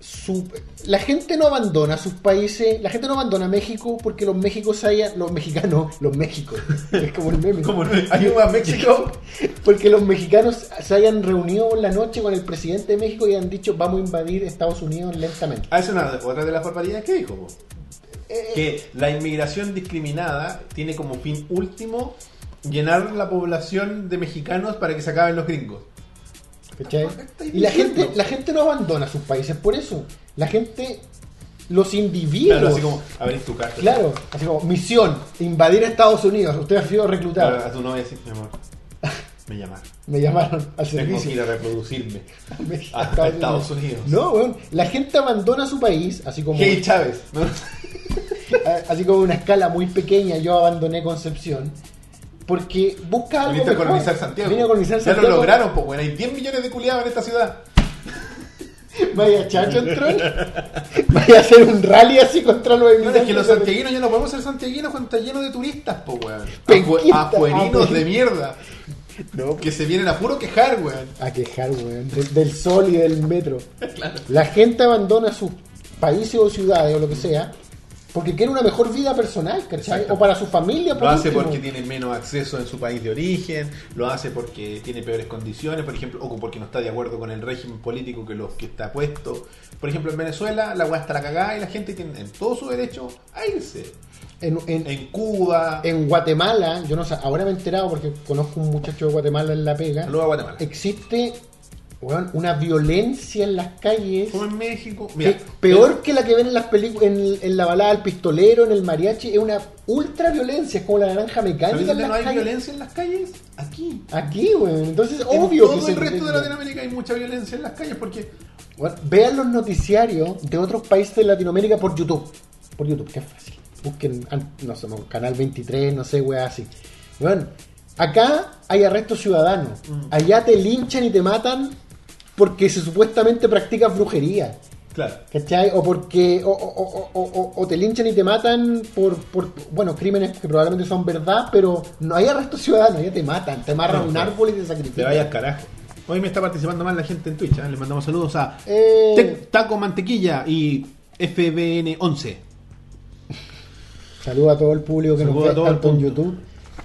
su... La gente no abandona sus países, la gente no abandona México porque los méxicos hayan... Los mexicanos, los méxicos. Es como el meme.
Como hay un weón México.
Porque los mexicanos se hayan reunido en la noche con el presidente de México y han dicho vamos a invadir Estados Unidos lentamente.
Ah, es una, otra de las barbaridades que dijo. po.
Eh,
Que la inmigración discriminada tiene como fin último llenar la población de mexicanos para que se acaben los gringos.
¿cachai?
¿Qué estáis
Y la
diciendo?
gente, la gente no abandona sus países por eso. La gente, los individuos.
Claro, así como abrís tu carta.
claro, así como, misión, invadir Estados Unidos. Usted ha sido reclutado.
Ahora, a tu novia decís, mi amor, me llamaron.
Me llamaron al
Tengo que ir
servicio.
a reproducirme.
México,
a Estados Unidos.
No, weón, la gente abandona su país, así como
Hey Chávez. ¿no?
a- así como una escala muy pequeña, yo abandoné Concepción. Porque busca algo.
Viniste a
mejor.
colonizar Santiago.
Vine a colonizar
ya
Santiago.
lo lograron, pues bueno, hay 10 millones de culiados en esta ciudad.
Vaya chacho el troll. Vaya a hacer un rally así contra los
No, es que los
inmigrantes.
santiaguinos ya no podemos ser santiaguinos cuando está lleno de turistas, pues weón.
Penquista,
Afuerinos
ah,
de mierda.
No,
Que se vienen a puro quejar, weón.
a quejar, weón, de- del sol y del metro. La gente abandona sus países o ciudades o lo que sea porque quiere una mejor vida personal, ¿cachai?
Exactamente.
O para su familia,
Lo hace
último.
porque tiene menos acceso en su país de origen, lo hace porque tiene peores condiciones, por ejemplo, o porque no está de acuerdo con el régimen político que los que está puesto. Por ejemplo, en Venezuela la weá está la cagada y la gente tiene en todo su derecho a irse.
En, en-
En Cuba, en
en Guatemala, yo no sé, ahora me he enterado porque conozco un muchacho de Guatemala en La Pega.
saludos a Guatemala.
Existe weón, una violencia en las calles.
Como en México,
que
mira,
es peor que la que ven en las películas, en, en la balada del pistolero, en el mariachi, es una ultra violencia, es como la naranja
¿sabes
mecánica. en
dónde
las
no hay
calles.
violencia en las calles? Aquí.
Aquí, weón. Entonces,
En
obvio que
todo
se
el resto de
encuentra.
Latinoamérica hay mucha violencia en las calles porque
Weón, Vean los noticiarios de otros países de Latinoamérica por YouTube. Por YouTube, que es fácil. Busquen, an- no sé, no, Canal 23, no sé, weón, así. Weón, acá hay arrestos ciudadanos.
Mm.
Allá te linchan y te matan porque se supuestamente practicas brujería.
claro,
¿Cachai? O porque. O, o- o- o- o- o te linchan y te matan por, por. Bueno, crímenes que probablemente son verdad, pero no hay arresto ciudadano, ya te matan. Te amarran
No,
un
claro.
árbol y te
te
sacrifican.
vayas carajo. Hoy me está participando más la gente en Twitch, ¿eh? les mandamos saludos a
Eh,
Tec- Taco Mantequilla y FBN11.
Saludo a todo el público que
Saludo
nos
a todo
ve
el
tanto en
mundo.
YouTube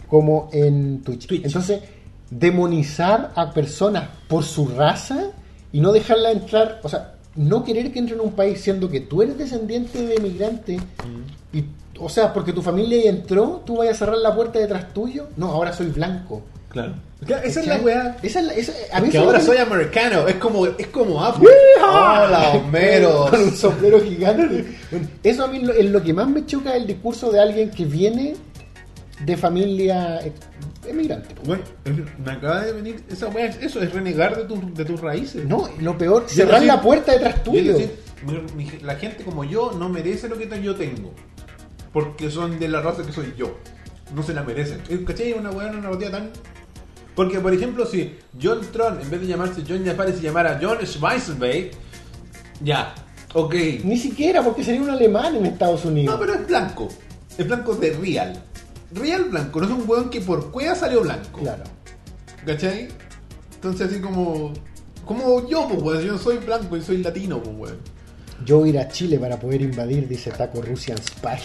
como en Twitch.
Twitch.
Entonces, demonizar a personas por su raza y no dejarla entrar, o sea, no querer que entren a un país siendo que tú eres descendiente de inmigrante
Mm.
y o sea, porque tu familia ya entró, tú vas a cerrar la puerta detrás tuyo. No, ahora soy blanco.
Claro. Esa es la
¿Cachai?
weá.
Esa es la- esa- a mí
Que
eso
ahora
me-
soy americano. Es como, es como Apple.
¡Yeehaw!
Hola, Homero.
Con un sombrero gigante. Eso a mí es lo- es lo que más me choca es el discurso de alguien que viene de familia eh, emigrante. po.
Bueno, es- me acaba de venir. Esa weá es eso, es renegar de, tus- de tus raíces.
No, lo peor,
Yo
cerrar
decir-
la puerta detrás
Y es
tuyo.
decir, mi- mi- la gente como yo no merece lo que te- yo tengo. Porque son de la raza que soy yo. No se la merecen. Eh, ¿Cachai? Es Una weá, una narrativa tan. Porque, por ejemplo, si John Tron, en vez de llamarse John Jafari, se llamara John Schweizenberg, ya, ok.
Ni siquiera porque sería un alemán en Estados Unidos.
No, pero es blanco. Es blanco de real. Real blanco. No es un weón que por cueva salió blanco.
Claro.
¿Cachai? Entonces así como... Como yo, pues, weón. Yo soy blanco y soy latino, pues, weón.
Yo voy a ir a Chile para poder invadir, dice Taco Russian Spy.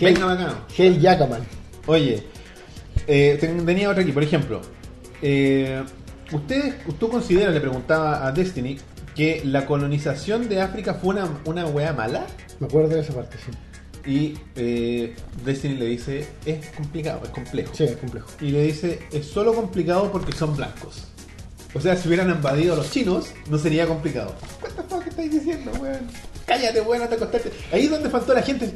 Hell,
Venga, bacano.
Hell Yakaman.
Oye, eh, ten- tenía otra aquí, por ejemplo. eh, ¿Ustedes, tú consideras, le preguntaba a Destiny, que la colonización de África fue una, una wea mala?
Me acuerdo de esa parte, sí.
Y eh, Destiny le dice, es complicado, es complejo.
Sí, es complejo.
Y le dice, es solo complicado porque son blancos. O sea, si hubieran invadido a los chinos, no sería complicado. ¿What the fuck estáis diciendo, weón? Cállate, weón, anda a acostarte. Ahí es donde faltó la gente.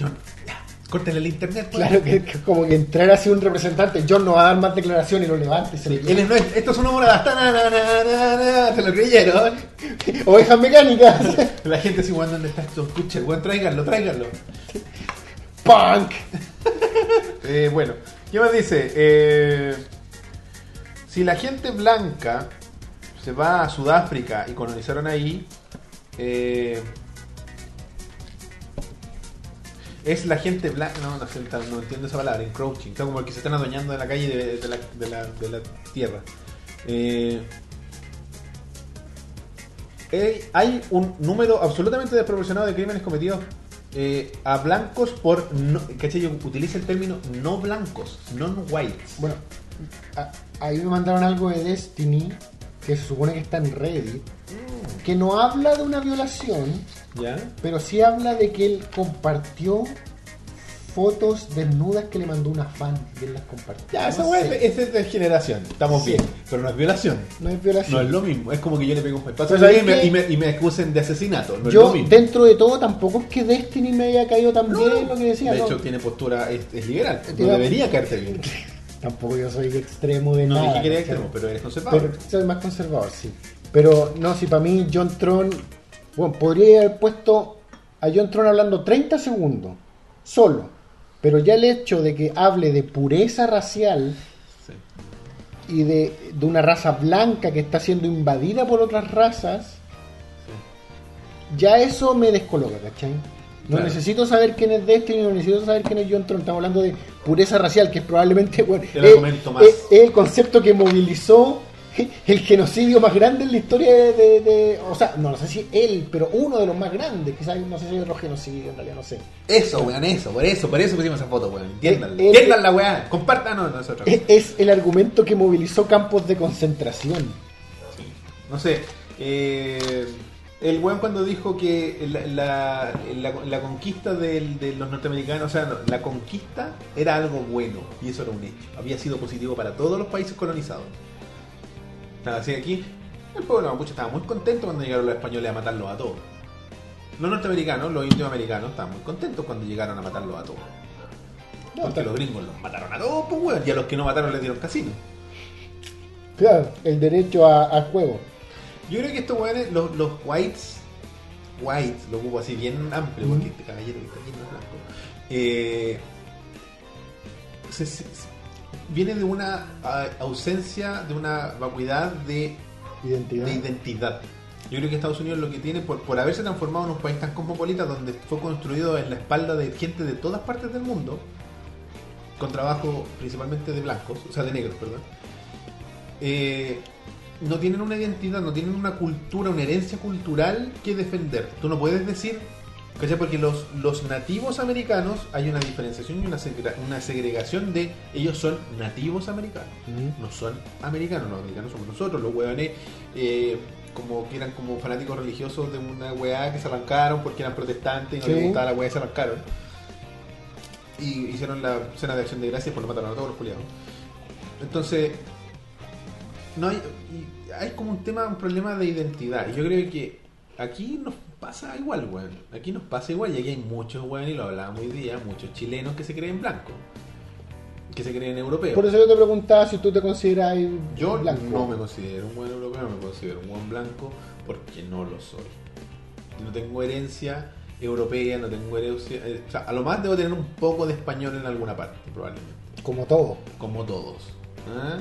John, ya, córtale el internet, weón.
Claro que, que como que entrar así un representante, John no va a dar más declaración y lo levanta y se lo
Él es nuestro. Esto es una morada. Ta, na, na, na, na, na. Se lo creyeron.
Ovejas mecánicas.
La gente así, weón, ¿dónde está estos escucha, Weón, tráiganlo, tráiganlo.
Punk.
Eh, bueno, ¿qué más dice? Eh, si la gente blanca se va a Sudáfrica y colonizaron ahí, eh, es la gente blanca. No, no, sé, no entiendo esa palabra, encroaching. Está como el que se están adueñando de la calle de, de la, de la- de la tierra. Eh, eh, hay un número absolutamente desproporcionado de crímenes cometidos eh, a blancos por. No, ¿Cachai? Yo utilizo el término no blancos, non-whites.
Bueno, a- ahí me mandaron algo de Destiny, que se supone que está en Reddit,
Mm.
que no habla de una violación,
¿Ya?
pero sí habla de que él compartió fotos desnudas que le mandó una fan y él las compartió.
Ya,
No
esa weá
sé,
es, es de generación, estamos
Sí.
bien. Pero no es violación.
No es violación.
No es lo mismo, es como que yo le pego un paso a
Pero
alguien y me,
¿sabes
y, me, y me acusen de asesinato. No es lo
Yo,
mismo.
dentro de todo, tampoco es que Destiny me haya caído tan bien lo que decía.
de
no.
hecho, tiene postura, es, es liberal.
Te
No
iba-
debería caerte bien.
Tampoco yo soy extremo de
No
nada.
dije que eres
¿cachai?
extremo, pero eres conservador.
Pero soy más conservador, sí. Pero no, si para mí John Tron, bueno, podría haber puesto a John Tron hablando 30 segundos, solo. Pero ya el hecho de que hable de pureza racial
Sí.
y de, de una raza blanca que está siendo invadida por otras razas, ya eso me descoloca, ¿cachai? No
Claro.
necesito saber quién es Destiny, no necesito saber quién es John Tron. Estamos hablando de pureza racial, que es probablemente bueno, eh,
El argumento más.
es- es el concepto que movilizó el genocidio más grande en la historia de, de- de- O sea, no, no sé si él, pero uno de los más grandes. Quizás no sé si hay otro genocidio, en realidad no sé.
Eso, weón, eso, por eso, por eso pusimos esa foto, weón. Entiéndanla,
Eh, eh,
entiéndanla, weón. Compartan, no, no es otra cosa.
Es, es el argumento que movilizó campos de concentración.
No sé. eh, el weón cuando dijo que la, la- la- la conquista del- de los norteamericanos, o sea, no, la conquista era algo bueno, y eso era un hecho. Había sido positivo para todos los países colonizados. Nada, así aquí, el pueblo mapuche estaba muy contento cuando llegaron los españoles a matarlos a todos. Los norteamericanos, los indios americanos, estaban muy contentos cuando llegaron a matarlos a todos.
No,
Porque
tal-
los gringos los mataron a todos, pues weón, y a los que no mataron les dieron casino.
claro, el derecho a- al juego.
Yo creo que estos weones, los, los whites, whites, lo ocupo así bien amplio, porque este caballero que está aquí no es blanco, eh, se- se- se- viene de una ah, ausencia, de una vacuidad de,
Identidad.
de identidad. Yo creo que Estados Unidos lo que tiene, por, por haberse transformado en un país tan cosmopolita, donde fue construido en la espalda de gente de todas partes del mundo, con trabajo principalmente de blancos, o sea, de negros, perdón, eh, no tienen una identidad, no tienen una cultura, una herencia cultural que defender. Tú no puedes decir, ¿cachai? Porque los, los nativos americanos hay una diferenciación y una, segre- una segregación de ellos son nativos americanos,
Mm.
no son americanos, los americanos somos nosotros, los hueones. eh, como que eran como fanáticos religiosos de una weá que se arrancaron porque eran protestantes y no les
Sí.
gustaba la weá y se arrancaron y hicieron la escena de acción de gracias por lo mataron a todos los culiados. Entonces, no hay, y hay como un tema, un problema de identidad. Y yo creo que aquí nos pasa igual, weón. Aquí nos pasa igual, y aquí hay muchos, weón, y lo hablábamos hoy día, muchos chilenos que se creen blancos, que se creen europeos.
Por eso yo te preguntaba si tú te consideras
Yo
blanco.
no me considero un buen europeo, me considero un buen blanco porque no lo soy. No tengo herencia europea, no tengo herencia. eh, o sea, a lo más debo tener un poco de español en alguna parte, probablemente.
Como todo.
Como todos. ¿ah?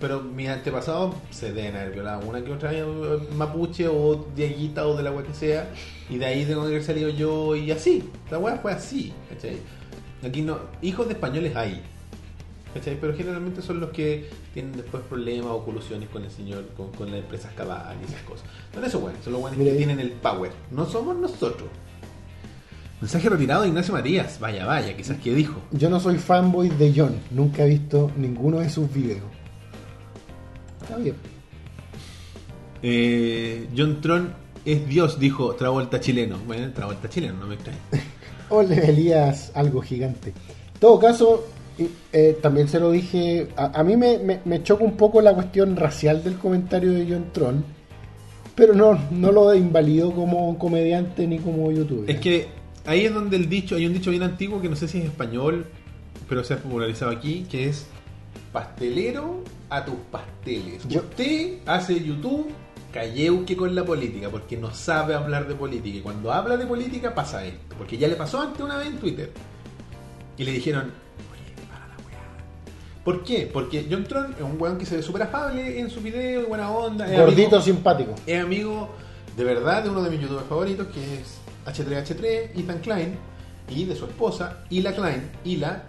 Pero mis antepasados se deben haber violado una que otra vez, eh, mapuche o diaguita o de la wea que sea. Y de ahí tengo que haber salido yo y así. La wea fue así. ¿cachai? Aquí no. Hijos de españoles hay. ¿Cachai? Pero generalmente son los que tienen después problemas o colusiones con el señor, con, con las empresas cabal y esas cosas. Son esos weones, son los weones que
Mira ahí.
tienen el power. No somos nosotros. Mensaje retirado de Ignacio Matías. Vaya, vaya, quizás que dijo.
Yo no soy fanboy de John, nunca he visto ninguno de sus videos. Está bien.
Eh, John Tron es Dios, dijo Travolta chileno. Bueno, Travolta chileno, no me extraña.
O le Elías algo gigante. En todo caso, y, eh, también se lo dije. A, a mí me, me- me choca un poco la cuestión racial del comentario de John Tron. Pero no, no lo invalido como comediante ni como youtuber.
Es que ahí es donde el dicho, hay un dicho bien antiguo que no sé si es español, pero se ha popularizado aquí, que es pastelero a tus pasteles.
Yo-
Usted hace YouTube calleuque con la política, porque no sabe hablar de política. Y cuando habla de política pasa esto, porque ya le pasó antes una vez en Twitter. Y le dijeron, oye, para la weá. ¿Por qué? Porque John Tron es un weón que se ve súper afable en su video, y buena onda. es
Gordito
eh, amigo-
simpático.
es amigo de verdad de uno de mis youtubers favoritos, que es H3H3, Ethan Klein, y de su esposa, Ila Klein. Ila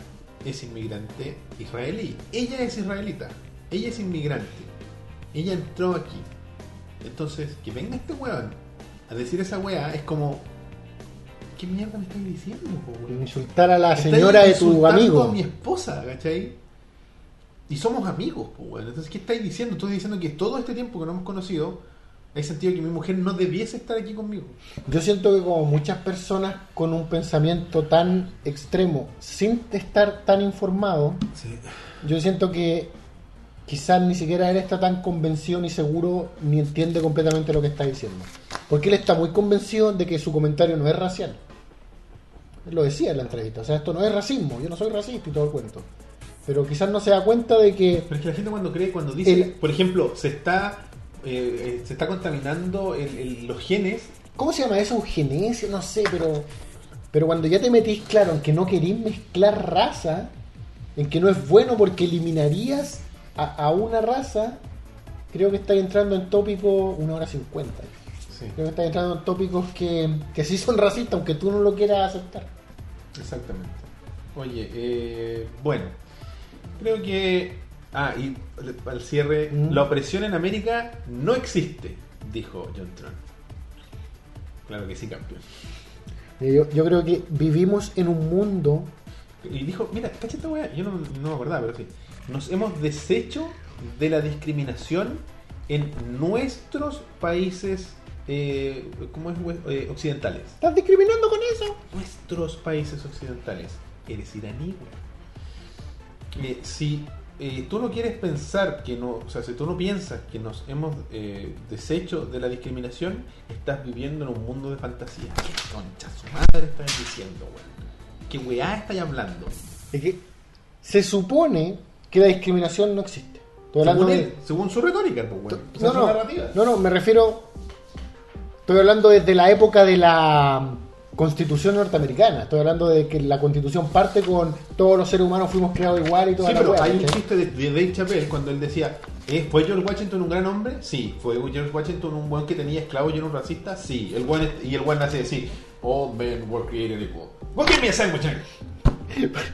es inmigrante israelí. Ella es israelita. Ella es inmigrante. Ella entró aquí. Entonces, que venga este weón a decir esa weá es como. ¿Qué mierda me estás diciendo, po, weón?
Insultar a la
Estáis
señora de tu
insultando a
amigo.
mi esposa, ¿cachai? Y somos amigos, pues, weón. Entonces, ¿qué estáis diciendo? Tú estás diciendo que todo este tiempo que no hemos conocido, hay sentido que mi mujer no debiese estar aquí conmigo.
Yo siento que como muchas personas con un pensamiento tan extremo, sin estar tan informado,
Sí.
yo siento que quizás ni siquiera él está tan convencido ni seguro ni entiende completamente lo que está diciendo. Porque él está muy convencido de que su comentario no es racial. Él lo decía en la entrevista, o sea, esto no es racismo, yo no soy racista y todo el cuento. Pero quizás no se da cuenta de que
Pero es que la gente cuando cree, cuando dice,
El-
por ejemplo, se está eh, eh, se está contaminando el- el- los genes,
¿Cómo se llama eso? Eugenesia, no sé, pero. Pero cuando ya te metís, claro, en que no querís mezclar raza, en que no es bueno porque eliminarías a, a una raza, creo que estáis entrando en tópicos. Una hora cincuenta. Creo que estáis entrando en tópicos que, que sí son racistas, aunque tú no lo quieras aceptar.
Exactamente. Oye, eh, bueno, creo que... Ah, y al cierre,
Mm.
la opresión en América no existe, dijo John Trump. Claro que sí, campeón.
Y Yo, yo creo que vivimos en un mundo.
Y dijo, mira, cacha esta weá, yo no, no me acordaba, pero sí. Nos hemos deshecho de la discriminación en nuestros países, eh, ¿cómo es? we- eh, occidentales.
¿Estás discriminando con eso?
nuestros países occidentales. Eres iraní, güey. Eh, si eh, tú no quieres pensar que no, o sea, si tú no piensas que nos hemos eh, deshecho de la discriminación, estás viviendo en un mundo de fantasía. ¿Qué concha su madre estás diciendo, güey? ¿Qué weá estás hablando?
Es que se supone que la discriminación no existe. Estoy hablando
Según,
de-
él, según su retórica, pues, güey. O sea,
No,
su
no,
narrativa.
no, no, me refiero. Estoy hablando desde la época de la mm, constitución norteamericana. Estoy hablando de que la constitución parte con todos los seres humanos fuimos creados igual y toda
Sí,
la
pero
wea,
hay un
¿cachai?
chiste de, de Dave Chappelle cuando él decía, ¿eh, ¿fue George Washington un gran hombre? Sí. ¿Fue George Washington un buen que tenía esclavos y era un racista? Sí. El buen, y el buen hace decir, all men were created equal. ¿Vos qué piensas, muchachos?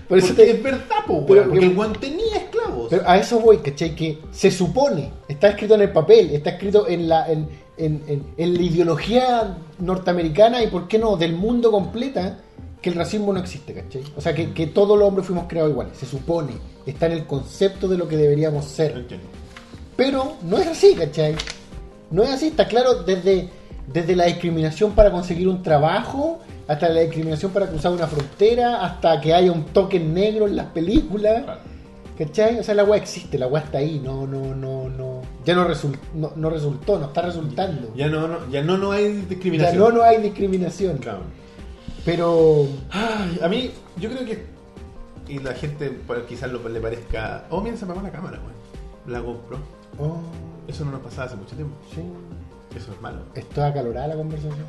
Por eso te-
es verdad, po, weón,
Pero-
porque el buen tenía esclavos.
pero a eso voy, ¿cachai? Que se supone, está escrito en el papel, está escrito en la, en, en- en- en la ideología norteamericana y, ¿por qué no?, del mundo completa, que el racismo no existe, ¿cachai? O sea, que, que todos los hombres fuimos creados iguales, se supone, está en el concepto de lo que deberíamos ser.
No entiendo.
Pero no es así, ¿cachai? No es así, está claro, desde, desde la discriminación para conseguir un trabajo, hasta la discriminación para cruzar una frontera, hasta que haya un toque negro en las películas,
Claro.
¿cachai? O sea, la weá existe, la weá está ahí, no, no, no, no. Ya no, resul- no, no resultó, no está resultando. Ya,
Ya no, no, ya no, no hay discriminación.
no, no hay discriminación.
Cabrón.
Pero
Ay, a mí, yo creo que. Y la gente pues, quizás lo, le parezca. Oh, mira, se apagó la cámara, weón. La GoPro.
oh,
Eso no nos pasaba hace mucho tiempo.
sí,
Eso es malo.
está acalorada la conversación.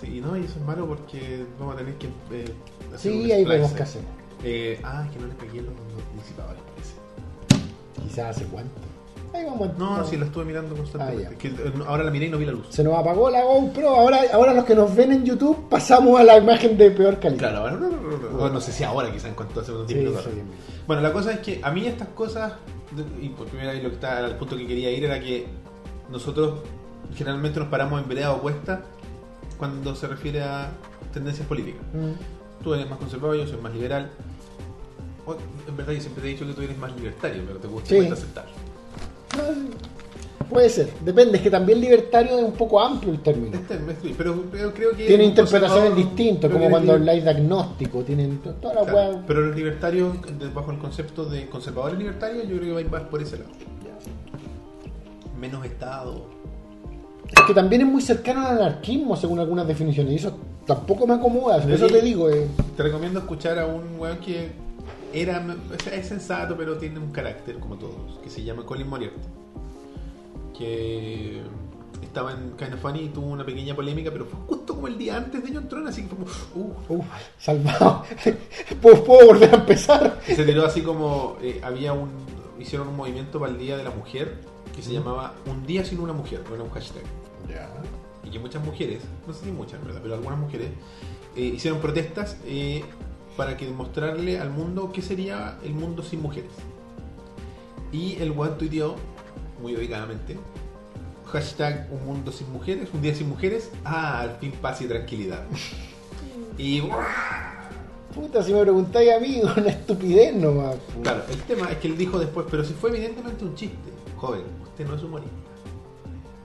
Sí, no, y eso es malo porque vamos a tener que. eh, hacer un
Sí, ahí
splice.
vemos qué hacer.
Eh, ah, es que no le pegué los los disipadores, parece.
Quizás hace cuánto. Ahí vamos. a-
No, sí, la estuve mirando constantemente.
Ah, ya.
Que, eh, no, ahora la miré y no vi la luz.
Se nos apagó la GoPro. Ahora, ahora los que nos ven en YouTube pasamos a la imagen de peor calidad.
Claro, ahora. No, no sé si ahora, quizás en cuanto hace unos 10
Sí,
minutos.
sí.
Bueno, la cosa es que a mí estas cosas, de- y por primera vez lo que estaba, al punto que quería ir era que nosotros generalmente nos paramos en vereda opuesta cuando se refiere a tendencias políticas.
Mm.
Tú eres más conservador, yo soy más liberal. O- en verdad, yo siempre te he dicho que tú eres más libertario, pero te gusta
Sí.
cuesta aceptar.
No, Mm. Puede ser, depende, es que también libertario es un poco amplio el término.
Este es mezcl- pero, pero creo que.
Tiene
un
interpretaciones
conservador-
distintas,
pero
como
pues, que-
cuando habláis de agnóstico, tienen to- toda la
Claro,
hueá.
Pero los libertarios, de- bajo el concepto de conservadores libertarios, yo creo que va a ir más por ese lado. Menos Estado.
Es que también es muy cercano al anarquismo, según algunas definiciones, y eso tampoco me acomoda, por eso te digo. eh,
Te recomiendo escuchar a un weón que era, o sea, es sensato, pero tiene un carácter como todos, que se llama Colin Moriarty. Que estaba en Kind of Funny y tuvo una pequeña polémica, pero fue justo como el día antes de John Tron, así que fue como, uh,
uf, salvado. ¿Puedo, puedo volver a empezar.
Y se tiró así como eh, había un hicieron un movimiento para el día de la mujer que se llamaba un día sin una mujer era un hashtag y que muchas mujeres no sé si muchas en verdad pero algunas mujeres eh, hicieron protestas eh, para que mostrarle al mundo qué sería el mundo sin mujeres y el weón tuiteó muy ubicadamente hashtag un mundo sin mujeres un día sin mujeres ah al fin paz y tranquilidad y
Puta, si me preguntáis a mí, una estupidez nomás. po.
Claro, el tema es que él dijo después, pero si fue evidentemente un chiste, joven, usted no es humorista.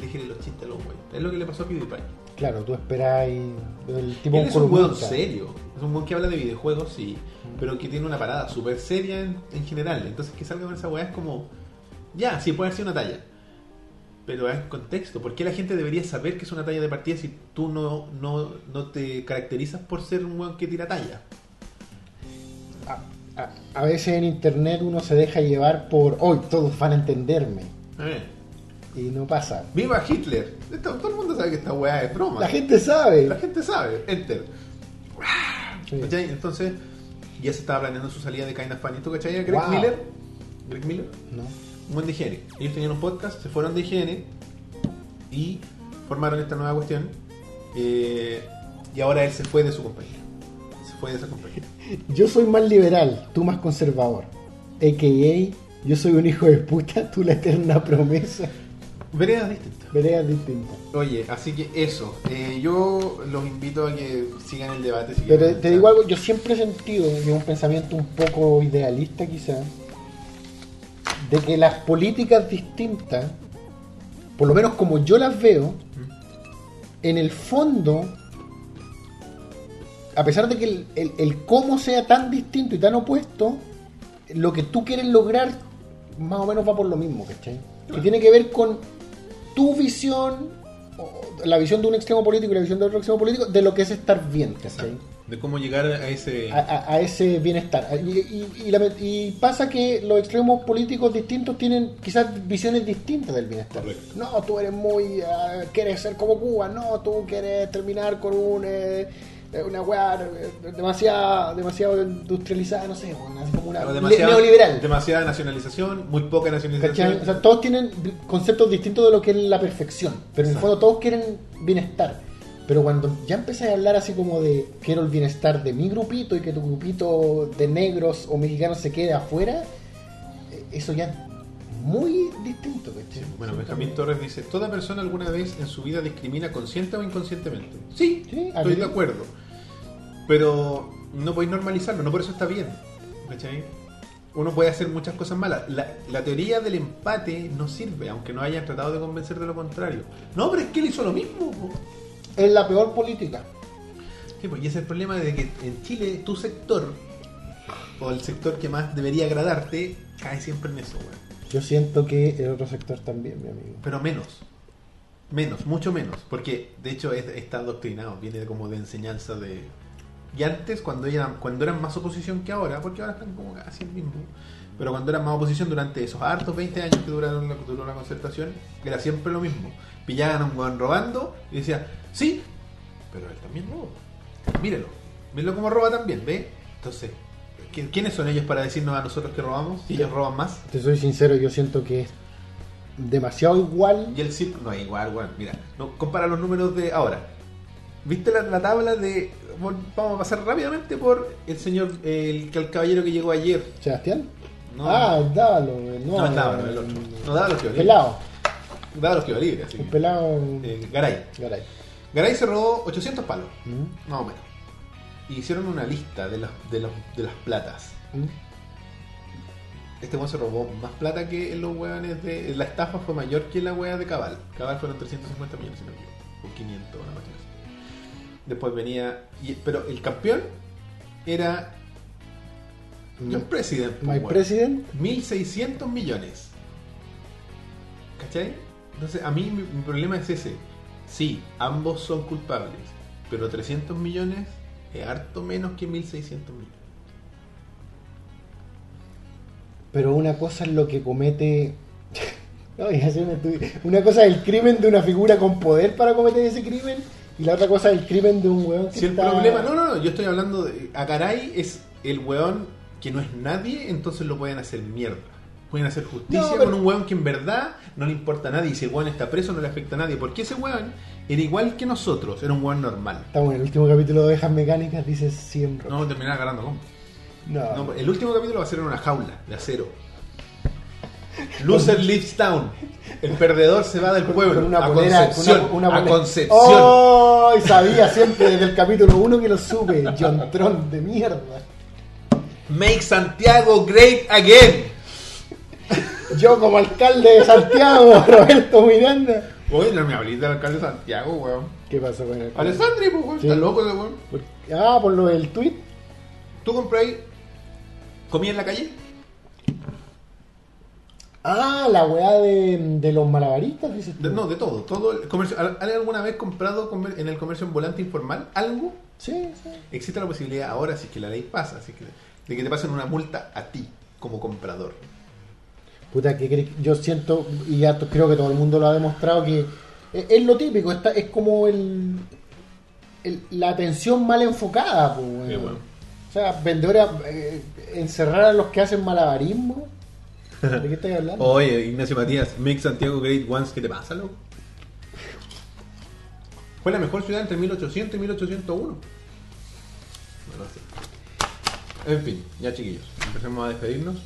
Déjele los chistes a los huevos. Es lo que le pasó a PewDiePie.
Claro, tú esperáis el tipo
Él es un hueón
columnista.
serio. Es un hueón que habla de videojuegos, sí, pero que tiene una parada súper seria en, en general. Entonces que salga con esa weá es como, ya, sí puede ser una talla. Pero es contexto. ¿Por qué la gente debería saber que es una talla de partida si tú no, no, no te caracterizas por ser un hueón que tira talla?
A, a- a veces en internet uno se deja llevar por hoy todos van a entenderme
Eh,
y no pasa.
¡Viva Hitler! Esto- todo el mundo sabe que esta weá es broma.
La gente
La
sabe.
gente sabe, enter.
Sí.
¿Cachai? Entonces, ya se estaba planeando su salida de Kind of Funny. ¿Tú cachai a Greg
Wow.
Miller? Greg Miller,
No.
un buen de IGN. Ellos tenían un podcast, se fueron de IGN y formaron esta nueva cuestión. eh, y ahora él se fue de su compañía. Se fue de esa compañía.
Yo soy más liberal, tú más conservador. AKA, yo soy un hijo de puta, tú la eterna promesa.
Veredas distintas.
Veredas distintas.
Oye, así que eso. Eh, yo los invito a que sigan el debate. Si
Pero te,
quieren.
digo algo, yo siempre he sentido, y es un pensamiento un poco idealista quizá, de que las políticas distintas, por lo menos como yo las veo, en el fondo, a pesar de que el, el- el cómo sea tan distinto y tan opuesto, lo que tú quieres lograr más o menos va por lo mismo, ¿cachai? Que tiene que ver con tu visión, o- la visión de un extremo político y la visión de otro extremo político, de lo que es estar bien, ¿cachai?
De cómo llegar a ese.
a, a- a ese bienestar. Y, y- y lame- y pasa que los extremos políticos distintos tienen quizás visiones distintas del bienestar.
Correcto.
No, tú eres muy. ah, quieres ser como Cuba. No, tú quieres terminar con un. eh, eh, una weá eh, demasiado, demasiado industrializada, no sé, weón, así como una
o
le- neoliberal.
Demasiada nacionalización, muy poca nacionalización.
¿Cachai? O sea, todos tienen conceptos distintos de lo que es la perfección, pero en el
Exacto.
fondo todos quieren bienestar. Pero cuando ya empecé a hablar así como de quiero el bienestar de mi grupito y que tu grupito de negros o mexicanos se quede afuera, eh, eso ya es muy distinto. ¿cachai?
Bueno, Benjamín Torres dice, toda persona alguna vez en su vida discrimina consciente o inconscientemente. Sí,
Sí,
estoy
agree.
de acuerdo. Pero no podéis normalizarlo, no por eso está bien. ¿cachai? Uno puede hacer muchas cosas malas. La, la teoría del empate no sirve, aunque no hayan tratado de convencer de lo contrario. No, pero es que él hizo lo mismo. po.
Es la peor política.
Sí, pues, y ese es el problema de que en Chile tu sector, o el sector que más debería agradarte, cae siempre en eso, weón.
Yo siento que el otro sector también, mi amigo.
pero menos. Menos, mucho menos. Porque de hecho es- está adoctrinado, viene como de enseñanza de. Y antes, cuando eran, cuando eran más oposición que ahora, porque ahora están como casi el mismo, pero cuando eran más oposición durante esos hartos 20 años que duraron la, duró la concertación, era siempre lo mismo. Pillaban a un weón robando y decía, sí, pero él también robó. Mírelo, mírelo como roba también, ¿ve? Entonces, ¿qui- ¿quiénes son ellos para decirnos a nosotros que robamos? Si ellos roban más.
Te soy sincero, yo siento que es demasiado igual.
Y el circo, no, igual, weón, mira, no, compara los números de ahora. ¿Viste la, la tabla de... Vamos a pasar rápidamente por el señor, el, el caballero que llegó ayer.
¿Sebastián?
No.
Ah, dábalo. No,
No, estaba, no, el otro. No, daba los que valía.
Pelado.
Daba los que valía, así
Un
que-
pelado.
Eh, Garay.
Garay.
Garay se robó 800 palos,
¿Mm?
más o menos. y hicieron una lista de, los, de, los, de las platas.
¿Mm?
Este weón se robó más plata que los weones de. La estafa fue mayor que la wea de Cabal. Cabal fueron 350 millones, si no me equivoco. O 500, una cuestión así. Después venía. y- pero el campeón era. John President. pues,
My
weón.
President.
1600 millones. ¿Cachai? Entonces, a mí mi, mi problema es ese. Sí, ambos son culpables, pero 300 millones es harto menos que 1600 millones.
Pero una cosa es lo que comete. No, ya se me estoy- Una cosa es el crimen de una figura con poder para cometer ese crimen. Y la otra cosa es el crimen de un weón que
Si el
está-
problema, no, no, no, yo estoy hablando de. A Caray es el weón que no es nadie, entonces lo pueden hacer mierda. Pueden hacer justicia
No, pero-
con un weón que en verdad no le importa a nadie. Y si el weón está preso, no le afecta a nadie. Porque ese weón era igual que nosotros, era un weón normal.
Estamos en el último capítulo de Ovejas Mecánicas, dice siempre.
No vamos a terminar agarrando combo.
No.
No, el último capítulo va a ser en una jaula de acero. Loser leaves town. El perdedor se va del
Con-
pueblo.
con una
a
polera,
Concepción.
con una- una
a
polera.
Concepción.
¡Oh! Y Sabía siempre desde el capítulo 1 que lo supe. John Tron de mierda.
Make Santiago great again.
Yo como alcalde de Santiago, Roberto Miranda.
Oye, no me hablís del alcalde de Santiago, weón.
¿Qué pasó con el
Alessandri, pues, weón.
Sí.
Está loco ese weón.
Por- Ah, por lo del tweet.
¿Tú compráis comida en la calle?
Ah, la weá de, de los malabaristas, dices tú.
De- no, de todo. todo el comercio. ¿Al- ¿Alguien alguna vez comprado comer- en el comercio ambulante informal algo?
Sí, sí.
Existe la posibilidad ahora, si es que la ley pasa, así que, de que te pasen una multa a ti como comprador.
Puta, que cre- yo siento, y ya to- creo que todo el mundo lo ha demostrado, que es, es lo típico, está, es como el, el- la atención mal enfocada. po, weón.
Sí, weón.
O sea, vendedores, eh, encerrar a los que hacen malabarismo. ¿De qué estás hablando?
Oye, Ignacio Matías, Make Santiago Great Once, ¿qué te pasa, loco? Fue la mejor ciudad entre 1800 y 1801. No lo sé. En fin, ya chiquillos, empecemos a despedirnos.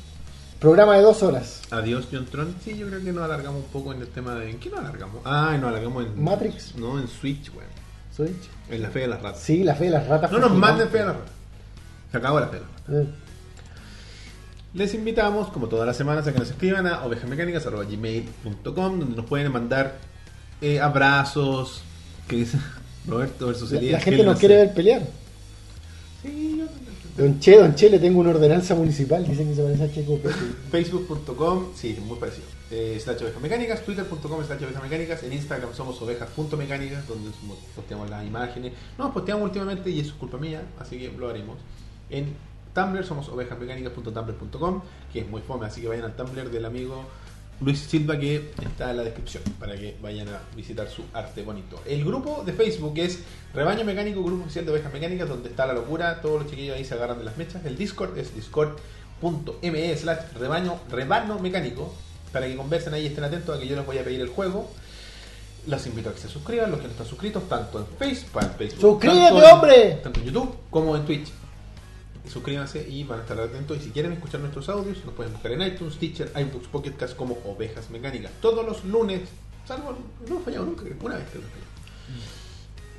Programa de dos horas.
Adiós, John Tron. Sí, yo creo que nos alargamos un poco en el tema de. ¿En qué nos alargamos? Ah, nos alargamos en.
Matrix.
No, en Switch, weón.
Soy-
En la fe de las ratas.
Sí, la fe de las ratas.
No nos
fue
manden fe de
gigante.
las ratas. Se acabó la fe de las ratas.
Eh,
Les invitamos, como todas las semanas, a que nos escriban a ovejamecánicas.gmail.com, donde nos pueden mandar eh, abrazos. Que dice Roberto versus
La,
Elías.
la gente
¿qué le
nos
hace?
quiere ver pelear.
Sí, yo-
Don Che, Don Che, le tengo una ordenanza municipal. Dicen que se parece a Checo Pérez.
Facebook.com, sí, muy parecido. Eh, slash ovejamecánicas, twitter.com slash ovejamecánicas, en Instagram somos ovejas.mecánicas, donde somos- posteamos las imágenes. No, posteamos últimamente y eso es culpa mía, así que lo haremos. En Tumblr somos ovejasmecánicas.tumblr.com, que es muy fome, así que vayan al Tumblr del amigo Luis Silva que está en la descripción para que vayan a visitar su arte bonito. El grupo de Facebook es Rebaño Mecánico, Grupo Oficial de Ovejas Mecánicas, donde está la locura, todos los chiquillos ahí se agarran de las mechas. El Discord es discord.me slash rebaño, rebano mecánico, para que conversen ahí y estén atentos a que yo les voy a pedir el juego. Los invito a que se suscriban, los que no están suscritos, tanto en Facebook, en Facebook,
¡Suscríbete,
tanto en-
hombre!
tanto en YouTube como en Twitch. Suscríbanse y van a estar atentos. Y si quieren escuchar nuestros audios, nos pueden buscar en iTunes, Teacher, iBooks, Pocket Cast como Ovejas Mecánicas. Todos los lunes, salvo, no he fallado nunca, una vez creo que he fallado.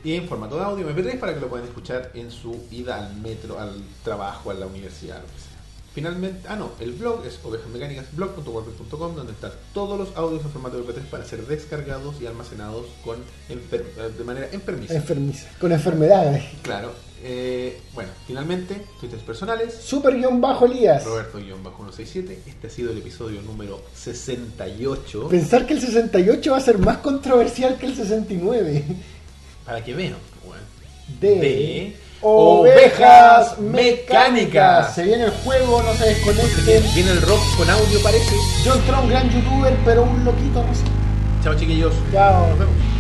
Y en formato de audio MP3 para que lo puedan escuchar en su ida al metro, al trabajo, a la universidad, lo que sea. Finalmente, ah no, el blog es ovejasmecánicasblog.wordpress.com donde están todos los audios en formato MP3 para ser descargados y almacenados con enfer- eh, de manera enfermiza.
Enfermiza. Con enfermedades.
Claro. eh, bueno, finalmente, tweets personales.
Super guión bajo Elías.
Roberto-167. Este ha sido el episodio número 68.
Pensar que el 68 va a ser más controversial que el 69.
Para que vean. bueno.
De,
De
Ovejas
Ovejas
Mecánicas.
Mecánicas.
Se viene el juego, no se desconecten.
Viene el rock con audio, parece.
John Tron, gran youtuber, pero un loquito. no sé.
Chao, chiquillos.
Chao.
Nos vemos.